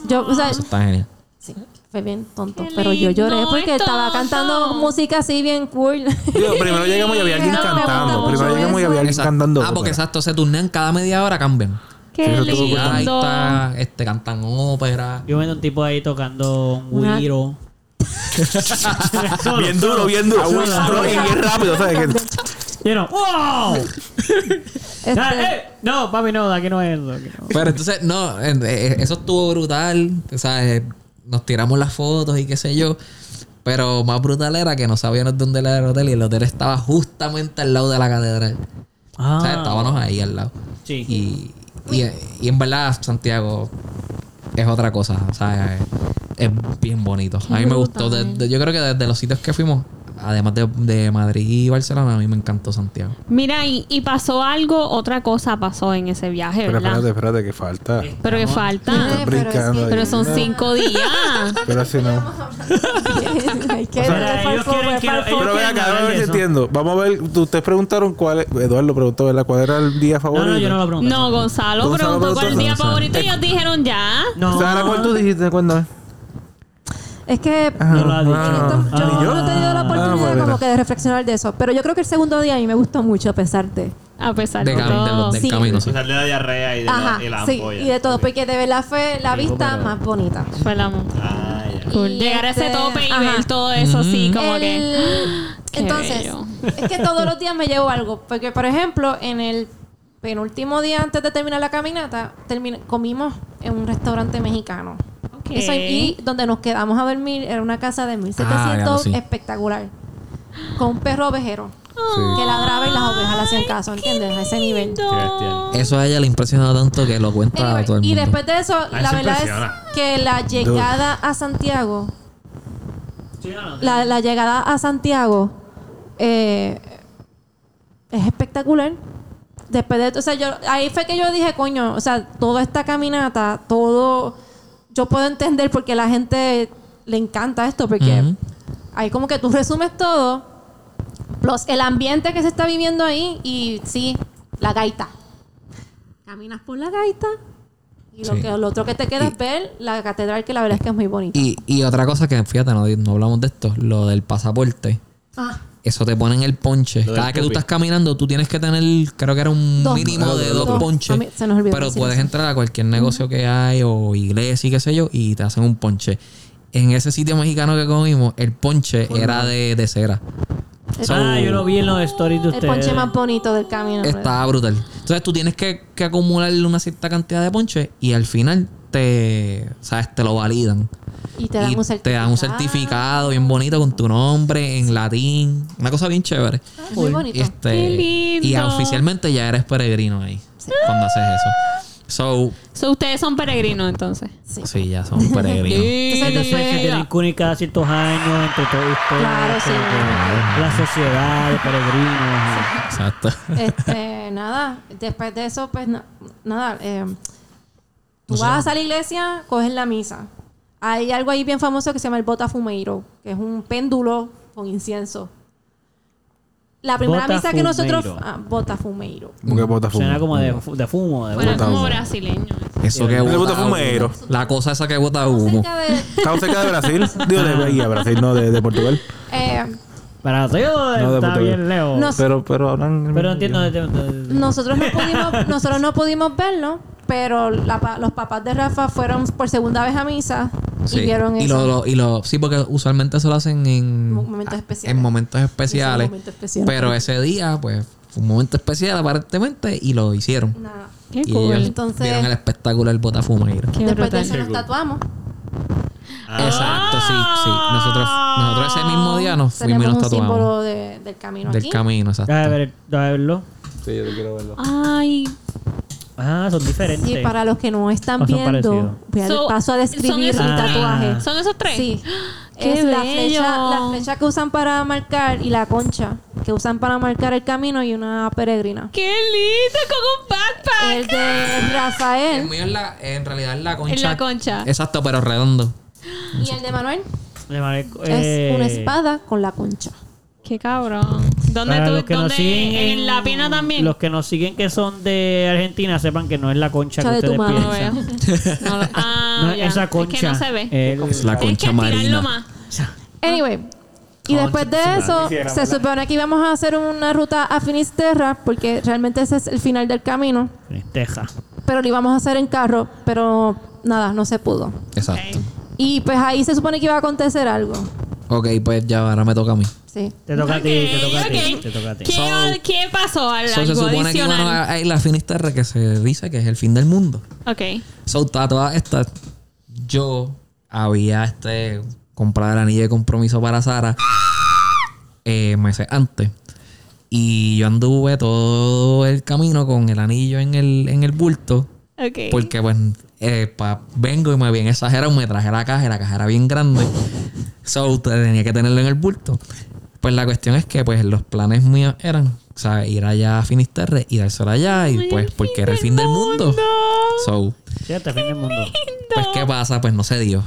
E: Yo, o sea,
F: Eso está genial.
E: sí, fue bien tonto,
B: Qué
E: pero yo lloré
B: lindo,
E: porque
B: es
E: estaba cantando
B: tonto.
E: música así bien cool.
H: Digo, primero llegamos y había alguien
E: No,
H: cantando.
E: no,
H: Primero
E: no,
H: llegamos y había alguien
F: Exacto.
H: cantando. pues.
F: Ah, porque
H: ópera.
F: exacto, se turnan cada media hora, cambian.
B: Qué
H: Sí, eso estuvo
F: Y ahí
B: lindo.
F: está, este, cantan ópera.
C: Yo veo un tipo ahí tocando un
E: Una-
C: guiro.
H: Bien duro, bien duro. Bien duro y bien rápido, ¿sabes? Que-
C: Y no, ¡wow!
E: Este,
C: Ah, eh, no, papi, no, de aquí no es. de aquí no.
F: Pero entonces, no, eh, eh, eso estuvo brutal. O sea, eh, nos tiramos las fotos y qué sé yo. Pero más brutal era que no sabíamos dónde era el hotel y el hotel estaba justamente al lado de la catedral. O
C: Ah,
F: sea, estábamos ahí al lado.
C: Sí.
F: Y, y- y en verdad, Santiago es otra cosa. O sea, es, es bien bonito. a mí me gustó.
B: brutal.
F: desde- yo creo que desde los sitios que fuimos, además de, de Madrid y Barcelona, a mí me encantó Santiago.
B: Mira, y, y pasó algo, otra cosa pasó en ese viaje,
H: Pero
B: ¿verdad?
H: espérate, espérate, que falta.
B: Pero que falta.
H: Estás brincando ahí.
B: Pero son
H: No,
B: cinco días.
H: Pero así no.
E: Hay que
C: sea,
E: darle
C: ellos
E: para el foco,
C: quieren que
E: para el
C: lo-
E: foco.
H: Pero
C: quieren
H: vea,
C: hablar
H: a ver
C: de
H: si
C: eso.
H: entiendo. Vamos a ver, ustedes preguntaron cuál. Eduardo preguntó, ¿verdad? ¿Cuál era el día
C: No,
H: favorito?
C: no, yo no lo pregunto.
B: No, Gonzalo
H: Gonzalo
B: preguntó cuál es el día
H: Gonzalo.
B: favorito y ellos dijeron ya.
C: No,
H: Sara, ¿cuál tú dijiste? Cuéntame.
E: Es que
C: No lo ha dicho.
E: Entonces,
C: Ah,
E: yo
C: ¿y yo?
E: no he tenido la
H: Ah,
E: oportunidad
H: pues mira.
E: como que de reflexionar de eso. Pero yo creo que el segundo día a mí me gustó mucho, a pesar de...
B: A pesar de,
F: De cami- de
B: todo.
F: los- del
E: Sí.
F: camino, sí.
G: pesar de la diarrea y de
E: Ajá,
G: la, y la
E: sí,
G: ampolla.
E: y de todo. Porque de verdad fue la
C: Digo,
E: vista
C: pero-
E: más bonita.
B: Fue el amor.
G: Ah, ya.
B: Cool.
E: Y
B: Llegar a ese
E: este,
B: tope y
E: ajá.
B: ver todo eso así, como
E: El-
B: que. Qué
E: Entonces,
B: bello.
E: es que todos los días me llevo algo. Porque, por ejemplo, en el penúltimo día antes de terminar la caminata, termin- comimos en un restaurante mexicano.
B: Ok.
E: Eso, y donde nos quedamos a dormir era una casa de 1700
F: Ah, ya, sí.
E: espectacular. Con un perro ovejero. Que ladraba y las ovejas le hacían caso, ¿entiendes? A ese nivel.
B: No.
G: bestial.
F: Eso a ella le impresionó tanto que lo cuenta a
E: Anyway,
F: todo el mundo.
E: y después de eso, la
G: eso
E: verdad
G: impresiona.
E: es que la llegada a Santiago, la, la llegada a Santiago eh, es espectacular. Después de, o sea, yo ahí fue que yo dije, coño, o sea, toda esta caminata, todo, yo puedo entender porque la gente le encanta esto, porque
F: Ujú.
E: ahí como que tú resumes todo, plus el ambiente que se está viviendo ahí y sí, la gaita. Caminas por la gaita y lo,
F: Sí.
E: que, lo otro que te queda
F: Y-
E: es ver la catedral que la verdad es que es muy bonita.
F: Y, y otra cosa que, fíjate, no, no hablamos de esto, lo del pasaporte.
E: Ah.
F: Eso te ponen el ponche.
G: del
F: Cada que tú
G: pupi.
F: estás caminando, tú tienes que tener, creo que era un
E: Dos.
F: mínimo de
E: Dos.
F: dos, ponches.
E: A mí se nos olvidó
F: pero
E: decir
F: puedes
E: eso.
F: entrar a cualquier negocio que hay o iglesia y qué sé yo, y te hacen un ponche. En ese sitio mexicano que comimos, el ponche era de, de cera.
C: Ah, yo lo vi en los stories de
F: Este,
E: El ponche
C: ustedes.
E: más bonito del camino. pues,
F: Estaba brutal. Entonces tú tienes que, que acumular una cierta cantidad de ponches y al final te, ¿sabes? te lo validan.
E: Y te dan
F: Y
E: un
F: te dan un certificado bien bonito con tu nombre en latín. Una cosa bien chévere.
E: Es Ah, Muy bonito.
F: Este,
B: Qué lindo.
F: Y oficialmente ya eres peregrino ahí. Cuando haces eso. So,
B: So, ustedes son peregrinos entonces.
E: Sí.
F: sí, ya son peregrinos.
B: Sí,
C: Yo sé que tienen cuna cada ciertos años entre todos ustedes.
E: Claro, sí.
C: como La sociedad, de peregrinos.
F: Exacto.
E: Este, nada, después de eso, pues na- nada. eh, tú vas a la iglesia, coges la misa. Hay algo ahí bien famoso que se llama el botafumeiro, que es un péndulo con incienso. La primera misa que nosotros.
C: Botafumeiro.
E: Ah, botafumeiro.
H: ¿Cómo que Botafogo?
C: Mm, Suena como de, fu- de fumo. De
B: Bueno,
C: humo.
B: como brasileño.
F: Eso que
H: Le bota
F: bota humo.
H: fumero.
F: La cosa esa que bota humo.
E: Cerca de-
H: Estamos cerca de Brasil. Digo,
C: Ah.
H: de y a Brasil, no de, de Portugal.
E: eh,
C: Para arriba,
H: No, de
C: está
H: puta
C: bien
H: vida.
C: lejos.
E: No sé.
H: Pero, pero hablan.
C: Pero entiendo. entiendo-
E: Nosotros no pudimos, nosotros no pudimos verlo, pero la pa- los papás de Rafa fueron por segunda vez a misa
F: Sí.
E: y vieron
F: y
E: eso.
F: lo, lo- y lo- sí, porque usualmente eso lo hacen en
E: Mo- momentos especiales.
F: En momentos
E: Es
F: especiales.
E: un momento especial.
F: Pero ese día, pues, fue un momento especial aparentemente y lo hicieron.
E: Nada.
B: Qué
F: y
B: cool.
F: ellos
E: Entonces-
F: vieron el espectáculo del Botafumeiro.
B: Qué
E: Después de
B: brutal.
E: eso nos tatuamos.
F: Ah. Exacto, sí, sí. Nosotros, nosotros ese mismo día nos fuimos y
E: Tenemos
F: nos
E: un
F: tatuamos.
E: símbolo de- del camino
F: Del
E: aquí.
F: camino, exacto.
C: Déjame ver, déjame verlo.
H: Sí, yo te quiero verlo.
B: Ay,
C: Ah, son diferentes.
E: Sí, para los que no están
C: Ah, son parecidos.
E: viendo, voy a
B: So,
E: paso a describir
B: ¿son
E: mi
B: esos tres? Ah.
E: tatuaje.
B: ¿son esos tres?
E: Sí.
B: ¡Qué
E: es la
B: bello!
E: flecha, la flecha que usan para marcar y la concha que usan para marcar el camino y una peregrina.
B: qué lindo con un backpack.
E: El de
F: El
E: Rafael
F: mío en, la, en realidad es la concha.
B: En la concha.
F: Exacto, pero redondo.
E: y el de Manuel
C: Le marqué- eh,
E: es una espada con la concha.
B: Qué cabrón. ¿Dónde
C: para
B: tú?
C: los que nos
B: ¿Dónde?
C: siguen
B: En la pierna también.
C: Los que nos siguen que son de Argentina sepan que no es la concha
E: Concha
C: que
E: de tu madre.
C: ustedes
B: No lo veo.
C: piensan.
B: No lo- ah,
C: No,
B: ya.
C: esa concha. Eh,
B: Es que no se ve.
C: El-
F: Es la
B: Tienes que
F: concha
B: estirarlo
F: marina.
B: más.
E: Anyway. Y después de eso, se supone que íbamos a hacer una ruta a Finisterra, porque realmente ese es el final del camino.
C: Teja.
E: Pero lo íbamos a hacer en carro, pero nada, no se pudo.
F: Exacto.
E: Y pues ahí se supone que iba a acontecer algo.
F: ok, pues ya ahora me toca a mí.
E: Sí.
C: Te toca a ti, te toca a ti,
B: ok.
C: te toca a ti.
B: ¿Qué,
F: So-
B: ¿Qué pasó? Al,
F: So,
B: algo
F: se supone que
B: adicional.
F: bueno, hay la finisterra que se dice que es el fin del mundo.
B: Ok.
F: So, todas estas, yo había este comprado el anillo de compromiso para Sara eh, meses antes. Y yo anduve todo el camino con el anillo en el, en el bulto.
B: Ok.
F: Porque, pues, eh, pa- vengo y me bien exagerado, me traje la caja, y la caja era bien grande. So, te- tenía que tenerlo en el bulto. Pues la cuestión es que, pues, los planes míos eran, o sea, ir allá a Finisterre y dárselo allá, y pues, porque era el fin del mundo. So,
C: Fíjate, fin del mundo.
F: pues, ¿qué pasa? Pues no se dio.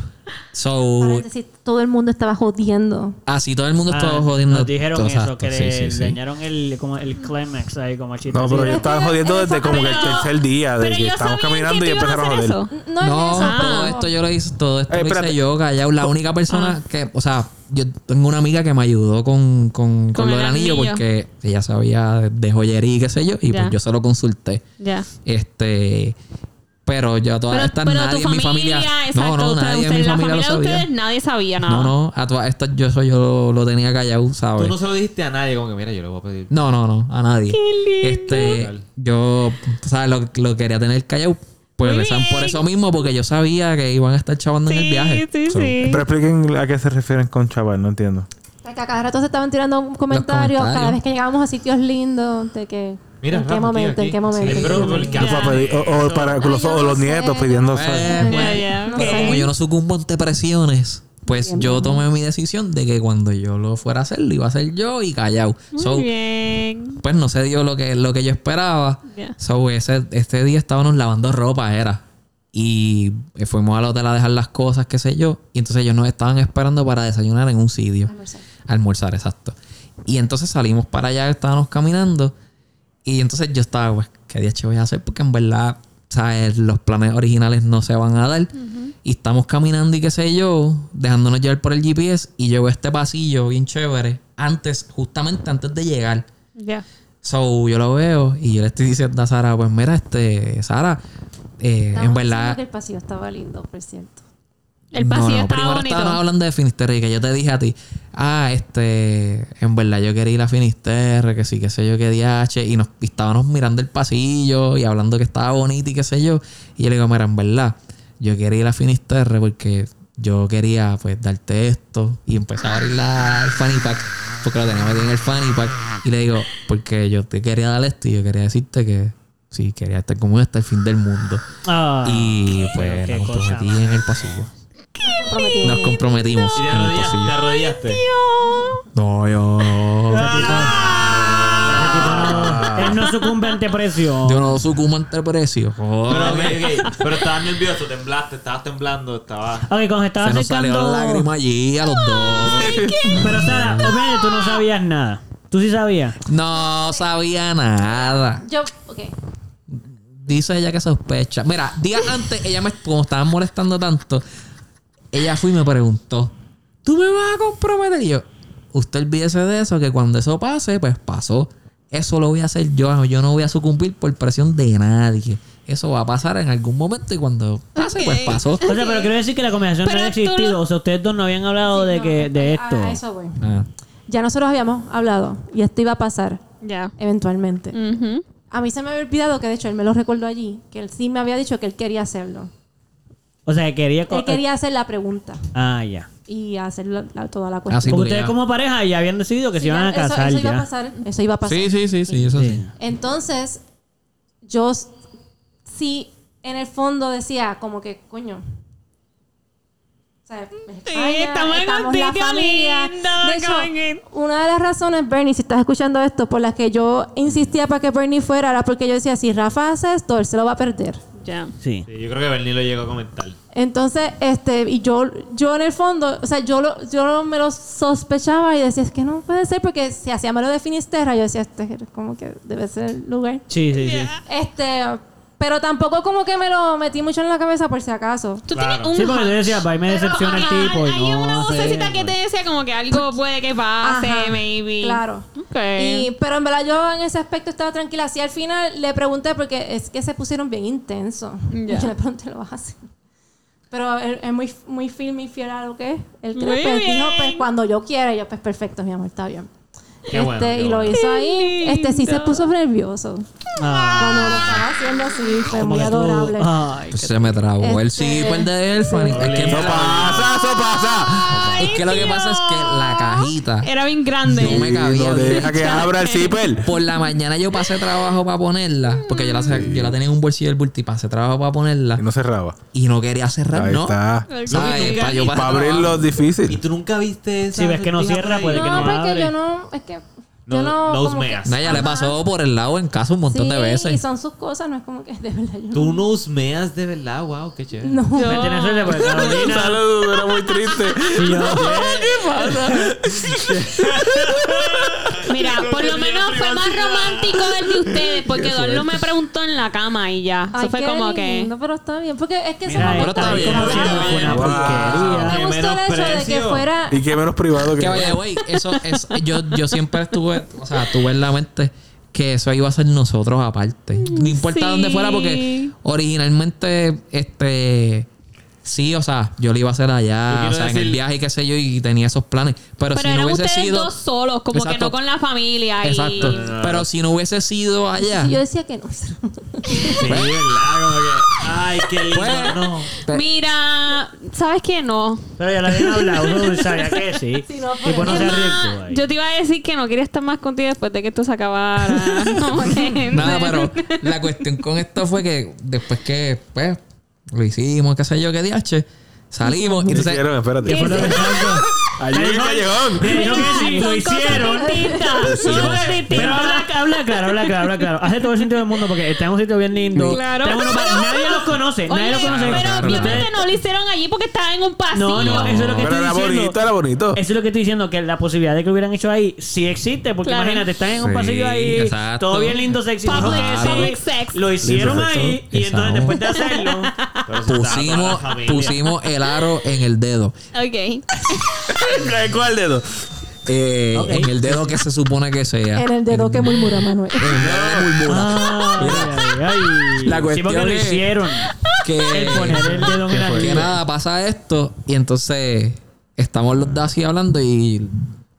F: So,
E: Paréntesis, todo el mundo estaba jodiendo.
F: así todo el mundo estaba
C: Ah,
F: jodiendo.
C: Nos dijeron
F: todo,
C: eso,
F: exacto.
C: que
F: Sí,
C: le
F: sí, sí.
C: dañaron el, como el clímax ahí, como chiste.
H: No, pero yo estaba jodiendo desde como que el
B: Pero-
H: tercer día, de
B: pero
H: que
B: yo
H: estábamos
B: sabía
H: caminando
B: que
H: y
B: tú ibas a
H: empezaron a
B: hacer
H: joder.
B: eso.
E: No,
F: No,
E: es eso,
F: todo
E: pero-
F: esto yo lo hice, todo esto
H: Eh,
F: lo hice
H: espérate.
F: yo, Gallao. La única
B: Ah.
F: persona que, o sea, yo tengo una amiga que me ayudó con, con, con
B: Con
F: lo
B: el
F: del anillo,
B: anillo.
F: porque ella sabía de, de joyería y qué sé yo, y
B: Ya.
F: pues yo se lo consulté.
B: Ya.
F: Este, pero yo todavía
B: Pero,
F: está
B: pero tu
F: nadie en mi familia.
B: exacto,
F: no, no,
B: ustedes-
F: nadie en mi
B: ustedes- la
F: familia
B: familia
F: lo
B: de
F: sabía.
B: ustedes nadie sabía nada.
F: no, no, a todas estas yo eso yo lo, lo tenía callado, ¿sabes?
G: Tú no se lo dijiste a nadie, como que mira, yo le voy a pedir.
F: No, no, no, a nadie. Este, yo, tú sabes, lo, lo quería tener callado. Pues
B: Muy
F: rezan por
B: bien.
F: eso mismo, porque yo sabía que iban a estar chavando en el viaje.
B: Sí,
F: So,
B: sí.
H: Pero expliquen a qué se refieren con chaval, no entiendo.
E: De que a cada rato se estaban tirando un comentario cada
F: comentarios.
E: vez que llegábamos a sitios lindos, de que
G: Mira,
E: en qué
G: Rafa, estoy
E: momento, en
G: aquí.
E: qué momento.
G: Sí,
E: en qué
G: pero
E: momento.
G: por el
H: O, para pedir- o- o para los, o los nietos pidiendo.
F: Eh,
B: Ya,
F: bueno,
B: ya,
E: no
B: ok.
E: sé.
F: Como yo no sucumbo ante presiones, pues
E: Bien,
F: yo
E: bien.
F: tomé mi decisión de que cuando yo lo fuera a hacer, lo iba a hacer yo y callado.
B: Muy
F: So,
B: bien.
F: pues no se dio lo que, lo que yo esperaba.
B: Ya.
F: So, ese, este día estábamos lavando ropa, era. Y eh, fuimos al hotel a dejar las cosas, qué sé yo. Y entonces ellos nos estaban esperando para desayunar en un sitio.
E: Almorzar.
F: Almorzar, exacto. Y entonces salimos para allá, estábamos caminando. Y entonces yo estaba, pues, ¿qué DH voy a hacer? Porque en verdad, ¿sabes? Los planes originales no se van a dar. Y estamos caminando y qué sé yo, dejándonos llevar por el GPS. Y llevo este pasillo bien chévere. Antes, justamente antes de llegar.
B: Ya.
F: So, yo lo veo y yo le estoy diciendo a Sara, pues mira, este, Sara, eh, en
E: Estábamos diciendo
F: verdad...
E: que el pasillo estaba lindo, por cierto.
B: El pasillo
F: No, no,
B: estaba
F: primero
B: bonito.
F: estábamos hablando de Finisterre y que yo te dije a ti, ah, este, en verdad yo quería ir a Finisterre, que sí, qué sé yo, que DH, y nos y estábamos mirando el pasillo y hablando que estaba bonito y qué sé yo, y yo le digo, mira, en verdad, yo quería ir a Finisterre porque yo quería, pues, darte esto y empezar a abrir la, el fanny pack, porque lo teníamos aquí en el fanny pack, y le digo, porque yo te quería dar esto y yo quería decirte que sí, quería estar como hasta el fin del mundo.
C: Ah,
F: Y pues
C: qué
F: nos
C: cosa
F: comprometí en el pasillo.
E: Prometido.
F: Nos comprometimos
G: Y te
F: en el
G: arrodillaste.
F: pasillo.
G: Te arrodillaste.
F: No, yo.
H: Ah.
C: él no sucumbe ante presión.
F: Yo no sucumo ante precio.
G: Pero, ok, ok. Pero estabas nervioso, temblaste, estabas temblando, estabas.
C: Ok, cuando se estaba
F: Se nos salió
C: acercando.
F: la lágrima allí a los dos.
C: Pero Sara, obviamente tú no sabías nada. Tú sí sabías.
F: No sabía nada.
E: Yo, ok.
F: Dice ella que sospecha. Mira, días antes, ella me, como estaban molestando tanto, ella fue y me preguntó: ¿Tú me vas a comprometer? Y yo, usted olvídese de eso, que cuando eso pase, pues pasó. Eso lo voy a hacer yo. Yo no voy a sucumbir por presión de nadie. Eso va a pasar en algún momento y cuando pase, pues pasó.
C: O sea, pero quiero decir que la conversación
B: Pero
C: no había
B: tú
C: existido. O sea, ustedes dos no habían hablado de que de
E: A-
C: esto.
E: A, eso voy.
F: Ah.
E: Ya nosotros habíamos hablado y esto iba a pasar
B: Ya.
E: eventualmente.
B: Ujú.
E: A mí se me había olvidado que, de hecho, él me lo recordó allí, que él sí me había dicho que él quería hacerlo.
C: O sea, que quería. co-
E: Él quería hacer la pregunta
C: Ah, ya.
E: y hacer la- la- toda la
F: Ah, sí,
E: cuestión.
C: Porque
F: porque
C: ustedes
F: ya-
C: como pareja ya habían decidido que se
E: Sí,
C: iban
E: ya,
C: a
E: eso-
C: casar
E: eso, iba a
C: ya.
E: pasar. Eso iba a pasar.
F: Sí, sí, sí, sí, eso sí.
E: Entonces, yo s- sí, en el fondo decía, como que, coño. O sea, España,
B: estamos en un
E: la
B: sitio
E: familia.
B: lindo,
E: De hecho,
B: como que-
E: una de las razones, Bernie, si estás escuchando esto, por las que yo insistía para que Bernie fuera, era porque yo decía, si Rafa hace esto, él se lo va a perder.
B: Ya.
C: Sí.
G: Sí, yo creo que Bernie lo llegó a comentar.
E: Entonces, este, y yo, yo en el fondo, o sea, yo, lo, yo me lo sospechaba y decía, es que no puede ser, porque si hacíamos lo de Finisterra, yo decía, este como que debe ser el lugar.
C: Sí, sí, sí.
E: Este, pero tampoco como que me lo metí mucho en la cabeza por si acaso.
B: Tú
G: Claro.
B: tienes
C: Sí,
B: un
C: porque yo decía, va y me decepciona el
B: Ajá,
C: tipo. Y
B: Hay
C: no,
B: una vocecita
C: sé. pues".
B: que te decía como que algo puede que pase,
E: Ajá,
B: maybe.
E: Claro.
B: Ok.
E: Y, pero en verdad yo en ese aspecto estaba tranquila. Así al final le pregunté porque es que se pusieron bien intenso.
B: Ya.
E: Yo le pregunté, ¿lo vas a hacer? Pero él es muy, muy firme y fiel a lo que es. Él
B: Muy
E: pues, dijo,
B: bien.
E: pues cuando yo quiera. Y yo, pues perfecto, mi amor, está bien.
A: Qué bueno,
E: Este,
A: qué
E: y lo
A: bueno.
E: hizo ahí. Este sí se puso nervioso.
C: Ah,
E: Cuando lo estaba haciendo así, fue
C: como
E: muy
C: que tú-
E: adorable.
C: Ay,
F: Pues Se me trabó. Él sí
E: Este-
F: pierde de él, Fanny. Es que,
H: ¡Eso
F: la-
H: pasa! ¡Eso pasa!
F: es que lo que pasa es que la cajita
B: Era bien
F: no
B: grande.
F: me cabía.
H: No deja que abra el zipper.
F: Por la mañana yo pasé trabajo para ponerla, porque yo la, sa- yo la tenía en un bolsillo del bulto y pasé trabajo para
H: Y
F: ponerla
H: no cerraba.
F: y no quería cerrar,
H: Ahí
F: ¿no?
H: está.
F: ¿Sabes? Pa- yo
H: Para
F: pasé
H: abrirlo
F: trabajo.
H: es difícil.
A: tú nunca viste esa
C: Si ves que no
A: sortija
C: cierra,
A: por
C: puede
A: ahí?
C: que
E: No,
C: no
E: porque
C: abre.
E: yo no. Es que.
A: No,
E: Yo no.
A: those
E: como que-
A: meas.
F: Naya le
E: Ajá.
F: pasó por el lado en casa un montón
E: sí,
F: de
E: Y
F: veces.
E: son sus cosas, no es como que de verdad yo
A: Tú no husmeas de verdad, wow, qué chévere.
E: no.
C: Me tiene suerte porque Carolina.
H: Gonzalo era muy triste.
C: y yo,
B: Mira, por lo menos fue más romántico el de ustedes, porque Don lo me preguntó en la cama y ya. Eso
E: Ay,
B: fue
E: qué
B: como que.
E: lindo, pero está bien. Porque es que se
C: Mira,
E: me
F: pero está
C: esta
F: bien,
C: vez
F: está
C: fue una
H: bien.
C: porquería.
E: Me gustó el hecho de que
A: menosprecio.
E: fuera.
H: Y qué menos privado que.
F: Que vaya, güey, eso es. Yo, yo siempre estuve, o sea, tuve en la mente que eso iba a ser nosotros aparte. No importa
B: sí.
F: dónde fuera, porque originalmente, este. Sí, o sea, yo lo iba a hacer
A: Yo
F: allá,
A: quiero
F: o sea, en el
A: decir-
F: viaje, qué sé yo, y tenía esos planes. Pero,
B: Pero
F: si no
B: eran
F: hubiese
B: ustedes
F: sido.
B: dos solos, como que
F: Exacto.
B: no con la familia.
F: Exacto.
B: Y...
F: Pero si no hubiese sido allá.
E: Y yo decía que no.
A: Sí, ¿verdad? Como que, ay, qué lindo.
F: Pues,
A: no.
F: Pe-
B: Mira, ¿sabes qué? No.
C: Pero ya la habían hablado, sabía que sí.
E: Sí, no,
C: Tipo, no
E: pues.
C: se
B: Es más,
C: arriesgó ahí.
B: yo te iba a decir que no quería estar más contigo después de que esto se acabara. Como que-
F: Nada, pero la cuestión con esto fue que después que, pues, lo hicimos, qué sé yo, qué diache, salimos.
H: ¿Qué
F: Entonces,
H: hicieron? Espérate.
B: ¿Qué fue?
H: Allí en el callejón.
C: Te digo que sí,
B: Son
C: lo
B: cosas
C: hicieron.
B: distintas, son cosas
C: Pero
B: distintas.
C: habla, habla claro, habla claro, habla claro. Hace todo el sentido del mundo porque está en un sitio bien lindo.
B: Claro.
C: Está en un lugar- nadie los conoce, nadie
B: Oye,
C: los conoce.
B: pero
F: Claro,
B: obviamente
C: Ustedes-
B: no lo hicieron allí porque estaba en un pasillo.
C: No, no, eso es lo que
H: Pero
C: estoy
H: era
C: diciendo.
H: bonito, era bonito.
C: Eso es lo que estoy diciendo, que la posibilidad de que lo hubieran hecho ahí sí existe, porque
B: Claro.
C: imagínate, están en un
F: Sí,
C: pasillo ahí,
F: exacto.
C: todo bien lindo, sexy.
B: Public-
C: ok, sí,
B: public sex.
C: Lo hicieron
H: Lindo,
C: ahí
H: exacto.
C: y entonces
F: Exacto.
C: después de hacerlo,
A: Pero si estaba toda la
F: pusimos,
A: familia.
F: pusimos el aro en el dedo.
B: Ok.
H: ¿Cuál dedo?
F: Eh, En el dedo que se supone que sea.
E: En el dedo que murmura Manuel.
F: En el dedo que murmura.
C: ay, ay, ay.
F: La
C: sí, porque
F: cuestión
C: lo
F: es-
C: hicieron.
F: que,
C: El poner el dedo en el anillo.
F: que nada, pasa esto. Y entonces estamos los dos así hablando y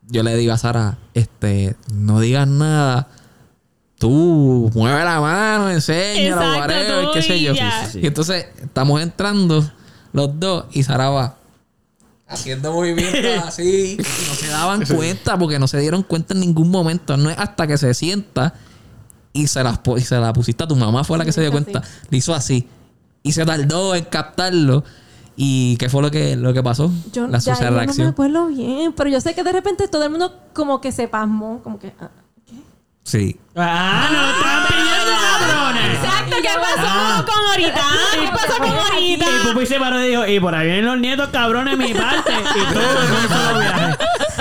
F: yo le digo a Sara, este, no digas nada. Tú mueve la mano, enséñala,
B: Exacto,
F: whatever,
B: tú
F: qué sé yo.
B: y ya.
F: Y entonces estamos entrando los dos y Sara va haciendo movimientos así. y no se daban cuenta porque no se dieron cuenta en ningún momento. No es hasta que se sienta y se, las, po- y se la pusiste a tu mamá, fue la que se dio cuenta. Le hizo así. Y se tardó en captarlo. ¿Y qué fue lo que, lo que pasó?
E: Yo,
F: la
E: ya,
F: sucia
E: yo no me
F: reacción.
E: acuerdo bien, pero yo sé que de repente todo el mundo como que se pasmó, como que... ah.
F: sí.
C: Ah, no, estaban pidiendo
B: Exacto,
C: cabrones.
B: ¿qué pasó
C: Ah,
B: con ahorita? ¿Qué pasó con ahorita?
C: Y Pupi se paró y dijo, y por ahí vienen los nietos cabrones de mi parte. Y todo en un solo viaje.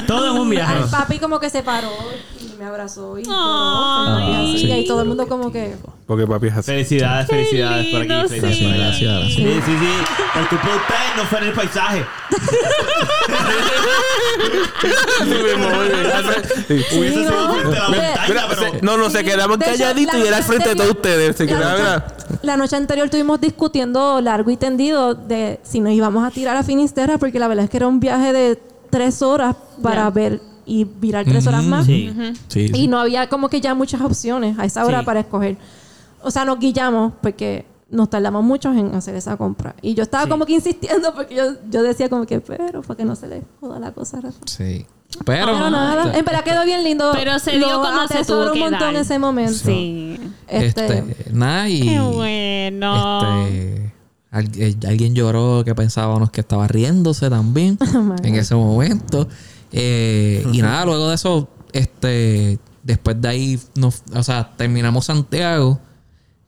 C: Todo en un viaje.
E: Ay, papi como que se paró y me abrazó y lloró.
B: Ay,
E: y
B: sí.
E: ahí todo el mundo como que...
H: Porque papi es así.
A: Felicidades, felicidades por aquí.
B: lindo,
A: felicidades por
B: sí.
A: allá.
F: Gracias, gracias.
A: Sí, sí, sí. Por culpa de ustedes no fue en el paisaje. Hubiese
E: Sí,
A: sido frente a
E: Mira,
A: la montaña,
H: Mira,
A: pero.
H: se- no, nos se quedamos
E: De hecho,
H: calladitos
E: la
H: y era al
E: noche
H: frente de todos
E: anterior-
H: ustedes. Se quedaba,
E: la,
H: mira.
E: noche, la noche anterior estuvimos discutiendo largo y tendido de si nos íbamos a tirar a Finisterra porque la verdad es que era un viaje de tres horas para
B: Ya.
E: ver y virar tres horas
F: Ujú,
E: más.
C: Sí.
B: Mm.
F: Sí.
E: Y no había como que ya muchas opciones a esa hora
C: Sí.
E: para escoger. O sea, nos guillamos porque nos tardamos mucho en hacer esa compra. Y yo estaba como que insistiendo porque yo, yo decía como que, pero, para que no se le joda la cosa. a Rafa".
F: Sí. Pero,
E: Pero nada, en verdad quedó bien lindo.
B: Pero se dio
E: Lo
B: como se
E: atesoro
B: tuvo
E: un
B: que
E: montón
B: dar.
E: ese momento.
B: Sí.
E: Este,
F: este, nada, y.
B: Qué bueno.
F: Este, al- eh, alguien lloró que pensábamos que estaba riéndose también
E: my
F: en ese momento. Eh, y nada, luego de eso, este, después de ahí, nos, o sea, terminamos Santiago.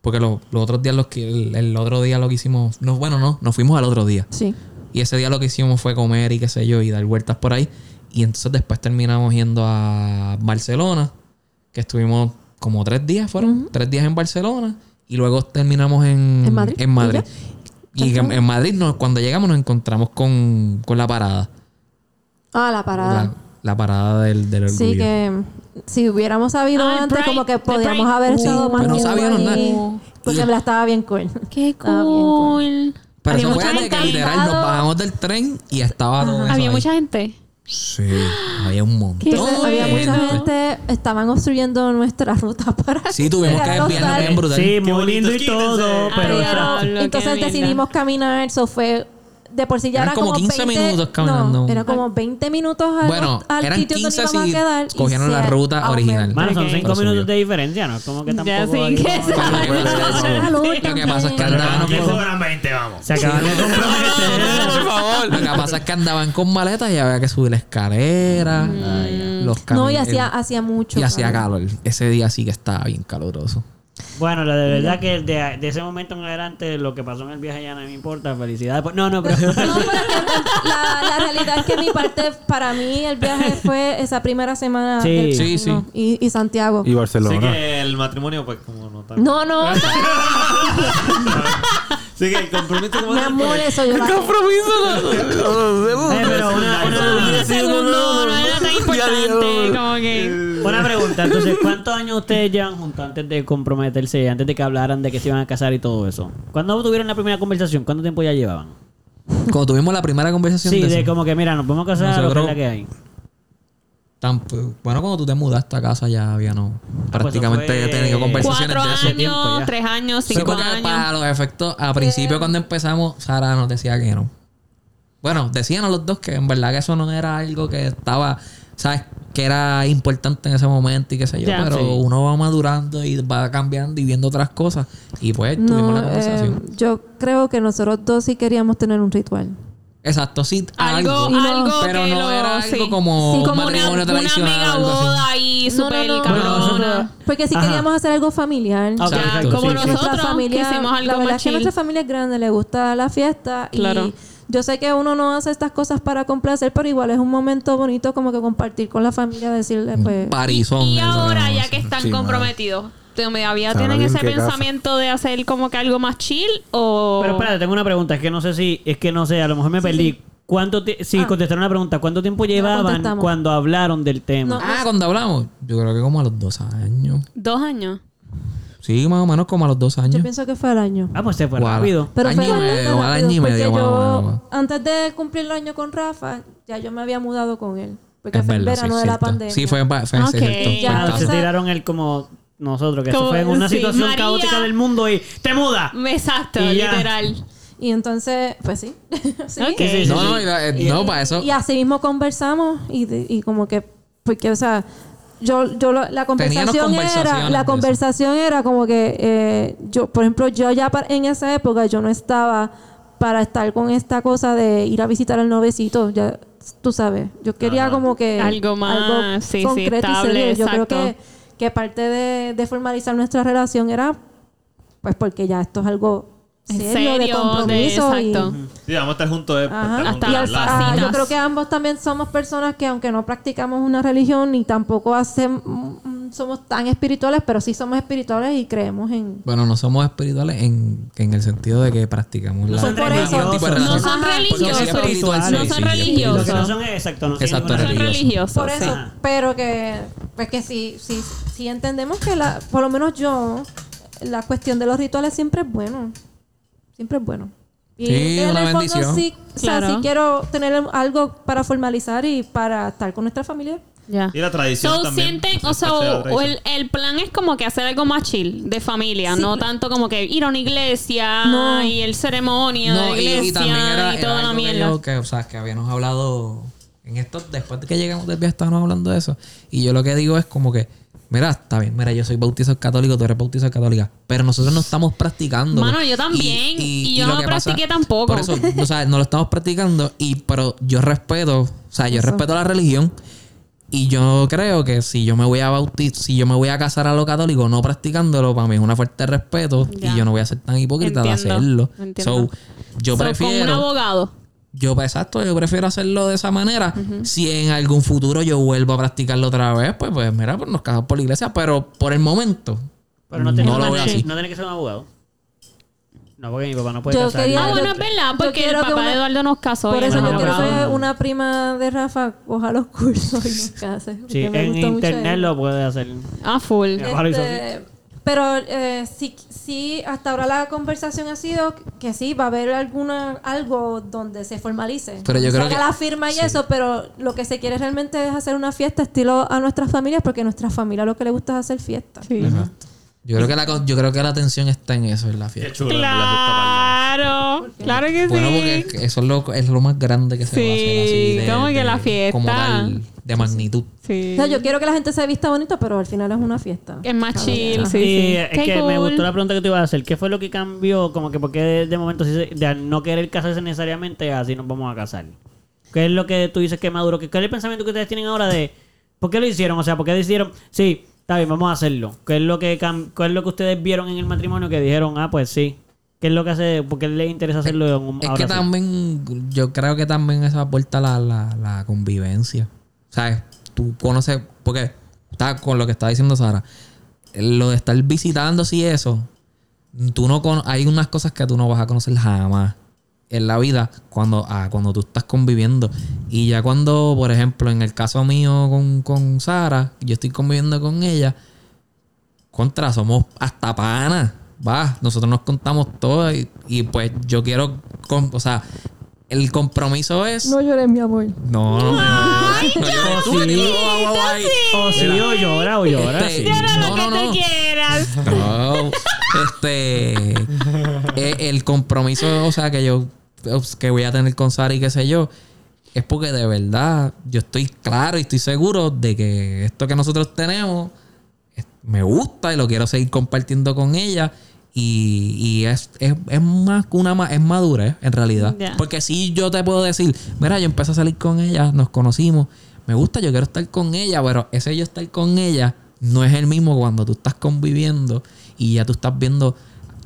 F: Porque lo- los otros días, los que, el, el otro día lo que hicimos, no, bueno, no, nos fuimos al otro día.
E: Sí.
F: Y ese día lo que hicimos fue comer y qué sé yo, y dar vueltas por ahí. Y entonces después terminamos yendo a Barcelona, que estuvimos como tres días, fueron tres días en Barcelona. Y luego terminamos en,
E: ¿En Madrid?
F: mm, En Madrid. Y, en, en Madrid, nos- cuando llegamos, nos encontramos con, con la parada.
E: Ah, la parada.
F: La, la parada del, del orgullo.
E: Sí, que si hubiéramos sabido
B: Ah, el
E: antes,
B: break,
E: como que
B: el
E: podíamos
B: break.
E: haber estado
F: Sí,
E: más
F: Uh, pero no
E: tiempo
F: sabíamos
E: ahí,
F: nada.
E: Porque
F: Y-
E: me la estaba bien cool.
B: Qué
E: Estaba bien pues. cool.
B: cool.
F: Pero
B: Había
F: eso
B: mucha
F: fue de
B: gente
F: que
B: ahí.
F: literal nos
E: parado.
F: bajamos del tren y estaba todo eso
B: Había
F: ahí.
B: mucha gente.
H: Sí.
F: Había un montón.
E: Que había
F: de
E: mucha
F: gente.
E: gente, estaban obstruyendo nuestra ruta para.
F: Sí, tuvimos que
E: para
F: desviarnos
E: cruzar.
F: bien brutal.
C: Sí,
G: Qué
C: muy lindo
G: bonitos
C: y
G: quince.
C: todo,
B: Ah,
C: pero...
E: Pero,
B: diablo, qué
E: entonces
B: linda.
E: decidimos caminar, eso fue. De por sí ya
F: Eran
E: era
F: como
E: como
F: 15
E: 20
F: minutos
E: no,
F: caminando.
E: era como 20 minutos al,
F: Bueno,
E: al
F: eran
E: sitio
F: 15
E: donde íbamos
F: si
E: a quedar. y
F: cogieron la
E: se
F: ruta
E: aumentó.
F: original.
C: Mano, son
B: Ok.
C: cinco
F: Pero subió.
C: minutos de diferencia, ¿no? Es como que
B: Ya
C: tampoco...
B: sin
C: ahí
B: que
C: vamos a-
B: sea-
E: Era la luz
F: Lo que pasa es que
E: también.
F: andaban
G: Aquí
F: con...
G: sobran 20, vamos.
C: Se acaban de comprometer.
F: Por favor. Lo que pasa es que andaban con maletas y había que subir la escalera.
C: Mm.
F: los
E: No,
F: cami-
E: y hacía,
F: el-
E: hacía mucho.
F: y hacía
E: calor.
F: calor. Ese día sí que estaba bien caluroso.
C: Bueno, la de verdad que de, de ese momento en adelante lo que pasó en el viaje ya no me importa. Felicidades. por- No, no, pero...
E: No, pero es que la, la realidad es que mi parte, para mí, el viaje fue esa primera semana.
C: Sí.
E: del
F: Sí,
E: turno
F: sí.
E: Y, y Santiago.
H: Y
G: Así
H: Barcelona.
G: que el matrimonio, pues, como no tan.
E: No, no,
G: Así que el compromiso como
E: mi amor, eso yo. la-
C: Eh, pero una, una-
B: Un segundo, no era tan importante. Como que.
C: una pregunta. Entonces, ¿cuántos años ustedes llevan juntos antes de comprometerse, antes de que hablaran de que se iban a casar y todo eso? ¿Cuándo tuvieron la primera conversación? ¿Cuánto tiempo ya llevaban?
F: Cuando tuvimos la primera conversación
C: Sí,
F: de
C: de
F: eso,
C: como que, mira, nos vamos a casar, lo que es
F: Nosotros-
C: la que hay.
F: tampo- bueno, cuando tú te mudaste a casa ya había no prácticamente
C: Ah, pues fue-
F: tenido conversaciones
B: Cuatro
F: de eso.
B: años,
C: tiempo ya.
B: tres años,
F: Sí,
B: cinco
F: porque
B: años.
F: para los efectos, a
E: Eh.
F: principio cuando empezamos, Sara nos decía que no. Bueno, decían a los dos que en verdad que eso no era algo que estaba, ¿sabes? Que era importante en ese momento y qué sé yo.
B: Ya,
F: pero
B: sí.
F: uno va madurando y va cambiando y viendo otras cosas. Y pues tuvimos
E: No,
F: la conversación.
E: eh, yo creo que nosotros dos sí queríamos tener un ritual.
F: Exacto, sí,
B: Algo,
F: algo.
E: no,
B: algo
F: pero
B: que
F: no
B: lo-
F: era
B: sí.
F: algo como,
E: Sí,
F: un
E: como
B: Como una,
F: matrimonio
B: una
F: tradicional.
B: mega
F: algo así.
B: boda ahí,
E: No, no,
B: súper
E: no.
B: cabrona.
E: Porque sí
C: Ajá.
E: queríamos hacer algo familiar.
C: Ah, ok,
B: Ya,
C: exacto,
B: como
C: sí, sí.
B: nosotros
E: nuestra familia,
B: quisimos algo
E: la verdad
B: más
E: es que
B: chill.
E: nuestra familia es grande, le gusta la fiesta
B: Claro.
E: y yo sé que uno no hace estas cosas para complacer, pero igual es un momento bonito como que compartir con la familia, decirle pues
F: eh, Parizón.
B: Y
F: eso,
B: ahora,
F: no
B: ya
F: sé.
B: que están
H: Sí, mano.
B: comprometidos, ¿todavía
H: Sabrá
B: tienen
H: bien
B: ese
H: qué casa.
B: pensamiento de hacer como que algo más chill o...?
C: Pero espérate, tengo una pregunta. Es que no sé si... Es que no sé, a lo mejor me perdí. ¿Cuánto ti- sí,
E: Ah.
C: contestaron la pregunta. ¿Cuánto tiempo llevaban
E: contestamos.
C: cuando hablaron del tema?
E: No.
F: Ah, cuando hablamos, yo creo que como a los dos años.
B: ¿Dos años?
F: Sí, más o menos como a los dos años.
E: yo pienso que fue al año.
C: Ah, pues se fue
F: O al-
C: rápido.
E: Pero
F: año
E: fue
F: y medio, al año y
E: porque
F: medio,
E: yo,
F: más o menos, más.
E: antes de cumplir el año con Rafa, ya yo me había mudado con él, porque
F: Es
E: fue en
F: verdad,
E: verano
F: sí,
E: de la
F: cierto.
E: pandemia.
F: Sí, fue, pa- fue
B: Ok.
F: sí, cierto. Fue
E: Ya,
F: en
C: Ah,
F: casa.
C: se
E: entonces-
C: tiraron el como nosotros, que eso
B: Como-
C: fue en una
B: sí,
C: situación
B: María.
C: caótica del mundo y ¡te muda!
B: Exacto,
C: Y ya.
B: literal.
E: Y entonces, pues sí. sí.
B: Ok.
C: Sí, sí,
F: No, no, y la- eh, no, para eso
E: Y así mismo conversamos y, de- y como que, porque, o sea, yo, yo la, la
F: Teníamos
E: conversación
F: conversaciones
E: era,
F: de eso.
E: la conversación era como que, eh, yo, por ejemplo, yo ya pa- en esa época yo no estaba para estar con esta cosa de ir a visitar al novecito, ya tú sabes, yo quería como que
B: Algo más, sí, sí,
E: concreto y
B: estable,
E: serio. Yo creo
B: exacto.
E: que, que parte de, de formalizar nuestra relación era, pues porque ya esto es algo
B: En
E: serio, de
B: serio, de-
E: compromiso y-
B: exacto.
G: Sí, vamos a estar juntos. eh,
E: Ajá.
G: estar
B: Hasta
G: juntos,
B: las
G: ¿verdad?
E: Ah, yo
B: citas.
E: creo que ambos también somos personas que aunque no practicamos una religión ni tampoco hacemos somos tan espirituales, pero sí somos espirituales y creemos en
F: Bueno, no somos espirituales en, en el sentido de que practicamos la
E: son por eso.
F: algún tipo de
B: No
F: relación.
B: son
E: Ajá.
F: Porque
B: religiosos.
F: sí es espiritual,
B: no
F: sí,
B: son
F: sí, es
B: religiosos.
C: Lo que no
F: espiritual.
C: son es exacto, no
F: Exacto,
C: tienen
B: son
C: una-
F: religiosos.
B: religiosos.
E: por
B: sí.
E: eso, pero que pues que sí sí sí entendemos que la por lo menos yo la cuestión de los rituales siempre es bueno. Siempre es bueno. Y
F: Sí,
E: en
F: una
E: el fondo
F: bendición.
E: sí, o sea,
B: Claro.
E: sí quiero tener algo para formalizar y para estar con nuestra familia.
B: Ya.
G: Y la tradición
B: So,
G: también. pues,
B: sienten, o
G: Es
B: sea,
G: parte de la
B: o
G: tradición.
B: el, el plan es como que hacer algo más chill, de familia,
E: Sí.
B: no tanto como que ir a una iglesia
E: No.
B: y el ceremonia de
F: No, y,
B: iglesia
F: y
B: y,
F: también era, era
B: toda la
F: algo que,
B: mierda.
F: yo- que, o sea, que habíamos hablado en esto, después de que llegamos del viaje estábamos hablando de eso. Y yo lo que digo es como que, mira, está bien, mira, yo soy bautizado católico, tú eres bautizado católica, pero nosotros no estamos practicando.
B: Mano, yo también, y yo
F: lo
B: no
F: que
B: practiqué tampoco.
F: Por eso, o sea, no lo estamos practicando, y pero yo respeto, o sea, yo respeto la religión. Y yo creo que si yo me voy a bautizar, si yo me voy a casar a lo católico no practicándolo, para mí es una falta de respeto
B: Ya.
F: y yo no voy a ser tan hipócrita de
B: Entiendo,
F: hacerlo.
B: entiendo.
F: So, yo
B: So, Con un
F: prefiero
B: abogado.
F: yo, pues, exacto, yo prefiero hacerlo de esa manera. Si en algún futuro yo vuelvo a practicarlo otra vez, pues, pues mira, pues nos casamos por la iglesia, pero por el momento.
C: Pero no tiene
F: No lo
C: no
F: veo así.
C: tiene que ser un abogado. No, porque mi papá no puede
E: Yo
C: casar.
E: quería-
B: Ah,
E: Yo-
B: bueno, es verdad,
E: yo
B: porque el
E: quiero que
B: papá
E: una-
B: de Eduardo nos casó.
E: Por
B: y
E: eso
B: era
E: yo quiero
B: abogado.
E: ser una prima de Rafa, coja los cursos y los que hace.
C: Sí,
E: porque me
C: en
E: gustó mucho
C: internet
E: él.
C: lo puede hacer.
B: Ah, full.
C: Ya. Ojalá y
E: Este, Pero eh, sí, sí, hasta ahora la conversación ha sido que sí, va a haber alguna algo donde se formalice.
F: Pero yo
E: Se
F: creo
E: haga
F: que-
E: la firma y
F: sí.
E: eso, pero lo que se quiere realmente es hacer una fiesta estilo a nuestras familias, porque a nuestra familia lo que le gusta es hacer fiesta.
B: Sí.
F: Yo creo que la, co- yo creo que la atención está en eso, en la
G: Qué
F: fiesta.
G: chulo. en verdad,
B: Claro, claro que sí.
F: Bueno, porque eso es lo, es lo más grande que se va a hacer.
B: Sí,
F: así de-
B: como que
F: de-
B: la fiesta.
F: Como tal, de magnitud.
B: Sí.
E: O sea, yo Ah, quiero que la gente se vista bonito, pero al final es una fiesta.
B: Es más chill, sí,
C: Y
B: sí.
C: Ah, eh, es
B: Qué
C: que me
B: cool.
C: gustó la pregunta que te iba a hacer. ¿Qué fue lo que cambió? Como que porque de, de momento sí se- de al no querer casarse necesariamente, así nos vamos a casar. ¿Qué es lo que tú dices que maduro? ¿Qué, ¿Cuál es el pensamiento que ustedes tienen ahora de por qué lo hicieron? O sea, ¿por qué decidieron? Sí, está bien, vamos a hacerlo. ¿Qué es lo que cam- cuál es lo que ustedes vieron en el matrimonio que dijeron, ah, pues sí? ¿Qué es lo que hace? ¿Por qué les interesa hacerlo en un,
F: Es
C: ahora
F: que
C: sí?
F: también, yo creo que también eso aporta la, la, la convivencia. ¿Sabes? Tú conoces, porque está con lo que está diciendo Sara, lo de estar visitando y eso, tú no cono- hay unas cosas que tú no vas a conocer jamás en la vida cuando, ah, cuando tú estás conviviendo. Y ya cuando, por ejemplo, en el caso mío con, con Sara, yo estoy conviviendo con ella, contra, somos hasta panas. Va, nosotros nos contamos todo y, y pues yo quiero, con- o sea, el compromiso es... No llores, mi amor. No, no, no. no llores tú, que tienes guagua, guagua ahí.
C: O Oh, sí, o llora, o llora.
F: Este,
C: sí.
F: no, no,
B: que
F: no.
B: te quieras.
F: No, este. e- el compromiso, o sea, que yo. que voy a tener con Sara y qué sé yo. Es porque de verdad yo estoy claro y estoy seguro de que esto que nosotros tenemos es- me gusta y lo quiero seguir compartiendo con ella. Y, y es, es, es más que una ma- es madurez en realidad.
B: Ya.
F: Porque si yo te puedo decir, mira, yo empecé a salir con ella, nos conocimos, me gusta, yo quiero estar con ella, pero ese yo estar con ella no es el mismo cuando tú estás conviviendo y ya tú estás viendo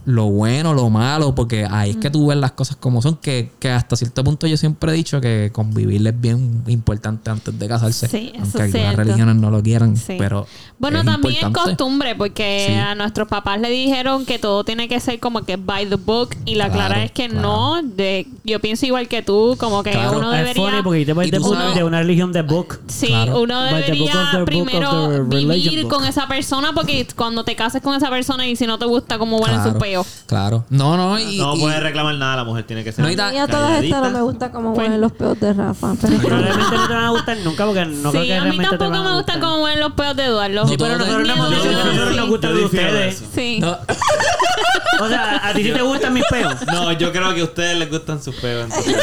F: lo bueno, lo malo, porque ahí es que tú ves las cosas como son, que, que hasta cierto punto yo siempre he dicho que convivir es bien importante antes de casarse.
B: Sí, eso
F: aunque
B: es
F: algunas
B: cierto.
F: religiones no lo quieran,
B: Sí.
F: pero
B: Bueno,
F: es
B: también es
F: importante.
B: costumbre, porque
F: Sí.
B: a nuestros papás le dijeron que todo tiene que ser como que by the book, y la
F: Claro,
B: clara es que
F: claro.
B: no. De, yo pienso igual que tú, como que
F: Claro.
B: uno
C: Es funny
B: debería.
C: porque te
F: Y
C: puedes
F: tú
C: de, book-
F: sabes-
C: de una religión de book.
B: Sí,
F: Claro.
B: uno
C: By the book of the
B: debería
C: book of the
B: primero vivir
C: religion book.
B: con esa persona porque cuando te cases con esa persona y si no te gusta cómo huelen sus
F: Claro,
B: peos.
F: Claro. No, no,
G: la
F: y,
G: verdad. No
F: y-
G: puede reclamar nada, la mujer tiene que ser.
F: No, y ta-
E: Y a todas estas no
G: calladita.
E: me gusta cómo huelen los peos de Rafa. Pero
C: Probablemente no te van a gustar nunca porque no creo
B: sí,
C: que
B: a mí
C: realmente te
B: tampoco
C: van a
B: me gusta
C: gustar.
B: cómo huelen los peos de Eduardo.
F: Sí, pero nosotros le hemos
B: Miedo,
F: dicho que
C: nosotros nos
B: sí.
C: gusta
G: Yo
C: de
G: difiero de
C: ustedes.
G: eso.
B: Sí.
F: no.
C: O sea, a ti sí te gustan mis peos.
G: No, yo creo que a ustedes les gustan sus peos. entonces.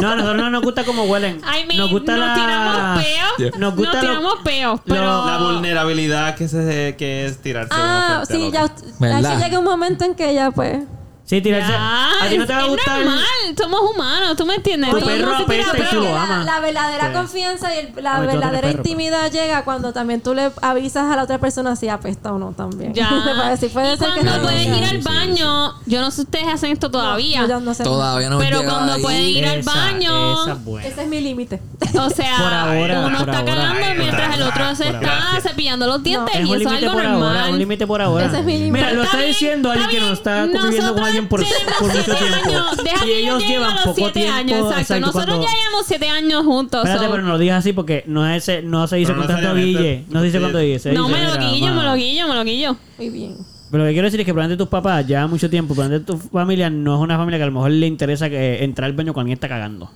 C: No, a nosotros no nos gusta cómo huelen.
B: I mean,
C: nos
B: nos,
C: gusta la...
B: tiramos peos.
C: Nos gusta lo-
B: tiramos peos, pero.
G: La vulnerabilidad que, se, que es tirarse uno
E: Ah,
G: frente
E: sí,
G: al
E: ya.
G: otro.
F: ¿Verdad?
E: Así llega un momento en que ya, pues.
C: Sí, tirarse.
B: Ya,
C: a ti no te va a
B: es-
C: gustar.
B: Es normal, somos humanos, tú me entiendes.
C: Tu
B: Todo el
C: perro
B: mundo se tira
C: apesta y tú
B: pedos.
C: lo
E: La-
C: amas.
E: La verdadera
C: Sí.
E: confianza y el- la
C: Ay, yo adoro
E: verdadera
C: perro,
E: intimidad llega cuando también tú le avisas a la otra persona si apesta o no también.
B: Ya.
E: Para decir, puede
B: y
E: ser que
B: cuando
E: no
B: puedes
E: sea.
B: ir
F: Sí,
B: al
F: sí,
B: baño, yo no sé si ustedes hacen esto todavía.
E: No, yo no sé.
F: Todavía no
B: Pero
F: llega
B: cuando
F: ahí.
B: pueden ir al
C: Esa-
B: baño.
C: Esa es buena.
E: Ese es mi límite.
B: O sea,
C: Por ahora,
B: uno
C: por
B: está
C: ahora.
B: cagando mientras el otro se está cepillando los dientes
C: Es
B: y
C: un
B: eso es
C: límite
B: algo
C: por ahora, un
B: normal.
C: límite por ahora.
E: Ese es mi límite.
C: Mira, lo
B: Pero
C: está
B: bien,
C: diciendo alguien que
B: bien.
C: no está conviviendo con
B: Nosotros
C: alguien por,
B: tenemos
C: por mucho
B: siete
C: tiempo.
B: años. Deja
C: y
B: que yo
C: ellos
B: llegue a
C: llevan
B: los
C: poco
B: siete
C: tiempo.
B: años, exacto. Nosotros
C: cuando-
B: ya llevamos siete años juntos.
C: Espérate,
B: so-
C: pero no lo digas así porque no, es, ese- no se dice
G: Pero no
C: con tanto
G: necesariamente-
C: guille. No se dice
G: Sí.
C: cuánto guille.
B: no
C: se dice,
B: me lo
C: mira,
B: guillo, me
C: mano.
B: lo guillo, me lo guillo.
E: Muy bien.
C: Pero lo que quiero decir es que probablemente tus papás ya mucho tiempo, probablemente tu familia no es una familia que a lo mejor le interesa que, eh, entrar al baño cuando alguien está cagando.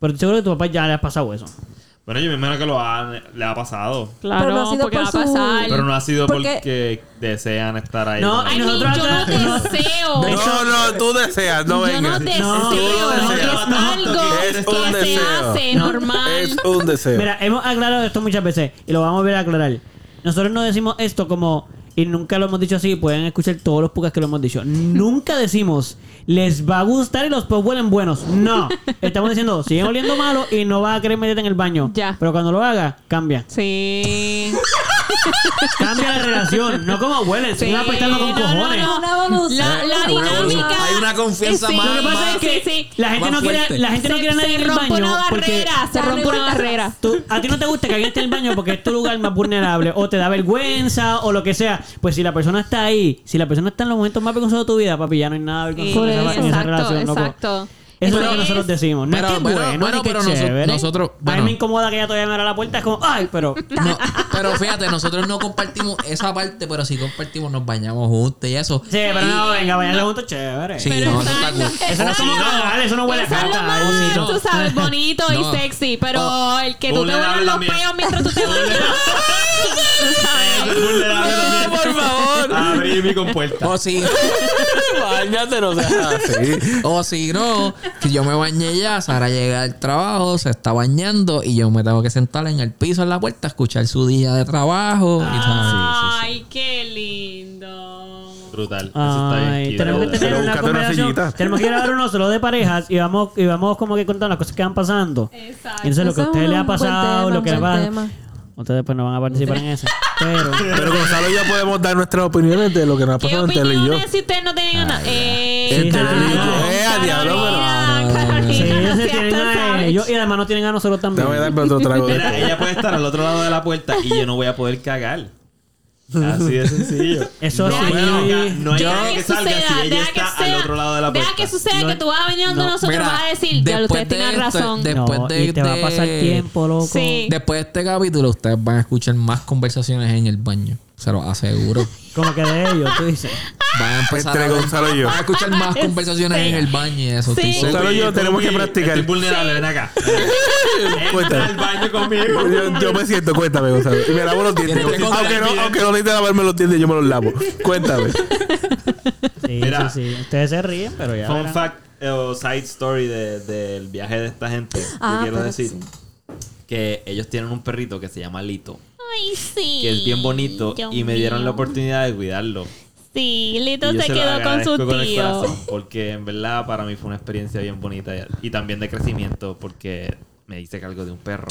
C: Pero estoy seguro que a tu papá ya le has pasado eso.
G: Bueno, yo me imagino que lo ha, le ha pasado.
B: Claro,
E: Pero no ha sido
B: porque
E: por
B: va a
E: su-
B: pasar.
G: Pero no ha sido
E: Porque-
G: porque desean estar ahí.
C: No,
G: Ay,
B: Ay,
C: Nosotros
B: yo no
C: acá-
B: deseo.
H: No, no, tú deseas, no
B: yo no
H: vengas.
B: deseo.
C: No, tú
B: es
H: deseas.
B: algo
H: Es un
B: que se
H: deseo.
B: hace normal.
H: Es un deseo.
C: Mira, hemos aclarado esto muchas veces y lo vamos a volver a aclarar. Nosotros no decimos esto como, y nunca lo hemos dicho así, pueden escuchar todos los podcasts que lo hemos dicho. Nunca decimos, les va a gustar y los pues huelen buenos. No, estamos diciendo, siguen oliendo malo y no vas a querer meterte en el baño.
B: Ya.
C: Pero cuando lo hagas, cambia.
B: Sí.
C: Cambia la relación, no como huelen,
B: Sí,
C: siguen apretando con
B: no, no,
C: cojones.
B: no.
E: Una bonus.
B: La,
H: Eh,
B: la
F: Hay una-
B: dinámica.
F: hay una confianza más-
C: Lo que pasa
B: sí,
C: es
B: sí,
C: que
B: sí.
C: la gente
F: Más
C: no quiere,
F: fuerte.
C: la gente no quiere a nadie en
B: se
C: el
B: rompe
C: baño.
B: una
C: porque-
B: barrera. Se
E: Ya,
B: rompe
E: no
B: una
E: importa.
B: barrera.
C: Tú- a ti no te gusta que alguien esté en el baño porque es tu lugar más vulnerable o te da vergüenza o lo que sea. Pues si la persona está ahí, si la persona está en los momentos más vergonzosos de tu vida, papi, ya no hay nada vergonzoso
B: Sí,
C: en esa- en esa
B: exacto,
C: relación, loco.
B: exacto.
C: Eso es lo que
B: Pero-
C: nosotros decimos. No
F: pero-
C: es que es
F: pero-
C: bueno,
F: bueno,
C: ni que
F: pero
C: es
F: noso-
C: chévere.
F: nosotros-
C: A
F: bueno.
C: mí me incomoda que ella todavía me abra la puerta. Es como, ay, pero...
F: No, pero fíjate, nosotros no compartimos esa parte, pero sí compartimos, nos bañamos juntos y eso.
C: Sí, pero no, venga, vayan juntos, chévere.
F: Sí,
B: Pero
F: no, eso está
B: exacto,
F: cool.
C: Eso no es como
B: exacto.
C: cagar, eso no huele a
B: Eso es lo
C: caca.
B: más,
C: Ay, no.
B: tú sabes, bonito
F: No.
B: y sexy. Pero el que tú te
G: vulnerable
B: vuelas los
G: también.
B: peos mientras tú te bañas.
F: Ah,
I: No, por favor.
G: Abrí mi compuerta.
F: O si,
I: Báñate, no seas así.
F: o si no, si yo me bañé ya, Sara llega al trabajo, se está bañando y yo me tengo que sentar en el piso en la puerta a escuchar su día de trabajo. y todo.
B: Ay, qué lindo.
G: Brutal. Eso está bien.
C: Ay,
G: cute.
C: tenemos que tener una
H: Pero búscate una
C: conversación.
H: sillita.
C: tenemos que grabar uno solo de parejas y vamos, y vamos como que contando las cosas que van pasando.
B: Exacto.
C: Entonces, lo que a
E: Eso es
C: usted le
E: un
C: ha
E: buen
C: pasado,
E: tema,
C: lo que le
E: un
C: va
E: buen
C: a
E: tema.
C: Ustedes pues no van a participar en eso. Pero
H: Pero Gonzalo y yo podemos dar nuestras opiniones de lo que nos ha
B: ¿Qué
H: pasado entre él y yo.
B: opiniones si ustedes no tienen nada? Eh,
H: Entre
C: él y yo.
B: Carolina,
H: Eh, a diablo, pero-
B: Carolina,
C: sí,
B: no
C: ellos se
B: seas
C: tienen
B: tan
C: a
B: savage.
C: ellos y además no tienen a nosotros
H: Te
C: también.
H: voy a dar otro trago de
A: Mira, ella puede estar al otro lado de la puerta y yo no voy a poder cagar. Así de sencillo.
C: Eso
A: no,
C: sí.
A: bueno, ya, no hay
F: Yo-
A: nadie
B: Deja
A: que
B: que
A: salga
B: suceda,
A: si ella
B: deja que
A: está al otro lado de
B: sea,
A: la puerta.
B: deja que suceda que
C: No,
B: tú vas bañando
C: no.
B: nosotros
F: Mira,
B: vas a decir, ya
F: después
B: ustedes
F: de
B: tienen
F: esto-
B: razón.
F: de-
C: No,
F: Después
C: y te va a
F: de-
C: pasar tiempo, loco.
B: Sí.
F: Después de este capítulo, ustedes van a escuchar más conversaciones en el baño. Se los aseguro.
C: Como que de ellos, tú dices.
F: Van a empezar
H: Entre
F: a, ver-
H: Gonzalo y yo.
F: van a escuchar más conversaciones en el baño y eso.
B: Sí.
F: estoy seguro.
H: Gonzalo y yo
A: Estoy
H: tenemos que
A: vulnerable,
H: practicar.
A: Estoy vulnerable, ven acá. Entra al
H: Cuéntame.
A: baño conmigo.
H: Yo, yo me siento, cuéntame, Gonzalo. Y me lavo los dientes.
F: Entre Gonzalo
H: Aunque
A: y
H: no,
A: yo.
H: aunque no necesite lavarme los dientes, yo me los lavo. Cuéntame.
C: Sí,
A: Mira.
C: sí, sí. Ustedes se ríen, pero ya.
A: Fun
C: verán.
A: fact eh, o side story de- del viaje de esta gente.
E: Ah,
A: yo quiero
E: pero
A: decir
E: sí.
A: que ellos tienen un perrito que se llama Lito,
B: Ay, sí.
A: que es bien bonito
B: Dios
A: y me dieron la
B: mío.
A: oportunidad de cuidarlo.
B: Sí, Lito
A: Y yo
B: se
A: se lo
B: quedó con
A: agradezco
B: su
A: con el
B: tío.
A: corazón, porque en verdad para mí fue una experiencia bien bonita y- y también de crecimiento porque me hice cargo de un perro.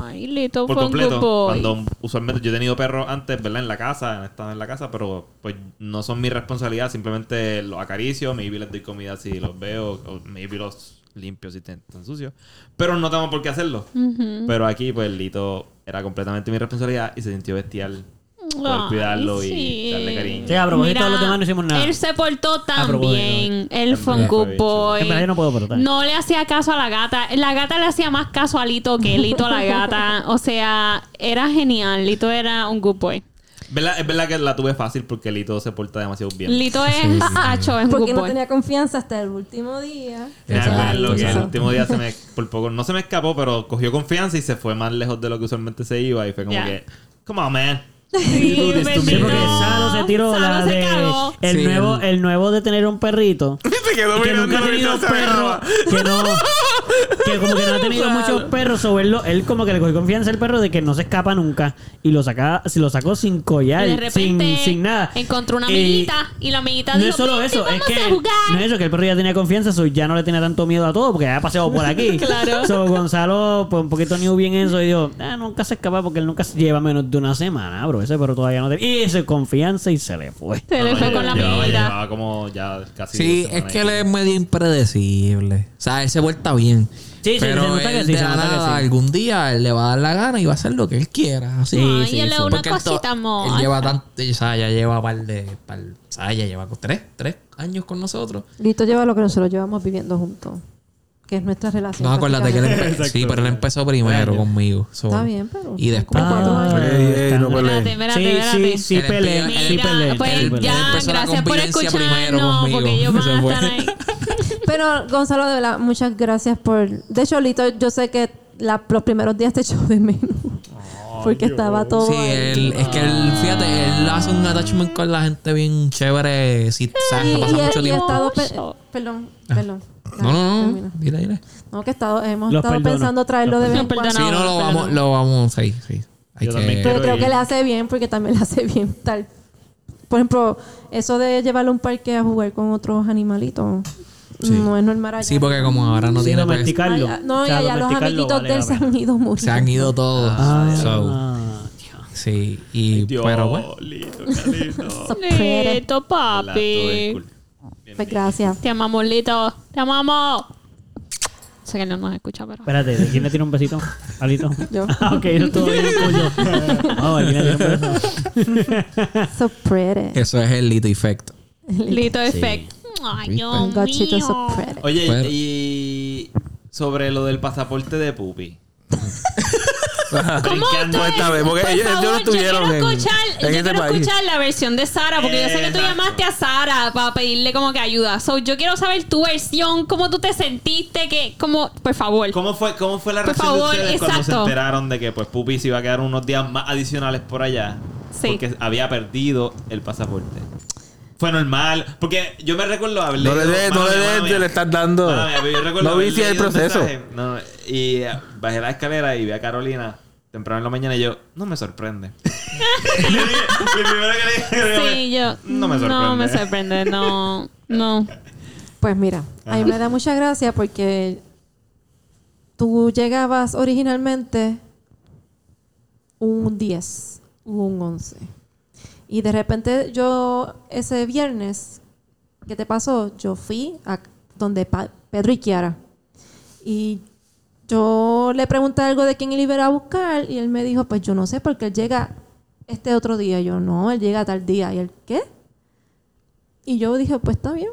B: Ay, Lito
A: Por
B: fue un good
A: completo.
B: boy.
A: Cuando usualmente yo he tenido perros antes, ¿verdad? En la casa, están en la casa, pero pues no son mi responsabilidad. Simplemente los acaricio, maybe les doy comida si los veo, o maybe los limpio si están están sucios. Pero no tengo por qué hacerlo.
B: Ujú.
A: Pero aquí, pues, Lito era completamente mi responsabilidad y se sintió bestial. poder
B: Ay,
A: cuidarlo y
B: Ah, sí.
A: darle cariño.
C: Sí, a propósito de los demás no hicimos nada.
B: Él se portó
C: A
B: tan
C: propósito.
B: bien. Él fue un
A: verdad fue
B: good
A: bien
B: boy.
C: En verdad yo no puedo portar.
B: No le hacía caso a la gata. La gata le hacía más caso a Lito que Lito a la gata. O sea, era genial. Lito era un good boy.
A: ¿Verdad? Es verdad que la tuve fácil porque Lito se porta demasiado bien.
B: Lito es hacho, es un
E: Porque
B: good
E: no
B: boy.
E: tenía confianza hasta el último día.
A: Me acuerdo
F: Exacto,
A: que el
F: exacto.
A: último día se me, por poco, no se me escapó, pero cogió confianza y se fue más lejos de lo que usualmente se iba. Y fue como
B: Ya.
A: que, come on, man.
B: Sí,
A: You do this to me.
C: Sí,
B: bendito.
C: porque Salo se tiró
B: Salo
C: la
B: se
C: de
B: cagó.
C: el
F: Sí,
C: nuevo
F: el-
C: el nuevo de tener un perrito
H: Se quedó
C: que nunca ha tenido perro que no que como que no ha tenido muchos perros sobre él, él como que le cogió confianza al perro de que no se escapa nunca y lo saca si lo sacó sin collar
B: Y de repente
C: sin, sin nada
B: encontró una
C: Eh,
B: amiguita y la amiguita
C: no
B: dijo,
C: es solo
B: "Vente,
C: eso, es
B: vamos
C: que
B: a jugar".
C: no es eso que el perro ya tenía confianza, so ya no le tenía tanto miedo a todo porque ya ha paseado por aquí.
B: Claro.
C: So Gonzalo pues un poquito ni bien eso y dijo, ah, nunca se escapa porque él nunca se lleva menos de una semana, bro, ese perro todavía no tiene y ese confianza y se le fue.
B: Se le
A: No,
B: fue
A: no,
B: con la
A: llevaba-
B: amiguita.
A: Llevaba como ya casi.
F: Sí,
A: dos
F: es
A: semanas
F: que
A: ahí.
F: él es medio impredecible. O sea, él se vuelta bien.
C: Sí, sí,
F: pero
C: se nota que
F: él
C: sí,
F: de
C: se
F: la
C: nota que
F: nada,
C: sí.
F: algún día él le va a dar la gana y va a hacer lo que él quiera. Así,
B: Ay,
F: sí,
B: él es
F: sí.
B: una
F: Porque él to-
B: cosita, amor.
F: Él lleva tanto, o sea, ya lleva par de, par- o sea, ya lleva tres, tres años con nosotros.
E: Lito lleva lo que nosotros llevamos viviendo juntos. Que es nuestra relación.
F: No, acuérdate que él
E: prácticamente.
F: empezó, sí, pero él empezó primero conmigo. so-
E: Está bien, pero...
F: Y después,
E: como cuatro años.
H: Ey, ey, no
B: Espérate,
H: peleen.
B: espérate,
C: Sí,
B: espérate.
C: sí, sí,
F: Él
C: pele,
F: empezó-
C: sí,
F: él-
B: Mira,
C: pele.
B: pues
F: sí, pelé. Él
B: ya,
F: empezó la
B: gracias por
F: convivencia primero
B: escucharnos,
F: conmigo.
B: porque ellos van a
F: Se fue.
B: estar ahí.
E: Pero Gonzalo, de verdad, muchas gracias por... De hecho, Lito, yo sé que la- los primeros días te echó de menos. porque estaba todo...
F: Sí,
E: ahí.
F: él, es que él, fíjate, él hace un attachment con la gente bien chévere. Si,
E: Y,
F: ¿sabes? No
E: y-
F: pasa mucho
E: y he
F: tiempo.
E: estado... pe-
B: Mucho.
E: perdón,
C: Ah.
E: perdón.
F: No, no, no.
E: Termina.
F: Dile, dile.
E: No, que he estado, hemos
C: Los
E: estado
C: perdono.
E: pensando traerlo
C: Los
E: de vez en
B: perdono.
E: cuando.
F: Sí, no, lo
B: pero
F: vamos,
B: no.
F: lo vamos, sí, sí. Hay
A: Yo
F: que-
A: también
E: Pero creo
A: y-
E: que le hace bien porque también le hace bien tal. Por ejemplo, eso de llevarlo a un parque a jugar con otros animalitos no es normal allá.
F: Sí, porque como ahora no
C: Sí,
F: tiene pues,
C: domesticarlo.
E: Allá- no,
C: O sea,
E: y allá los
C: domesticarlo
E: amiguitos
C: vale
E: de
C: la
E: él se
C: pena.
E: han ido mucho.
F: se han ido todos.
C: Ah,
F: so,
C: Dios.
F: sí, y
A: Dios,
F: pero pues, bueno.
A: Lito, qué lindo.
E: So pretty.
B: Lito,
A: La tuve
B: papi.
A: cool. Bien,
E: Pues
A: bien.
E: gracias.
B: Te amamos, Lito. Te amamos. Sé que no nos escucha, pero...
C: Espérate, ¿de quién le tiene un besito? Alito.
E: Yo.
C: Ah, ok, yo estoy bien pollo. Vamos, ¿de quién le tiene un beso?
E: So pretty.
F: Eso es el Lito Effect.
B: Lito Effect. Ay,
F: ¿Viste?
B: Dios
E: Oh, Gachito
B: mío.
E: so pretty.
G: Oye, y-
F: Pero-
G: y sobre lo del pasaporte de Pupi.
B: ¿Cómo
H: Brincando
B: ustedes-
H: esta vez, porque
B: por
H: ellos- ellos
B: favor,
H: no estuvieron
B: yo quiero
H: en-
B: escuchar,
H: en
B: yo
H: ese
B: quiero
H: país.
B: escuchar la versión de Sara, porque yo sé que tú
G: Exacto.
B: llamaste a Sara para pedirle como que ayuda. So, yo quiero saber tu versión, cómo tú te sentiste, que, como, por favor.
G: ¿Cómo fue, cómo fue la
B: Por
G: reacción de
B: favor,
G: ustedes cuando se
B: exacto.
G: enteraron de que pues Pupi se iba a quedar unos días más adicionales por allá?
B: Sí.
G: Porque había perdido el pasaporte. Fue normal. Porque yo me recuerdo haberle.
H: No le des, no le des, te le estás dando. No viste el proceso.
G: No, y eh, bajé la escalera y vi a Carolina temprano en la mañana y yo, no me sorprende. Y le dije- lo primero que le dije,
B: Sí, yo.
G: No me sorprende.
B: No me sorprende, no. No.
E: Pues mira, a mí me da mucha gracia porque tú llegabas originalmente un 10 o un 11. Y de repente yo, ese viernes, ¿qué te pasó? Yo fui a donde Pa- Pedro y Kiara. Y yo le pregunté algo de quién él iba a ir a buscar y él me dijo, pues yo no sé, porque él llega este otro día. Yo, no, él llega tal día. ¿Y él qué? Y yo dije, pues está bien.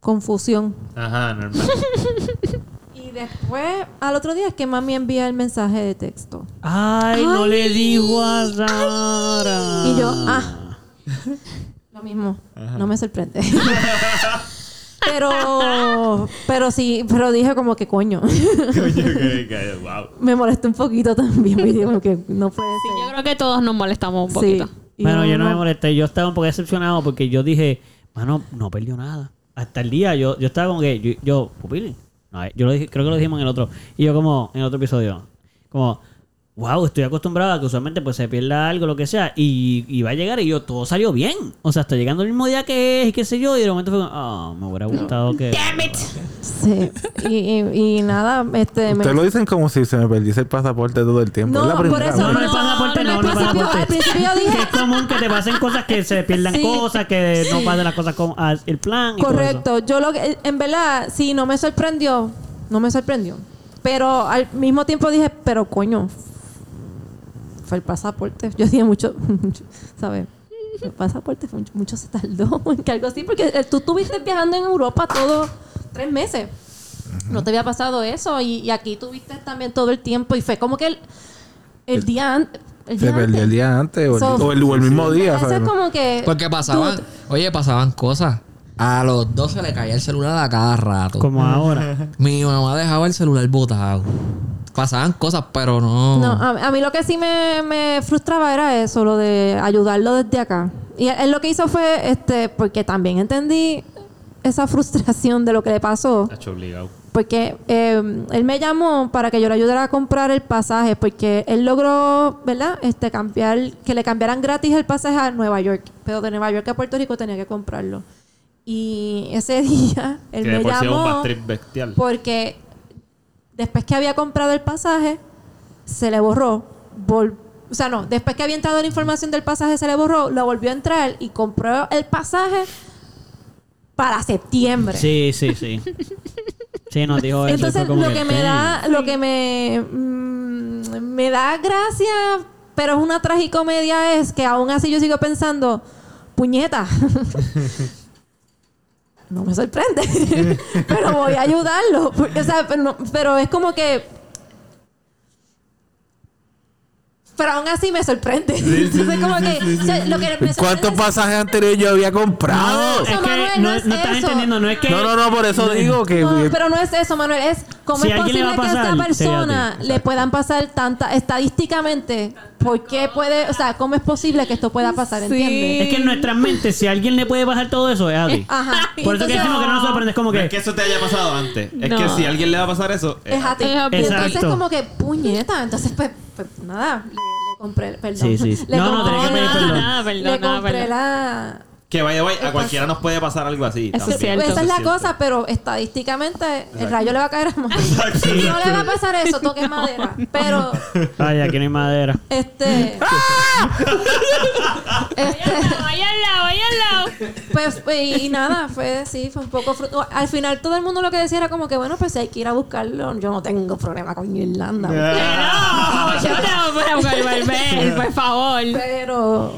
E: Confusión.
G: Ajá, normal.
E: Y después, al otro día es que mami envía el mensaje de texto.
C: Ay, no le dijo a Sara.
E: Y yo, ah, lo mismo. No me sorprende. pero, pero sí, pero dije como que coño.
G: Coño, que- que- wow.
E: me molesté un poquito también. Y digo que no puede
B: Sí, yo
E: ser.
B: creo que todos nos molestamos un
E: Sí.
B: poquito.
E: Y
C: Bueno, yo no me molesté. Yo estaba un poco decepcionado porque yo dije, mano, no perdió nada. Hasta el día yo, yo estaba como que, yo, yo pupil. No, eh, yo lo dije, creo que lo dijimos en el otro. Y yo como, en el otro episodio, como, wow, estoy acostumbrado a que usualmente pues se pierda algo, lo que sea. Y, y va a llegar y yo, todo salió bien. O sea, estoy llegando el mismo día que es y qué sé yo. Y de momento fue como, ah, me hubiera gustado que...
B: Damn it.
E: Sí. Y, y- y nada, este... me-
H: Ustedes lo dicen como si se me perdiese el pasaporte todo el tiempo. es
E: No,
H: la
E: por
H: primera
E: eso
H: vez.
E: no.
C: No, no, el pasaporte no, no, el
E: al principio-
C: pasaporte.
E: Al principio yo
C: Que
E: dije,
C: es común que te pasen cosas que se pierdan
E: Sí.
C: cosas, que no pasen las cosas como ah, el plan. y todo eso.
E: Correcto. Yo lo que, eh, en verdad, sí, no me sorprendió. No me sorprendió. Pero al mismo tiempo dije, pero coño, fue el pasaporte. Yo dije mucho, mucho, ¿sabes? El pasaporte fue mucho, mucho se tardó en que algo así, porque eh, tú estuviste viajando en Europa todos tres meses. No te había pasado eso. Y, y aquí tuviste también todo el tiempo. Y fue como que el, el día an- el
H: Se
E: día
H: perdió el
E: antes.
H: día antes o el,
E: So-
H: o el- o el mismo día.
E: Eso es
H: ¿sabes?
E: como que.
F: Porque pasaban,
E: tú-
F: oye, pasaban cosas. A los dos se le caía el celular a cada rato.
C: Como ahora.
F: Mi mamá dejaba el celular botado. Pasaban cosas, pero no.
E: No, a, a mí lo que sí me, me frustraba era eso, lo de ayudarlo desde acá. Y él, él lo que hizo fue, este, porque también entendí esa frustración de lo que le pasó,
G: Tacho, obligado.
E: porque eh, él me llamó para que yo le ayudara a comprar el pasaje, porque él logró, ¿verdad? Este, cambiar, que le cambiaran gratis el pasaje a Nueva York, pero de Nueva York a Puerto Rico tenía que comprarlo. Y ese día él
G: que
E: me
G: de por sí es un
E: llamó
G: back trip bestial.
E: porque después que había comprado el pasaje, se le borró. Vol- o sea, no, después que había entrado la información del pasaje, se le borró, lo volvió a entrar y compró el pasaje para septiembre.
C: Sí, sí, sí. Sí, nos dijo eso.
E: Entonces,
C: fue como
E: lo que me
C: "Damn".
E: da, lo que me, mm, me da gracia, pero es una tragicomedia, es que aún así yo sigo pensando, puñeta. no me sorprende, pero voy a ayudarlo. Porque, o sea, pero, no- pero es como que... Pero aún así me sorprende. Entonces, como que... o sea, lo que me sorprende
H: ¿Cuántos
E: es-
H: pasajes anteriores yo había
C: No,
H: comprado?
C: es que
E: Manuel,
C: no,
E: no es
C: no estás
E: eso.
C: entendiendo, no es que.
H: No, no, no, por eso digo que.
E: No, pero no es eso, Manuel. Es cómo
C: Si
E: es
C: a alguien
E: posible
C: le va a
E: que a esta
C: pasar, sería a
E: persona
C: ti.
E: le puedan pasar tanta estadísticamente. ¿Por qué puede, o sea, cómo es posible que esto pueda pasar? ¿Entiendes?
C: Es que en nuestras mentes, si a alguien le puede bajar todo eso, es a ti.
E: Ajá.
C: Por eso que
E: Entonces,
C: decimos que no nos sorprende, es como
G: No es que
C: que.
G: eso te haya pasado antes. Es
B: No.
G: que si a alguien le va a pasar eso. eh,
E: Es a ti.
B: Exacto.
E: Y entonces
C: Exacto.
E: como que puñeta. Entonces pues, pues, nada, le, le compré, perdón.
C: Sí, sí, sí.
E: Le
C: No, no,
E: compré
C: tenés que pedir
E: la-
C: perdón.
B: Nada,
E: le
B: perdón, nada,
E: compré
B: perdón.
E: la pues,
G: Que vaya, vaya, a cualquiera nos puede pasar algo así.
B: Eso es
G: también.
B: cierto.
E: Esa es la
G: Eso es
E: cosa, pero estadísticamente el rayo le va a caer a Manuel.
G: Exacto.
E: No le va a pasar eso, toque madera. Pero
C: Ay, aquí no hay madera.
E: este
B: Vaya al lado, vaya al lado, vaya al lado.
E: Pues, y, y nada, fue, sí, fue un poco... fru- Al final todo el mundo lo que decía era como que, bueno, pues si hay que ir a buscarlo, yo no tengo problema con Irlanda. Ah.
B: Pero, yo te voy a volver, por favor.
E: Pero...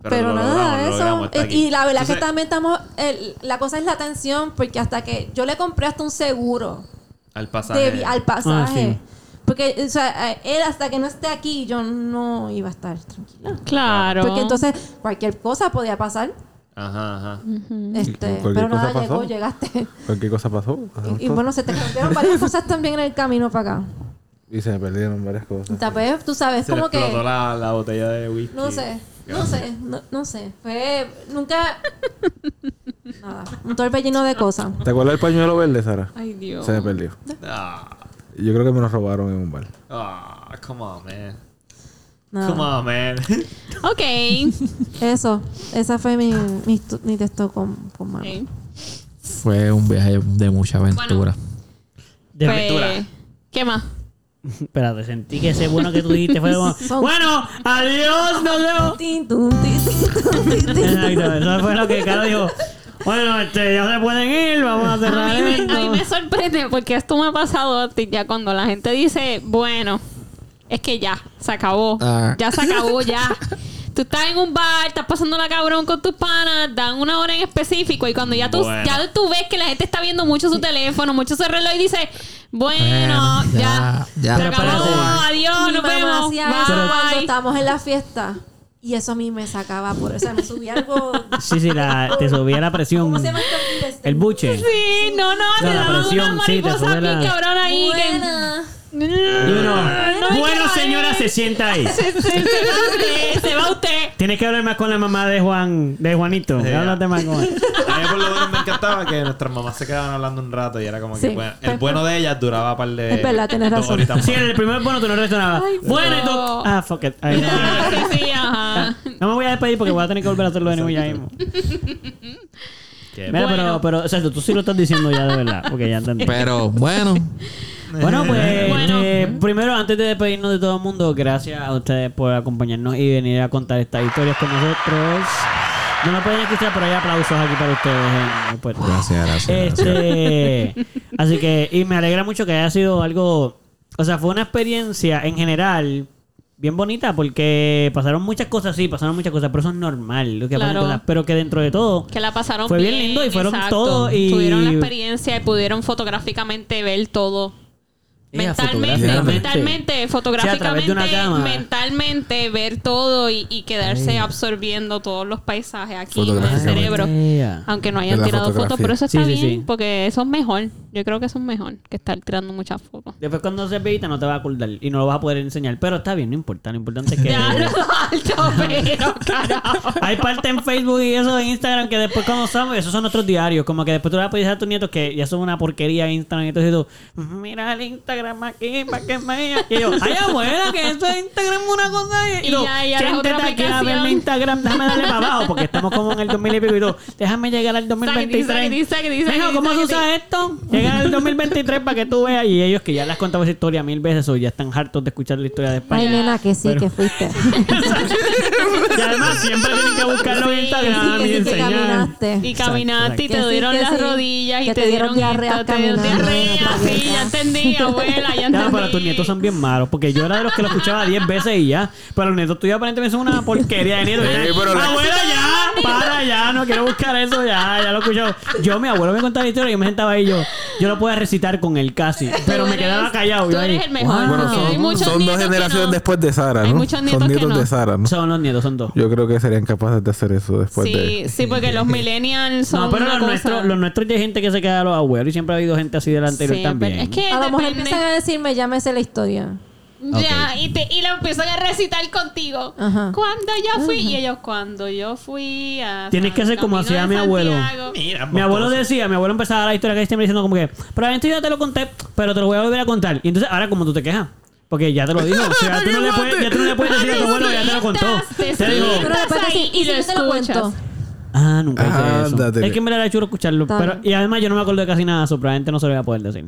G: Pero
E: Pero,
G: lo
E: nada,
G: logramos, lo logramos
E: eso. eh,
G: hasta
E: Y,
G: aquí.
E: y la verdad que
G: Entonces,
E: también estamos. el- la cosa es la tensión, porque hasta que yo le compré hasta un seguro
G: Al pasaje. Ah,
E: de vi- al pasaje.
C: sí.
E: Porque, o sea, eh, él hasta que no esté aquí, yo no iba a estar tranquila.
B: Claro.
E: Porque entonces cualquier cosa podía pasar.
G: Ajá, ajá.
E: Este,
H: cualquier
E: pero nada,
H: cosa
E: llegó,
H: pasó? Ah,
E: llegaste.
H: Cualquier cosa pasó.
E: Y, y bueno, se te cambiaron varias cosas también en el camino para acá.
H: Y se me perdieron varias cosas.
E: Tal vez, tú sabes,
G: Se le
E: como que.
G: explotó la, la botella de whisky.
E: No sé, no sé, no, no sé. Fue nunca. Nada, un torbellino de cosas.
H: ¿Te acuerdas del pañuelo verde, Sara?
B: Ay, Dios.
H: Se me perdió.
G: Ah,
H: Yo creo que me lo robaron en un bar.
G: ah, come on, man. Come
E: Nada.
G: on, man.
B: Ok.
E: Eso, esa fue mi, mi, tu- mi texto con, con mami.
B: Ok.
F: Fue un viaje de mucha aventura.
C: De-
B: Pues, ¿Qué más?
C: Espérate, sentí que ese bueno que tú dijiste fue como...
E: Son-
C: Bueno, adiós, nos vemos.
E: Tin, tun, tin, tin, tun, tin, tin.
C: Exacto, eso fue lo que Caro dijo. Bueno, este, ya se pueden ir, vamos a
B: A
C: cerrar
B: mí, me, a mí
C: esto.
B: me sorprende porque esto me ha pasado a ti, ya cuando la gente dice, bueno, es que ya, se acabó.
F: Ah.
B: Ya se acabó, ya. Tú estás en un bar, estás pasando la cabrón con tus panas, dan una hora en específico y cuando ya tú,
G: Bueno.
B: ya tú ves que la gente está viendo mucho su teléfono, mucho su reloj y dice, bueno,
F: Bueno,
B: ya,
F: ya,
B: se
F: ya.
B: acabó,
C: Pero-
B: adiós,
E: Mi
B: nos
E: mamá
B: vemos.
E: hacía eso cuando
B: Bye.
E: estábamos en la fiesta. Y eso a mí me sacaba por eso. Me subía algo.
C: Sí, sí, la, te subía la presión.
E: ¿Cómo se llama esto? Este-
C: El buche.
B: Sí, no, no, te
C: la
B: daban una
C: presión, sí, te
B: mariposa
C: sube la-
B: bien cabrón ahí. que-
E: Buena.
C: Y uno,
B: No me
C: bueno,
B: quiero
C: señora,
B: ir".
C: se sienta ahí.
B: Se, se- se va usted, se va usted.
C: Tienes que hablar más con la mamá de Juan, de Juanito.
G: Sí,
C: Háblate más con él.
G: A mí por lo menos me encantaba que nuestras mamás se quedaban hablando un rato y era como que
E: Sí.
G: bueno, el bueno de ellas duraba par
A: Eh,
G: de...
E: Es verdad, tienes
G: dos
E: razón.
G: horitas más.
C: Sí, en el primer bono tú no resonabas.
E: Ay,
C: Bueno, y tú.
B: no.
C: Ah, fuck it. Ay, no.
B: Sí, sí, ajá.
C: No me voy a despedir porque voy a tener que volver a hacerlo de nuevo ya mismo.
G: Que-
C: Mira,
B: Bueno.
C: pero, pero, o sea, tú sí lo estás diciendo ya de verdad. Porque ya entendí.
F: Pero bueno,
C: Bueno, pues
B: Bueno.
C: eh, primero, antes de despedirnos de todo el mundo, gracias a ustedes por acompañarnos y venir a contar estas historias con nosotros. No lo pueden escuchar, pero hay aplausos aquí para ustedes. en el puerto.
F: gracias, gracias. gracias.
C: Este, así que, y me alegra mucho que haya sido algo, o sea, fue una experiencia en general bien bonita porque pasaron muchas cosas, sí, pasaron muchas cosas, pero eso es normal, lo que pasan
B: Claro.
C: cosas, pero que dentro de todo,
B: Que la pasaron
C: Fue bien lindo y fueron
B: exacto.
C: todo y-
B: Tuvieron la experiencia y pudieron fotográficamente ver todo.
C: Ella,
B: Mentalmente,
C: fotográficamente.
B: mentalmente,
C: Sí, a través de
B: fotográficamente,
C: una cámara.
B: mentalmente, ver todo y, y quedarse absorbiendo todos los paisajes aquí en el
F: Fotográficamente.
B: cerebro.
C: Ella.
B: Aunque no
H: De
B: hayan
H: la
B: tirado fotos,
H: fotografía.
B: pero eso
C: Sí,
B: está
C: sí,
B: bien,
C: sí.
B: porque eso es mejor. Yo creo que eso es mejor que estar tirando muchas fotos.
C: Después cuando se edita no te va a acordar y no lo vas a poder enseñar, pero está bien, no importa, lo importante es que...
B: Ya, no, alto, pero carajo.
C: Hay parte en Facebook y eso en Instagram que después cuando usamos, esos son nuestros diarios, como que después tú le vas a pedir a tus nietos que ya son una porquería en Instagram y entonces tú, mira el Instagram aquí, para que me Y yo, ay abuela, que eso es Instagram es una cosa. Y,
B: Y
C: yo,
B: ya, y ahora es otra
C: siéntate aquí a ver
B: aplicación.
C: mi Instagram, déjame darle para abajo, porque estamos como en el 2000 y pico y tú, déjame llegar al 2023.
B: Sagri, sagri, sagri,
C: Mijo, ¿cómo se
B: sagri.
C: usa esto? Llegar al 2023 para que tú veas y ellos que ya les contaba esa historia mil veces o ya están hartos de escuchar la historia de España.
E: Ay, nena, que sí, que fuiste.
C: Y además siempre tienen que buscarlo en
B: Sí,
E: sí,
C: Instagram y
E: que sí, que
C: enseñar.
E: caminaste.
B: Y caminaste y te
E: Que sí,
B: dieron
E: que
B: las
E: sí.
B: rodillas y
E: Que
B: te,
E: te dieron diarrea
B: diarrea. Te dieron
E: caminando,
B: diarrea,
E: está
B: sí,
E: bien,
B: ya
E: ya.
B: entendí, abuela, ya entendí.
C: Ya, pero tus nietos son bien malos, porque yo era de los que lo escuchaba 10 veces y ya. Pero los nietos tuyos aparentemente son una porquería de nietos.
H: Sí, pero la-
C: abuela, ya, para, ya, no quiero buscar eso, ya, ya lo escuchado. Yo, mi abuelo me contaba la historia y yo me sentaba ahí yo. Yo lo podía recitar con él casi, pero
B: Tú
C: me
B: eres-
C: quedaba callado.
B: Tú
C: yo ahí.
B: eres el mejor.
C: Wow.
H: Bueno,
B: porque hay
H: son,
B: muchos
H: son dos
B: nietos que
H: generaciones
B: no.
H: después de Sara, ¿no?
B: Hay muchos nietos
H: son
B: que
H: nietos
B: no.
H: de Sara, ¿no?
C: Son los nietos, son dos.
H: Yo creo que serían capaces de hacer eso después de...
B: Sí, sí, porque los millennials son
C: No, pero
B: una
C: los
B: cosa.
C: nuestros, los nuestros ya hay gente que se queda a los abuelos y siempre ha habido gente así del anterior
B: Sí,
C: también.
B: pero Es que
E: A lo mejor
B: depende.
E: empiezan a decirme, ya me sé la historia.
B: Ya, y, te, y lo empiezan a recitar contigo.
E: Ajá.
B: Cuando yo fui, y ellos, cuando yo fui a.
C: Tienes
B: San
C: que hacer como
B: Camino
C: hacía
B: de
C: mi abuelo.
B: Santiago.
G: Mira,
C: Mi abuelo
G: mocoso.
C: decía, mi abuelo empezaba la historia que siempre diciendo como que, probablemente yo ya te lo conté, pero te lo voy a volver a contar. Y entonces ahora como tú te quejas, porque ya te lo dijo. O sea, tú no le puedes, ya tú no le puedes decir a tu abuelo ya te lo contó. Te digo,
E: Pero después
B: Estás ahí
E: decir, ¿y
B: y lo
E: si no te lo
B: escuchas.
E: cuento?
C: ah, nunca hice
H: Ándate.
C: eso. Es que me era chulo escucharlo.
E: Está
C: Pero,
E: bien.
C: y además yo no me acuerdo de casi nada, so probablemente no se lo voy a poder decir.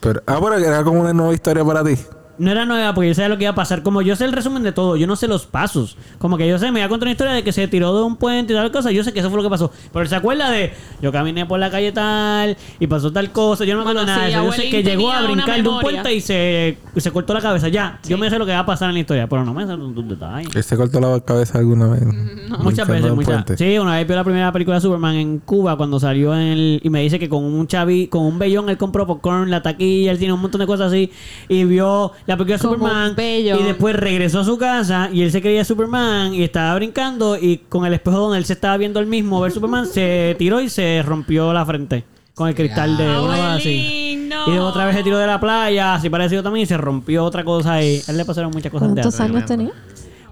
H: Pero, ah, pero era como una nueva historia para ti.
C: No era nueva porque yo sabía lo que iba a pasar. Como yo sé el resumen de todo, yo no sé los pasos. Como que yo sé, me iba a contar una historia de que se tiró de un puente y tal cosa. Yo sé que eso fue lo que pasó. Pero él se acuerda de yo caminé por la calle tal y pasó tal cosa. Yo no me acuerdo
B: Bueno,
C: nada
B: sí,
C: de eso. Yo sé
B: Abuelín
C: que llegó a
B: tenía una
C: brincar de un
B: memoria.
C: puente y se, y se cortó la cabeza. Ya, yo me sé lo que va a pasar en la historia, pero no me sé los detalles.
H: Él se cortó la cabeza alguna vez.
C: Muchas
H: Brincando
C: veces,
H: del
C: muchas.
H: puente.
C: Sí, una vez vio la primera película de Superman en Cuba cuando salió en el, y me dice que con un chavi, con un bellón él compró popcorn, la taquilla, él tiene un montón de cosas así y vio la película de
B: Como
C: Superman
B: un vellón.
C: y después regresó a su casa y él se creía Superman y estaba brincando y con el espejo donde él se estaba viendo el mismo ver Superman se tiró y se rompió la frente con el cristal de una cosa así.
B: Abuelín, no.
C: Y de otra vez se tiró de la playa, así parecido también, y se rompió otra cosa ahí. A él le pasaron muchas cosas de
E: ¿Cuántos
C: atrás.
E: años tenía?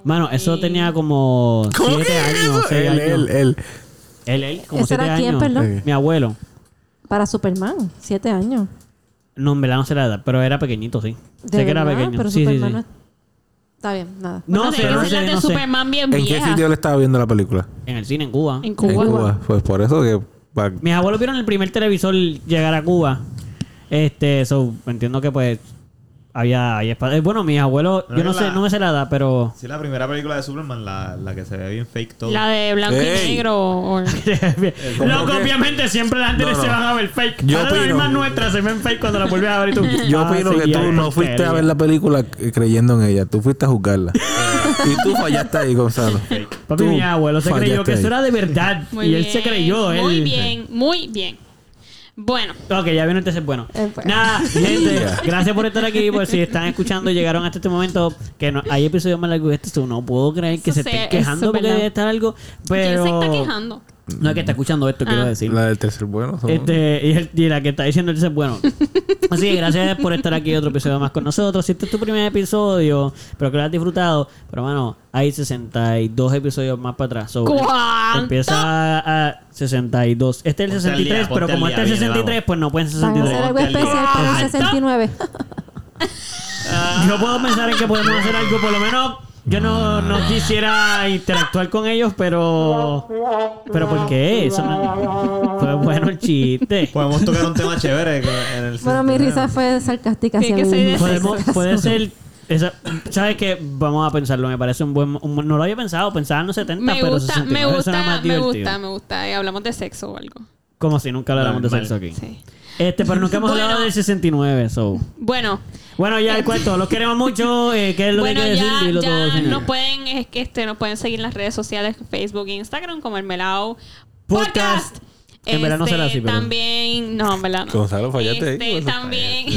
C: Mano, eso tenía como
D: ¿Cómo
C: siete
D: que
C: años, seis
H: Él,
C: años.
H: él, él.
C: Él, él, como
E: ¿Ese
C: siete
E: era quién,
C: años.
E: perdón?
C: Mi abuelo.
E: Para Superman, siete años.
C: No, en verdad no sé la edad, pero era pequeñito, sí.
E: De
C: Sé que era
E: verdad,
C: pequeño.
E: Pero
C: sí, sí,
E: Superman
C: sí.
E: no es- Está bien, nada.
C: No
B: Bueno,
C: sé,
B: tiene
C: no
B: que ser
C: sé,
B: las de
C: no sé.
B: Superman bien
H: ¿En qué
B: viejas.
H: sitio él estaba viendo la película?
C: En el cine, en Cuba.
B: En
H: En
B: Cuba.
H: Cuba. Pues por eso que... va-
C: Mis abuelos vieron el primer televisor llegar a Cuba. Este, so, entiendo que pues había, había espa- eh, Bueno, mis abuelos,
G: Creo
C: yo no
G: que
C: sé,
G: la-
C: no me sé la edad, pero
G: Sí, la primera película de Superman, la, la que se ve bien fake todo.
B: La de blanco
H: Ey.
B: y negro. o-
C: Loco, obviamente siempre las anteriores
H: No, no.
C: se van a ver fake.
H: Yo
C: Ahora las
H: opino-
C: mismas nuestras se ven fake cuando las vuelves a ver y tú.
H: Yo
C: Ah,
H: opino
C: sí,
H: que tú
C: ya,
H: no fuiste a ver la película c- creyendo en ella. Tú fuiste a juzgarla. y tú fallaste ahí, Gonzalo.
C: Papi,
H: Tú
C: mi abuelo se creyó
H: fallaste
C: que eso
H: ahí.
C: era de verdad.
B: Muy
C: y él
B: bien,
C: se creyó, él.
B: Muy bien, muy bien. Bueno,
C: Ok, ya vino el tercer bueno.
E: Eh, pues.
C: Nada, gente,
H: Ya.
C: gracias por estar aquí. Por si están escuchando y llegaron hasta este momento, que no, hay episodios más largos que este. so, No puedo creer que
B: Eso
C: se
B: sí,
C: estén
B: eso
C: quejando
B: es
C: porque
B: verdad.
C: debe estar algo.
B: ¿quién
C: Pero.
B: se está quejando?
C: No es que está escuchando esto, quiero
B: Ah.
C: decir.
H: La del tercer bueno. son-
C: Este, y, el- y la que está diciendo el tercer bueno. Así que gracias por estar aquí otro episodio más con nosotros. Si este es tu primer episodio, pero que lo has disfrutado, pero bueno, hay 62 episodios más para atrás. So,
B: ¿Cuánto?
C: Empieza a, a 62. Este es el
G: Ponte al día,
C: 63, pero
G: ponte al
C: como
G: día,
C: este es el
G: viene,
C: 63, pues no pueden
E: Van a hacer
C: 63.
E: algo
G: Ponte al
E: especial
G: día.
E: para el 69.
C: Yo puedo pensar en que podemos hacer algo, por lo menos yo no,
G: Ah.
C: no quisiera interactuar con ellos, pero. ¿Pero por qué? Eso no- fue bueno el chiste.
G: Podemos tocar un tema chévere que- en el
E: bueno, mi risa fue sarcástica. hacia
B: Tiene que
E: mí
B: ser de
E: misma.
C: Podemos, puede ser. esa- ¿Sabes qué? Vamos a pensarlo, me parece un buen. un buen- no lo había pensado, pensaba en los 70,
B: Me
C: pero
B: gusta,
C: 69
B: me
C: suena
B: gusta,
C: más
B: me
C: divertido.
B: gusta, me gusta. Y hablamos de sexo o algo.
C: Como si nunca habláramos de
G: Normal.
C: sexo aquí.
B: Sí.
C: Este, pero nunca hemos hablado
B: Bueno.
C: del 69, so.
B: Bueno,
C: Bueno, ya el cuento. Los queremos mucho. Eh, ¿Qué es lo
B: bueno,
C: que hay que
B: ya,
C: decir? Dilo
B: ya
C: todo, señora.
B: nos pueden, es que este, nos pueden seguir en las redes sociales, Facebook e Instagram, como el Melao
C: Podcast.
B: Podcast.
C: En verdad no
B: Este,
C: será así, pero-
B: También, no, en verdad no.
H: Gonzalo, fallaste ahí,
B: Este,
H: Gonzalo.
B: también.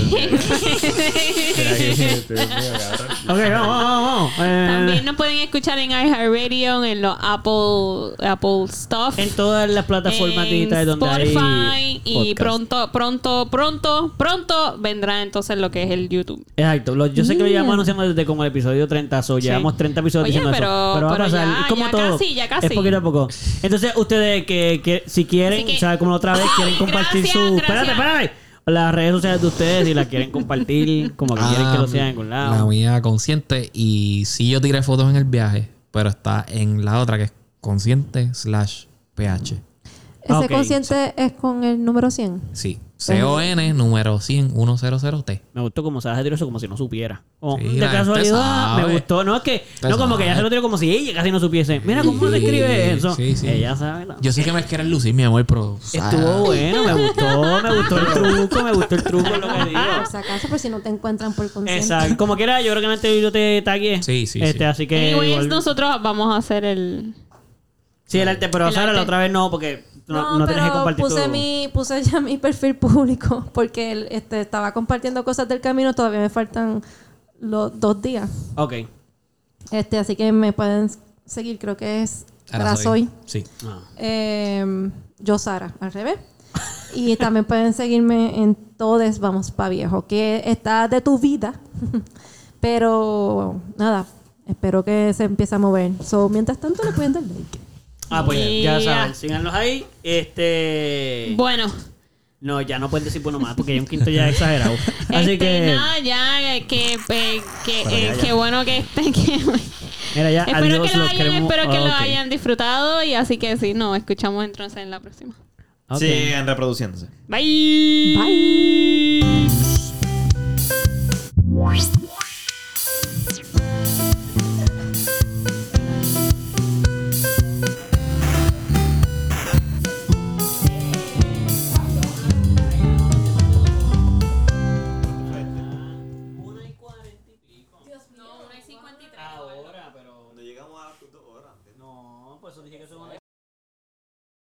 C: Ok, vamos, vamos, vamos. Eh,
B: también nos pueden escuchar en iHeartRadio, en los Apple, Apple Stuff.
C: En todas las plataformas
B: en
C: digitales donde
B: Spotify
C: hay
B: y
C: podcast.
B: pronto, pronto, pronto, pronto vendrá entonces lo que es el YouTube.
C: Exacto. Lo- yo sé que lo
E: Yeah.
C: llevamos anunciando desde como el episodio 30, so
B: Mm. Sí.
C: llevamos 30 episodios
B: Oye,
C: diciendo eso.
B: pero-
C: Pero va a
B: pero
C: pasar.
B: ya-
C: es como
B: ya
C: todo.
B: casi, ya casi.
C: Es poquito a poco. Entonces, ustedes que, que si quieren,
B: Así que-
C: ¿sabes? Como la otra vez, quieren compartir
B: Gracias,
C: su.
B: gracias.
C: Espérate, espérate. Las redes sociales de ustedes, si las quieren compartir, como que quieren que lo sea en algún
F: Ah, La
C: lado.
F: mía consciente. Y sí yo tiré fotos en el viaje, pero está en la otra que es consciente slash PH.
E: Ese
C: Ah, ok.
E: consciente es con el número 100.
F: Sí. C-O-N número 100 100T.
C: Me gustó como Sabes tiró eso como si no supiera. Como,
F: Sí,
C: de
F: la gente
C: casualidad, me
F: sabe.
C: gustó. No, es que.
F: Usted
C: no, como que
F: sabe.
C: ella se lo tiró como si ella casi no supiese. Mira cómo se
F: Sí,
C: escribe eso.
F: sí, sí.
C: Ella sabe. ¿no?
F: Yo sé que me quieren lucir, mi amor, pero.
C: Estuvo bueno, me gustó, me gustó el truco, me gustó el truco, lo que digo.
E: Ah, Por si acaso, por si no te encuentran por consciente.
C: Exacto. Como quiera, yo creo que en este video te tagué.
F: Sí, sí,
C: Este,
F: sí.
C: así que.
B: Anyways,
C: igual-
B: nosotros vamos a hacer el.
C: Sí, el arte, pero
B: El
C: Sara, la
B: arte.
C: otra vez no, porque no,
E: No,
C: no, tienes que
E: pero
C: compartir
E: puse,
C: todo.
E: mi, puse ya mi perfil público porque él, este, estaba compartiendo cosas del camino. Todavía me faltan los dos días.
C: Ok.
E: Este, así que me pueden seguir, creo que es para soy.
F: Sí.
E: Eh, yo Sara, al revés. Y también pueden seguirme en Todes Vamos Pa' Viejo, que está de tu vida. Pero nada, espero que se empiece a mover. So, mientras tanto, le pueden dar like.
C: Ah, pues
B: Yeah.
C: ya saben, síganlos ahí. Este.
B: Bueno,
C: No, ya no pueden decir bueno más, porque ya un quinto ya es exagerado. Así
B: este,
C: que.
B: nada, ya, eh, que, eh, que, eh, que bueno que estén. que-
C: Mira, ya,
B: espero
C: adiós,
B: que lo
C: los
B: hayan,
C: queremos.
B: espero que
C: Ah,
B: lo
C: ok.
B: hayan disfrutado y así que sí, nos escuchamos entonces en la próxima.
C: Ok.
G: Sigan reproduciéndose.
B: Bye.
E: Bye.